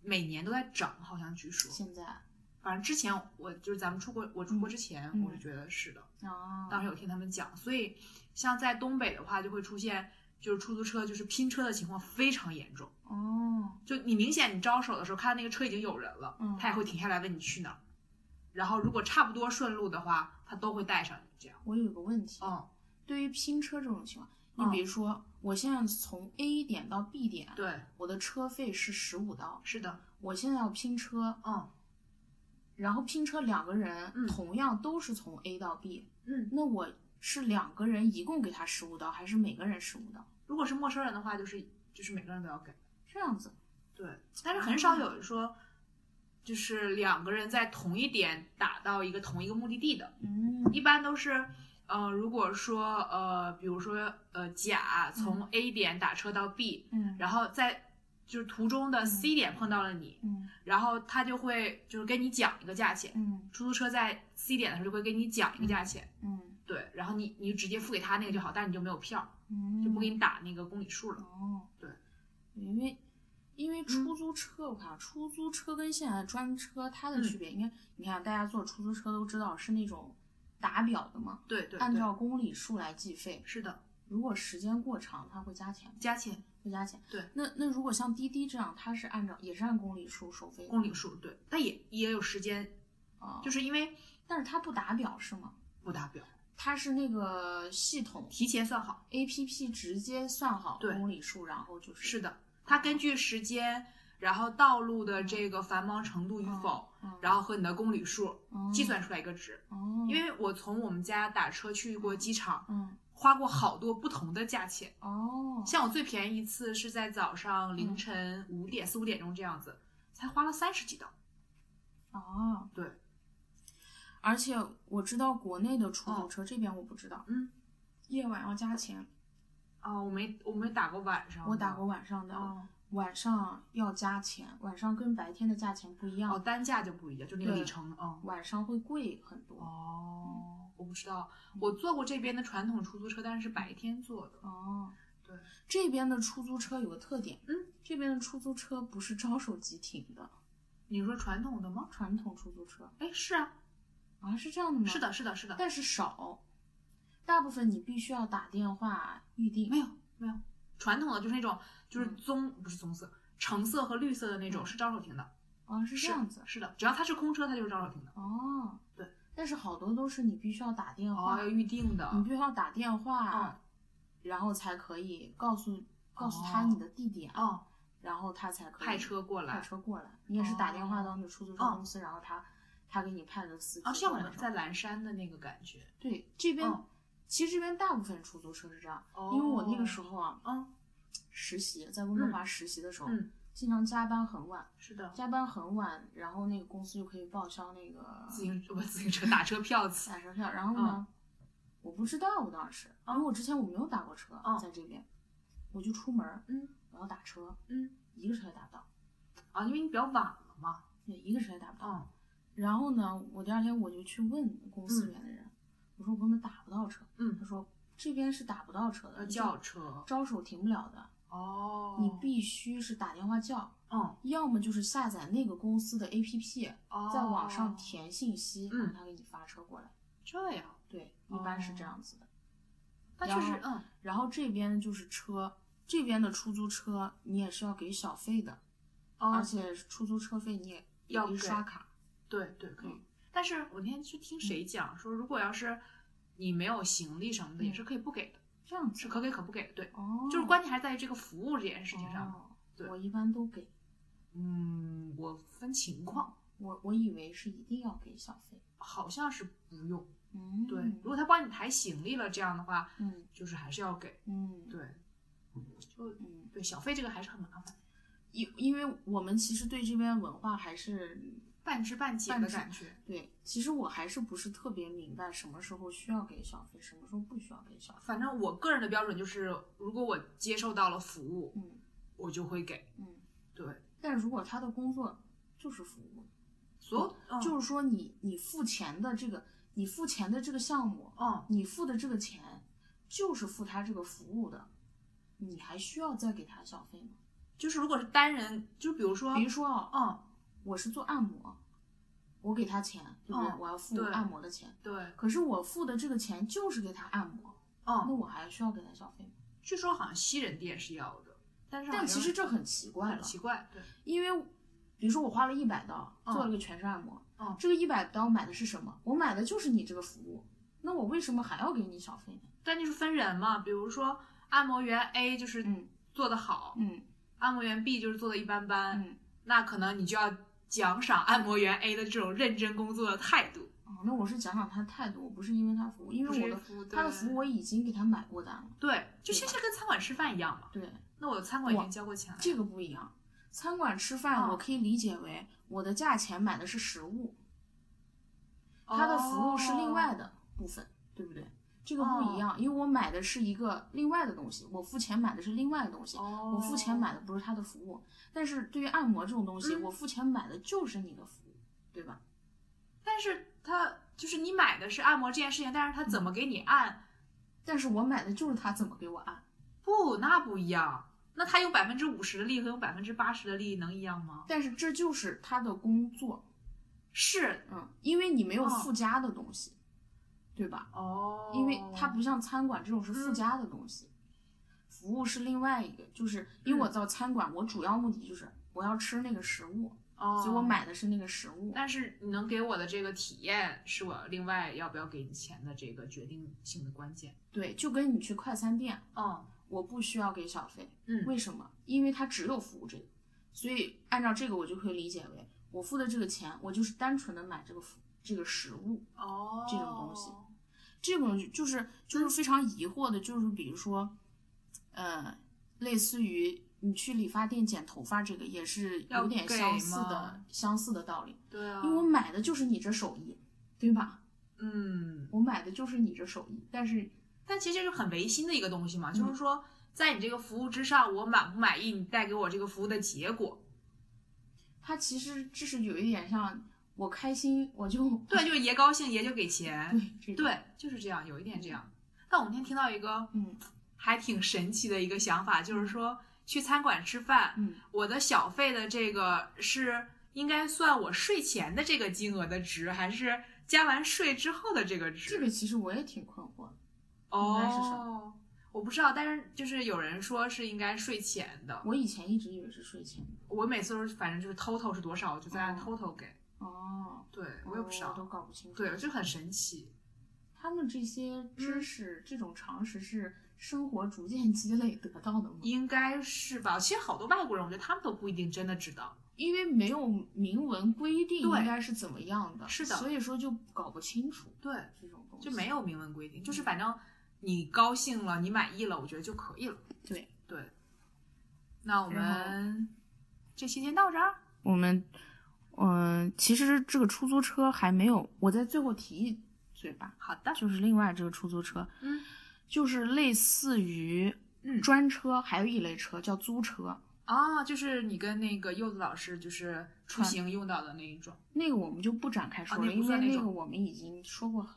C: 每年都在涨，好像据说，
A: 现在啊
C: 反正之前我就是咱们出国，我出国
A: 嗯
C: 之前、
A: 嗯
C: 我是觉得是的，，
A: 啊
C: 当时有听他们讲，所以像在东北的话就会出现就是出租车就是拼车的情况非常严重，
A: 哦，
C: 就你明显你招手的时候看那个车已经有人了，
A: 嗯
C: 他也会停下来问你去哪儿，然后如果差不多顺路的话，他都会带上你这样，
A: 我有一个问题，
C: 嗯，
A: 对于拼车这种情况，你
C: 嗯
A: 比如说我现在从 A 点到 B 点，
C: 对，
A: 我的车费是十五刀，
C: 是的，
A: 我现在要拼车，
C: 嗯
A: 然后拼车两个人
C: 嗯
A: 同样都是从 A 到 B，
C: 嗯，
A: 那我是两个人一共给他十五刀，还是每个人十五刀？
C: 如果是陌生人的话，就是就是每个人都要给。
A: 这样子，
C: 对，但是很少有人说，就是两个人在同一点打到一个同一个目的地的，
A: 嗯
C: 一般都是，呃，如果说呃，比如说呃，甲从 A 点打车到 B，、
A: 嗯
C: 然后在就是途中的 C 点碰到了你，
A: 嗯
C: 然后他就会就是跟你讲一个价钱，
A: 嗯
C: 出租车在 C 点的时候就会跟你讲一个价钱，
A: 嗯
C: 对，然后你你就直接付给他那个就好，但是你就没有票，
A: 嗯，
C: 就不给你打那个公里数了，
A: 哦，嗯
C: 对，
A: 因为。因为出租车，我看出租车跟现在的专车它的
C: 嗯
A: 区别，应该你看大家坐出租车都知道是那种打表的嘛，
C: 对对
A: 按
C: 对，
A: 照公里数来计费。
C: 是的，
A: 如果时间过长，它会加钱吗，
C: 加钱
A: 会加钱。
C: 对，
A: 那那如果像滴滴这样，它是按照也是按公里数收费的，
C: 公里数，对，但也也有时间
A: 啊，
C: 就是因为
A: 但是它不打表是吗？
C: 不达标，
A: 它是那个系统
C: 提前算好。
A: A P P 直接算好
C: 对
A: 公里数，然后就是
C: 是的，它根据时间，然后道路的这个繁忙程度与否，
A: 嗯
C: 然后和你的公里数
A: 嗯
C: 计算出来一个值。
A: 哦，
C: 嗯因为我从我们家打车去过机场，
A: 嗯
C: 花过好多不同的价钱。
A: 哦，
C: 像我最便宜一次是在早上
A: 嗯
C: 凌晨五点四五点钟这样子，才花了三十几刀。
A: 哦，
C: 对，
A: 而且我知道国内的出租车、这边我不知道，
C: 哦嗯，
A: 夜晚要加钱，
C: 啊、我没我没打过晚上的，
A: 我打过晚上的，
C: 哦。
A: 晚上要加钱，晚上跟白天的价钱不一样，
C: 哦，单价就不一样，就那个
A: 对
C: 里程，嗯。
A: 晚上会贵很多。
C: 哦，我不知道，
A: 嗯
C: 我坐过这边的传统出租车，但是白天坐的。
A: 哦，
C: 对，
A: 这边的出租车有个特点，
C: 嗯，
A: 这边的出租车不是招手即停的，
C: 你说传统的吗？
A: 传统出租车
C: 哎，是啊，
A: 啊，是这样的吗？
C: 是，的，是的，是的。
A: 但是少，大部分你必须要打电话预定。
C: 没有，没有，传统的就是那种，就是棕、不是棕色，橙色和绿色的那种、
A: 嗯
C: 是招手停的。
A: 啊，是这样子。
C: 是的，只要它是空车，它就是招手停的。
A: 哦，
C: 对，
A: 但是好多都是你必须要打电
C: 哦，
A: 话，嗯
C: 要预定的。
A: 你必须要打电话，
C: 嗯
A: 然后才可以告诉告诉他你的地点，
C: 哦，
A: 然后他才可以
C: 派车过
A: 派
C: 来。
A: 车过来。你也是打电话
C: 哦
A: 到那出租车公司，然后他他给你派个司机
C: 哦，像
A: 过
C: 我
A: 来
C: 们
A: 是吧
C: 在蓝山的那个感觉。
A: 对这边、
C: 嗯
A: 其实这边大部分出租车是这样，
C: 哦
A: 因为我那个时，候啊
C: 嗯
A: 实习在温哥华实习的时候，
C: 嗯，
A: 经常加班很晚，
C: 是的，
A: 加班很晚，然后那个公司就可以报销那个
C: 自行不自行车打车票钱。嗯
A: 打车票，然后呢，我不知道我当时，因为我之前我没有打过车，
C: 嗯
A: 在这边，我就出门，
C: 嗯，
A: 我要打车，
C: 嗯，
A: 一个车也打不到，
C: 啊，因为你比较晚了嘛。
A: 对，一个车也打不到。
C: 嗯
A: 然后呢，我第二天我就去问公司里面的人，我说我根本打不到车，
C: 嗯
A: 他说这边是打不到车的，你
C: 要呃叫
A: 就
C: 车。
A: 招手停不了的，
C: 哦。
A: 你必须是打电话叫，
C: 嗯
A: 要么就是下载那个公司的 APP，、
C: 哦。
A: 在网上。填信息，
C: 嗯
A: 让他给你发车过来。
C: 这样，
A: 对，一般是
C: 哦
A: 这样子的。
C: 那确实，嗯，
A: 然后这边就是车，这边的出租车你也是要给小费的，而
C: 哦，
A: 且出租车费你也
C: 要
A: 可以
C: 给
A: 刷卡。
C: 嗯对对，可
A: 嗯
C: 以。但是我那天去听谁讲说，如果要是你没有行李什么的，也是可以不给的，
A: 这样子
C: 是可给可不给的。对，
A: 嗯哦，
C: 就是关键还在于这个服务这件事情上。
A: 哦
C: 对
A: 我一般都给，
C: 嗯，我分情况，
A: 我我以为是一定要给小费。
C: 好像是不用。
A: 嗯，
C: 对，如果他帮你抬行李了，这样的话，
A: 嗯
C: 就是还是要给。
A: 嗯，
C: 对，就
A: 嗯，
C: 对小费这个还是很麻烦，
A: 因因为我们其实对这边文化还是
C: 半知半解
A: 半
C: 的
A: 知
C: 感觉。
A: 对，其实我还是不是特别明白什么时候需要给小费，什么时候不需要给小费。
C: 反正我个人的标准就是，如果我接受到了服务，
A: 嗯
C: 我就会给。
A: 嗯，
C: 对，
A: 但如果他的工作就是服务，
C: 所有、嗯、
A: 就是说你你付钱的这个你付钱的这个项目，
C: 嗯，
A: 你付的这个钱就是付他这个服务的，你还需要再给他小费吗？
C: 就是如果是单人，就比如说，
A: 比如说啊，
C: 嗯，
A: 我是做按摩，我给他钱，对不对？
C: 嗯
A: 我要付
C: 对
A: 按摩的钱，
C: 对，
A: 可是我付的这个钱就是给他按摩，那
C: 嗯，
A: 我还需要给他小费吗？
C: 据说好像西人店是要的，但是啊好
A: 但其
C: 像
A: 实这嗯很奇怪
C: 很
A: 了，
C: 奇怪，对，
A: 因为比如说我花了一百刀
C: 嗯
A: 做了个全身按摩，
C: 嗯
A: 这个一百刀买的是什么？我买的就是你这个服务，那我为什么还要给你小费呢？
C: 但就是分人嘛，比如说按摩员 A 就是
A: 嗯
C: 做的好，
A: 嗯
C: 按摩员 B 就是做的一般般，
A: 嗯，
C: 那可能你就要奖赏按摩员 A 的这种认真工作的态度，
A: 哦，那我是讲讲他的态度，我不是因为他服务，因
C: 不
A: 为
C: 是
A: 我的
C: 服务
A: 他的服务我已经给他买过单了。
C: 对，就
A: 对
C: 其
A: 吧
C: 实跟餐馆吃饭一样嘛，
A: 对，
C: 那我餐馆已
A: 哇
C: 经交过钱了，
A: 这个不一样。餐馆吃饭，
C: 哦
A: 我可以理解为我的价钱买的是食物，它的服务是另外
C: 的，
A: 的部分，对不对？这个
C: 哦
A: 不一样，因为我买的是一个另外的东西，我付钱买的是另外的东西，
C: 哦，
A: 我付钱买的不是他的服务。但是对于按摩这种东西，
C: 嗯
A: 我付钱买的就是你的服务，对吧？
C: 但是他就是你买的是按摩这件事情，但是他怎
A: 嗯
C: 么给你按，
A: 但是我买的就是他怎么给我按，
C: 不，那不一样。那他有百分之五十的利和有百分之八十的利能一样吗？
A: 但是这就是他的工作，
C: 是
A: 嗯，因为你没有
C: 哦
A: 附加的东西，对吧？
C: 哦嗯
A: 因为它不像餐馆这种是附加的东西，服务是另外一个，就是因为
C: 嗯
A: 我到餐馆，我主要目的就是我要吃那个食物，
C: 哦，
A: 所以我。买的是那个食物。
C: 但是你能给我的这个体验，是我另外要不要给你钱的这个决定性的关键。
A: 对，就跟你去快餐店，
C: 嗯
A: 我不需要给小费，
C: 嗯
A: 为什么？因为它只有服务这个，所以按照这个我就可以理解为，我付的这个钱，我就是单纯的买这个服这个食物，
C: 哦
A: 这种东西这种就是就是非常疑惑的，就是比如说，呃，类似于你去理发店剪头发，这个也是有点
C: 要给
A: 相似的
C: 吗
A: 相似的道理，
C: 对啊，
A: 因为我买的就是你这手艺，对吧？
C: 嗯，
A: 我买的就是你这手艺，但是
C: 但其实就是很违心的一个东西
A: 嗯
C: 嘛，就是说在你这个服务之上，我满不满意你带给我这个服务的结果？
A: 它其实这是有一点像我开心我就
C: 对，就是爷高兴爷就给钱，
A: 对对，
C: 对，就是这样，有一点这样。但我那天听到一个
A: 嗯
C: 还挺神奇的一个想法，就是说去餐馆吃饭，
A: 嗯
C: 我的小费的这个是应该算我税前的这个金额的值，还是加完税之后的这个值？
A: 这个其实我也挺困惑的，应该是什
C: 哦，我不知道，但是就是有人说是应该税前的，
A: 我以前一直以为是税前的
C: 我每次都是反正就是 total 是多少，我就在按
A: 哦
C: total 给。
A: 哦，
C: 对，我也不知
A: 我都
C: 道，
A: 搞不清楚，
C: 对，就很嗯神奇。
A: 他们这些知识、这种常识是生活逐渐积累得到的吗？
C: 应该是吧？其实好多外国人，我觉得他们都不一定真的知道。
A: 因为没有明文规定
C: 对
A: 应该是怎么样的，
C: 是的
A: 所以说就搞不清楚
C: 对，
A: 这种东西，
C: 就没有明文规定，就是反正你高兴了，你满意了，我觉得就可以了。
A: 对
C: 对，那我
A: 然
C: 们这期先到这儿。
A: 呃我们，嗯、其实这个出租车还没有，我在最后提一对吧？
F: 好的，
A: 就是另外这个出租车，
C: 嗯，
A: 就是类似于
C: 嗯
A: 专车，还有一类车叫租车，
C: 啊，就是你跟那个柚子老师就是出行用到的那一种。
A: 那个我们就不展开说
C: 哦那
A: 了，
C: 不
A: 因为
C: 算那
A: 那
C: 种哦
A: 个我们已经说过很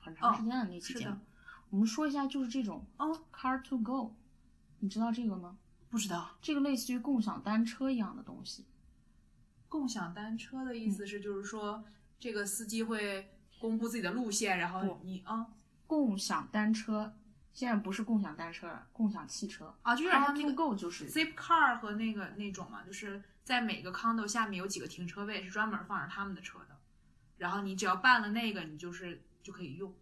A: 很长时间了那期
C: 是
A: 节目。
C: 的
A: 我们说一下，就是这种
C: 哦
A: car to go，你知道这个吗？
C: 不知道，
A: 这个类似于共享单车一样的东西，
C: 共享单车的意思
A: 嗯
C: 是就是说这个司机会公布自己的路线，然后
A: 不
C: 你啊
A: 共享单车现在不是共享单车了，共享汽车。
C: 啊，就有点
A: car
C: 像那
A: to
C: 个
A: go 就是
C: zip car 和那个那种嘛，就是在每个 condo 下面有几个停车位是专门放着他们的车的，然后你只要办了那个，你就是就可以用，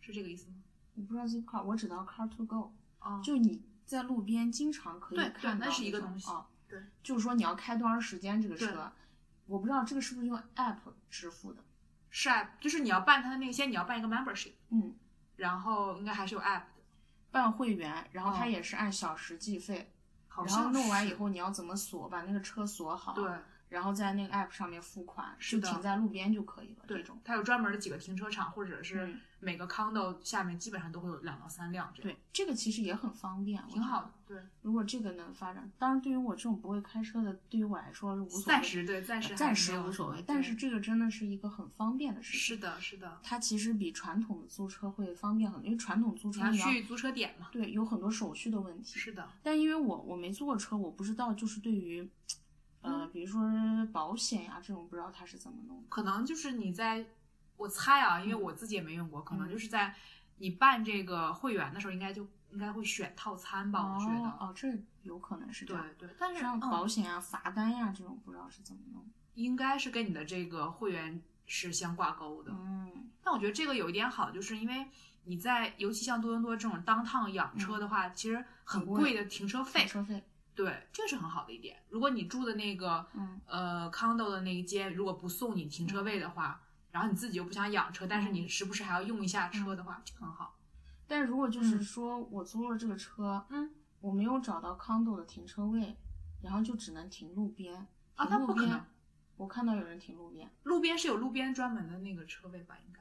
C: 是这个意思吗？
A: 我不知道 zip car，我只知道 car to go，、
C: 哦，
A: 就你在路边经常可以
C: 对对
A: 看到
C: 那是一个
A: 种
C: 东西
A: 啊，
C: 对，
A: 就是说你要开多长时间这个
C: 对
A: 车，我不知道这个是不是用 app 支付的，
C: 是 app，就是你要办他的那个，先你要办一个 membership，
A: 嗯，
C: 然后应该还是有 app 的，
A: 办会员，然后它
C: 哦
A: 也是按小时计费，
C: 好
A: 然后
C: 像
A: 弄完
C: 是
A: 以后你要怎么锁，把那个车锁好，
C: 对。
A: 然后在那个 app 上面付款，
C: 是
A: 就
C: 的
A: 停在路边就可以了。这
C: 对
A: 种，
C: 它有专门的几个停车场，或者是
A: 嗯
C: 每个 condo 下面基本上都会有两到三辆这样，
A: 对这个其实也很方便，
C: 挺好
A: 的。
C: 的。对，
A: 如果这个能发展，当然对于我这种不会开车的，对于我来说是无所谓，
C: 暂时对，暂时
A: 暂
C: 还
A: 时
C: 没有
A: 无所谓
C: 对。
A: 但是这个真的是一个很方便的事情。
C: 是的，是的，
A: 它其实比传统的租车会方便很多，因为传统租
C: 你
A: 车
C: 要
A: 你要
C: 去租车点嘛？
A: 对有很多手续的问题。
C: 是的，
A: 但因为我我没租过车，我不知道就是对于，呃，比如说保险呀、这种，不知道它是怎么弄的。
C: 可能就是你在，我猜啊，因为我自己也没用过，可
A: 嗯
C: 能就是在你办这个会员的时候，应该就应该会选套餐吧，我觉
A: 哦
C: 得。
A: 哦，这有可能是这
C: 对
A: 样。
C: 对，但是
A: 像保
C: 嗯，
A: 险呀、罚单呀、这种，不知道是怎么弄。
C: 应该是跟你的这个会员是相挂钩的。
A: 嗯，
C: 但我觉得这个有一点好，就是因为你在尤其像多伦多这种当趟养车的话，其实
A: 嗯
C: 很
A: 很贵
C: 贵的停车费，
A: 车费，
C: 对，这是很好的一点。如果你住的那个
A: 嗯，
C: 呃 condo 的那一间，如果不送你停车位的话，然后你自己又不想养车，但是你时不时还要用一下车的话，这很好。
A: 但如果就是
C: 嗯
A: 说我租了这个车，
C: 嗯，
A: 我没有找到 condo 的停车位，然后就只能停路边。
C: 啊
A: 停
C: 那
A: 路
C: 不可
A: 边
C: 能
A: 我看到有人停路边，
C: 路边是有路边专门的那个车位吧？应该。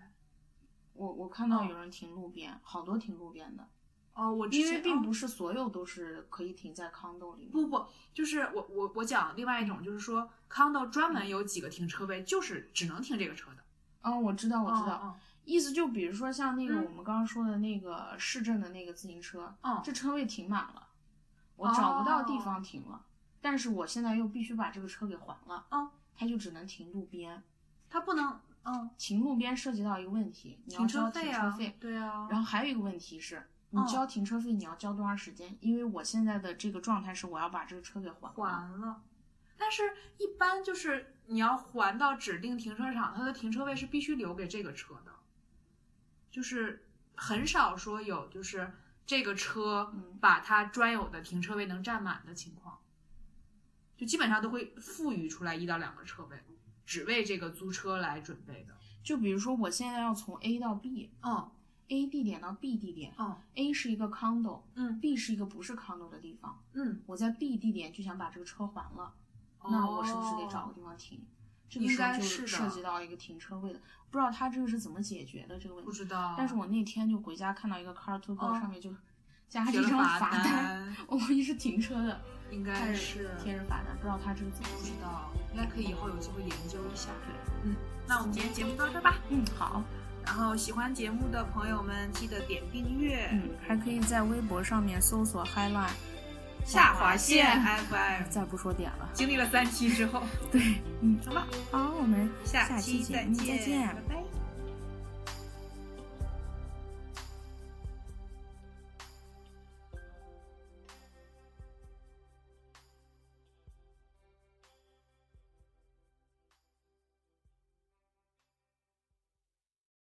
A: 我我看到
C: 哦
A: 有人停路边，好多停路边的，
C: 哦，我之
A: 因
C: 前
A: 为并
C: 哦
A: 不是所有都是可以停在 condo 里面。
C: 不不，就是我我我讲另外一种，就是说 condo 专门有几个停车位，就是只能停这个车的。
A: 哦，我知道，我知
C: 嗯
A: 道，
C: 嗯
A: 意思就比如说像那个
C: 嗯
A: 我们刚刚说的那个市政的那个自行车，
C: 嗯
A: 这车位停满了，我找不到地
C: 哦
A: 方停了，但是我现在又必须把这个车给还了，
C: 嗯，
A: 它就只能停路边。
C: 它不能，嗯，
A: 停路边涉及到一个问题，你要
C: 停
A: 交
C: 车
A: 停
C: 费
A: 车
C: 啊，
A: 费，
C: 对啊，
A: 然后还有一个问题是。你
C: 嗯
A: 交停车费，你要交多长时间？因为我现在的这个状态是，我要把这个车给还了。
C: 还了。但是，一般就是你要还到指定停车场，它的停车位是必须留给这个车的，就是很少说有就是这个车
A: 嗯
C: 把它专有的停车位能占满的情况，就基本上都会富裕出来一到两个车位，只为这个租车来准备的。
A: 就比如说，我现在要从 A 到 B，A
C: 嗯
A: 地点到 B 地点
C: 嗯
A: ，A 是一个 condo，
C: 嗯
A: B 是一个不是 condo 的地方。
C: 嗯，
A: 我在 B 地点就想把这个车还了，那我是不是得找
C: 哦
A: 个地方停？这个
C: 应
A: 时候
C: 该
A: 就是
C: 的
A: 涉及到一个停车位的，不知道他这个是怎么解决的这个问
C: 不
A: 题。
C: 知道？
A: 但是我那天就回家看到一个 Car to Go
C: 哦
A: 上面就加了
C: 贴
A: 一
C: 了
A: 张
C: 罚
A: 罚单，
C: 单
A: 我估计是停车的，
C: 应该
A: 但
C: 是
A: 贴着罚单，不知道他这个怎么
C: 不
A: 解
C: 知
A: 决。
C: 道，应该可以以后有机会研究一下。
A: 对，
C: 嗯，那我们今天节目到这儿吧。
A: 嗯，好，
C: 然后喜欢节目的朋友们，记得点订阅、
A: 嗯，还可以在微博上面搜索 Highline，
C: 下划线 FM。
A: 再不说点了。
C: 经历了三期之后，
A: 对，嗯，
C: 好吧，
A: 好，我们
C: 下
A: 期
C: 期
A: 节
C: 再
A: 目再见，
C: 拜拜。